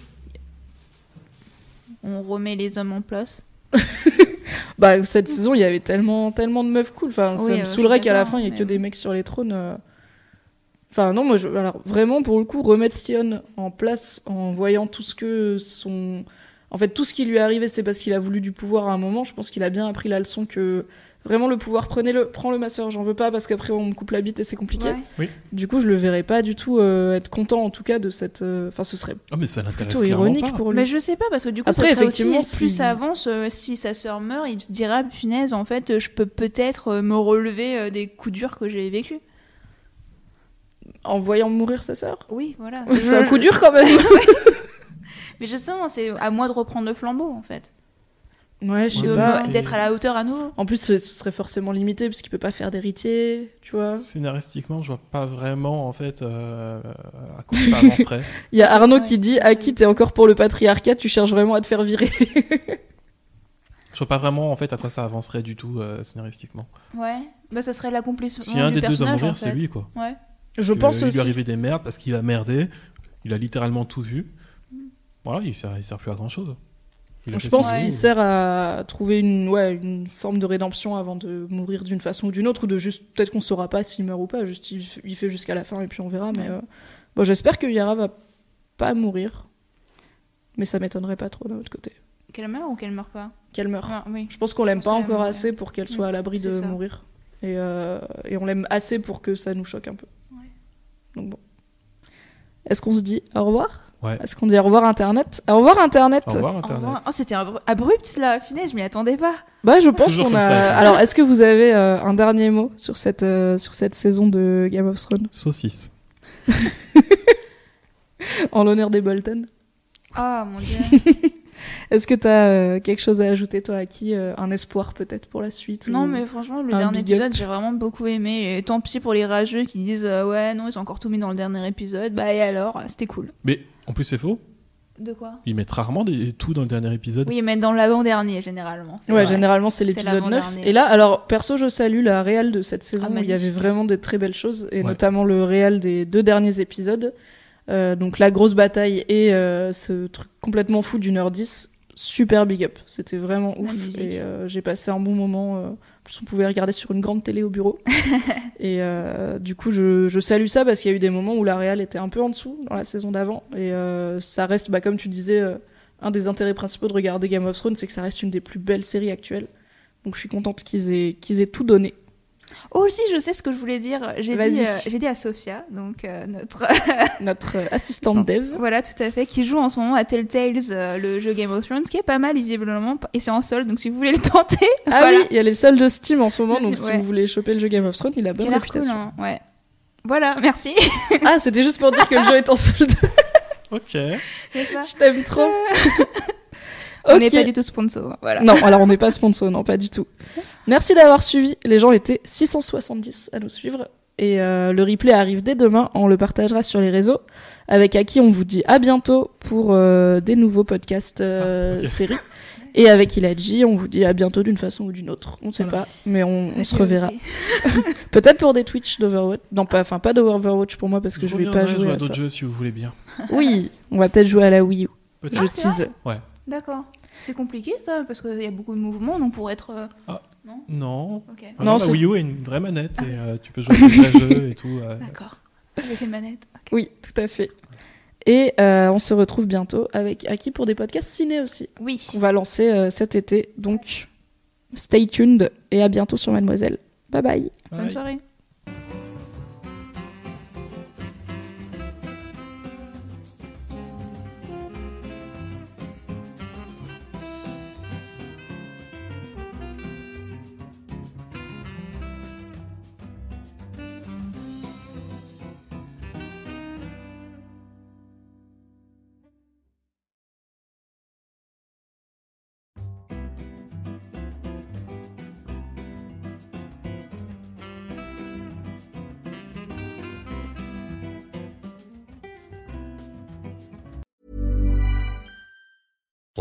[SPEAKER 2] On remet les hommes en place.
[SPEAKER 1] bah cette saison, il y avait tellement, tellement de meufs cool. Enfin, oui, ça
[SPEAKER 2] euh,
[SPEAKER 1] me saoulerait qu'à la fin, il y ait que bon. des mecs sur les trônes. euh. Enfin non, moi, je... alors vraiment pour le coup, remettre Sion en place en voyant tout ce que son, en fait tout ce qui lui est arrivé, c'est parce qu'il a voulu du pouvoir à un moment. Je pense qu'il a bien appris la leçon que vraiment le pouvoir, prenez-le, prends-le ma soeur, j'en veux pas parce qu'après on me coupe la bite et c'est compliqué.
[SPEAKER 2] Ouais.
[SPEAKER 3] Oui.
[SPEAKER 1] Du coup, je le verrais pas du tout euh, être content en tout cas de cette, euh, enfin ce serait
[SPEAKER 3] Ah, mais ça l'intéresse
[SPEAKER 1] plutôt ironique
[SPEAKER 3] clairement pas.
[SPEAKER 1] pour lui.
[SPEAKER 2] Mais je sais pas parce que du coup,
[SPEAKER 1] Après,
[SPEAKER 2] ça serait
[SPEAKER 1] effectivement,
[SPEAKER 2] aussi, plus
[SPEAKER 1] si-
[SPEAKER 2] ça avance, euh, si sa sœur meurt, il se dira punaise, en fait, je peux peut-être euh, me relever euh, des coups durs que j'ai vécus.
[SPEAKER 1] En voyant mourir sa sœur,
[SPEAKER 2] Oui, voilà.
[SPEAKER 1] c'est un
[SPEAKER 2] Je-
[SPEAKER 1] coup
[SPEAKER 2] je-
[SPEAKER 1] dur quand
[SPEAKER 2] *laughs*
[SPEAKER 1] même.
[SPEAKER 2] Mais justement, c'est à moi de reprendre le flambeau en fait.
[SPEAKER 1] ouais, je sais
[SPEAKER 2] De-
[SPEAKER 1] pas.
[SPEAKER 3] c'est-
[SPEAKER 2] D'être à la hauteur à nouveau.
[SPEAKER 1] En plus, ce ce serait forcément limité parce qu'il peut pas faire d'héritier, tu vois.
[SPEAKER 3] Scénaristiquement, je vois pas vraiment en fait euh, à quoi ça avancerait.
[SPEAKER 1] *laughs* Il y a Arnaud
[SPEAKER 2] Ouais,
[SPEAKER 1] qui dit
[SPEAKER 2] c'est-
[SPEAKER 1] à qui t'es encore pour le patriarcat, tu cherches vraiment à te faire virer.
[SPEAKER 3] je vois pas vraiment en fait à quoi ça avancerait du tout euh, scénaristiquement.
[SPEAKER 2] Ouais. Bah, ça serait l'accomplissement
[SPEAKER 3] Si un
[SPEAKER 2] du
[SPEAKER 3] des deux doit
[SPEAKER 2] personnage en
[SPEAKER 3] mourir,
[SPEAKER 2] fait.
[SPEAKER 3] c'est lui quoi.
[SPEAKER 2] Ouais.
[SPEAKER 1] *laughs* je
[SPEAKER 3] Que
[SPEAKER 1] pense
[SPEAKER 3] il lui
[SPEAKER 1] aussi.
[SPEAKER 3] arrivait des merdes parce qu'il a merdé. Il a littéralement tout vu. Voilà, il sert, il sert plus à grand chose.
[SPEAKER 1] Je pense
[SPEAKER 2] Ouais.
[SPEAKER 1] qu'il sert à trouver une, ouais, une forme de rédemption avant de mourir d'une façon ou d'une autre, ou de juste peut-être qu'on saura pas s'il meurt ou pas. Juste il, f- il fait jusqu'à la fin et puis on verra. Mais euh, bon, j'espère que Yara va pas mourir, mais ça m'étonnerait pas trop d'un autre côté.
[SPEAKER 2] Qu'elle meurt ou qu'elle meurt pas
[SPEAKER 1] Qu'elle meure.
[SPEAKER 2] Ouais, Oui.
[SPEAKER 1] Je pense qu'on l'aime
[SPEAKER 2] pense
[SPEAKER 1] pas
[SPEAKER 2] qu'elle
[SPEAKER 1] encore
[SPEAKER 2] meurt,
[SPEAKER 1] assez pour qu'elle soit à l'abri
[SPEAKER 2] Mm. c'est
[SPEAKER 1] de
[SPEAKER 2] ça.
[SPEAKER 1] mourir, et, euh, et on l'aime assez pour que ça nous choque un peu.
[SPEAKER 2] Ouais.
[SPEAKER 1] Donc bon. Est-ce qu'on se dit au revoir
[SPEAKER 3] Ouais.
[SPEAKER 1] Est-ce qu'on dit au revoir Internet Au revoir Internet.
[SPEAKER 3] Au revoir
[SPEAKER 2] Au
[SPEAKER 3] Internet.
[SPEAKER 2] revoir. Oh, c'était abru- abrupt là, finesse, je m'y attendais pas.
[SPEAKER 1] Bah, je pense
[SPEAKER 3] Toujours
[SPEAKER 1] qu'on
[SPEAKER 3] comme
[SPEAKER 1] a. *laughs*
[SPEAKER 3] ça.
[SPEAKER 1] Alors, est-ce que vous avez euh, un dernier mot sur cette, euh, sur cette saison de Game of Thrones *laughs*
[SPEAKER 3] Saucisse.
[SPEAKER 1] en l'honneur des Bolton
[SPEAKER 2] Ah mon dieu.
[SPEAKER 1] Est-ce que t'as euh, quelque chose à ajouter, toi, à qui euh, Un espoir peut-être pour la suite
[SPEAKER 2] non,
[SPEAKER 1] ou-
[SPEAKER 2] mais franchement, le
[SPEAKER 1] un
[SPEAKER 2] dernier
[SPEAKER 1] big up.
[SPEAKER 2] épisode, j'ai vraiment beaucoup aimé. Et tant pis pour les rageux qui disent euh, Ouais, non, ils ont encore tout mis dans le dernier épisode. Bah, et alors C'était cool.
[SPEAKER 3] Mais en plus c'est faux.
[SPEAKER 2] De quoi
[SPEAKER 3] Ils mettent rarement des, tout dans le dernier épisode.
[SPEAKER 2] Oui, mais dans l'avant-dernier, généralement. c'est
[SPEAKER 1] Ouais,
[SPEAKER 2] vrai.
[SPEAKER 1] généralement c'est
[SPEAKER 2] C'est
[SPEAKER 1] l'épisode 9.
[SPEAKER 2] l'avant-dernier.
[SPEAKER 1] Et là, alors perso, je salue la réal de cette saison
[SPEAKER 2] Ah,
[SPEAKER 1] où il y avait
[SPEAKER 2] magnifique.
[SPEAKER 1] vraiment des très belles choses, et
[SPEAKER 3] Ouais.
[SPEAKER 1] notamment le réal des deux derniers épisodes. Euh, donc la grosse bataille et euh, ce truc complètement fou d'une heure 10 Super big up, c'était vraiment ouf
[SPEAKER 2] musique.
[SPEAKER 1] et euh, j'ai passé un bon moment. euh, en plus, on pouvait regarder sur une grande télé au bureau. et euh, du coup, je, je salue ça parce qu'il y a eu des moments où la Real était un peu en dessous dans la saison d'avant et euh, ça reste, bah, comme tu disais, euh, un des intérêts principaux de regarder Game of Thrones, c'est que ça reste une des plus belles séries actuelles. Donc je suis contente qu'ils aient, qu'ils aient tout donné. *coughs*
[SPEAKER 2] Oh, si, je sais ce que je voulais dire. J'ai
[SPEAKER 1] Vas-y.
[SPEAKER 2] dit, euh, j'ai dit à Sophia, donc euh, notre. *laughs*
[SPEAKER 1] Notre euh, assistante dev.
[SPEAKER 2] voilà, tout à fait, qui joue en ce moment à Telltales, euh, le jeu Game of Thrones, qui est pas mal, visiblement. Et c'est en sol, donc si vous voulez le tenter,
[SPEAKER 1] Ah
[SPEAKER 2] voilà.
[SPEAKER 1] oui, il y a les salles de Steam en ce moment,
[SPEAKER 2] Vas-y, *laughs*
[SPEAKER 1] donc si
[SPEAKER 2] ouais.
[SPEAKER 1] vous voulez choper le jeu Game of Thrones, il a
[SPEAKER 2] Qui a
[SPEAKER 1] bonne
[SPEAKER 2] l'air hein. cool,
[SPEAKER 1] réputation.
[SPEAKER 2] hein, Ouais. Voilà, merci.
[SPEAKER 1] Ah, c'était juste pour dire que le jeu est en
[SPEAKER 2] *laughs*
[SPEAKER 1] solde.
[SPEAKER 3] Ok.
[SPEAKER 2] C'est ça.
[SPEAKER 1] Je t'aime trop.
[SPEAKER 2] On
[SPEAKER 1] Ok.
[SPEAKER 2] n'est pas du tout sponsor. hein, Voilà.
[SPEAKER 1] Non, alors on n'est pas sponsor, non, pas du tout. Merci d'avoir suivi. Les gens étaient 670 à nous suivre. Et euh, le replay arrive dès demain. On le partagera sur les réseaux. Avec Aki, on vous dit à bientôt pour euh, des nouveaux podcasts euh,
[SPEAKER 3] Ah, ok.
[SPEAKER 1] séries. Et avec Iladji, on vous dit à bientôt d'une façon ou d'une autre. On ne sait pas, mais on, on se
[SPEAKER 2] Ok,
[SPEAKER 1] reverra.
[SPEAKER 2] merci.
[SPEAKER 1] Peut-être pour des Twitch d'Overwatch. Non, pas, enfin, pas d'Overwatch pour moi parce que je, vais pas
[SPEAKER 3] reviendrai
[SPEAKER 1] jouer, à, ça.
[SPEAKER 3] d'autres jeux si vous voulez bien.
[SPEAKER 1] Oui, on va peut-être jouer à la Wii U.
[SPEAKER 3] Peut-être.
[SPEAKER 1] Je
[SPEAKER 2] c'est vrai
[SPEAKER 1] tease.
[SPEAKER 2] D'accord. C'est compliqué ça, parce qu'il y a beaucoup de mouvements, donc pour être. euh,
[SPEAKER 3] Non.
[SPEAKER 2] Ok.
[SPEAKER 3] Ah
[SPEAKER 1] Non,
[SPEAKER 3] non,
[SPEAKER 1] c'est- Ah.
[SPEAKER 3] la Wii U est une vraie manette et euh, tu peux jouer à des vrais *laughs* jeux et tout. euh,
[SPEAKER 2] D'accord. Avec une manette. Ok.
[SPEAKER 1] Oui, tout à fait. Et euh, on se retrouve bientôt avec Aki pour des podcasts ciné aussi,
[SPEAKER 2] Oui.
[SPEAKER 1] qu'on va lancer euh, cet été. Donc, stay tuned et à bientôt sur Mademoiselle. Bye bye.
[SPEAKER 2] Bonne
[SPEAKER 3] bye.
[SPEAKER 2] soirée.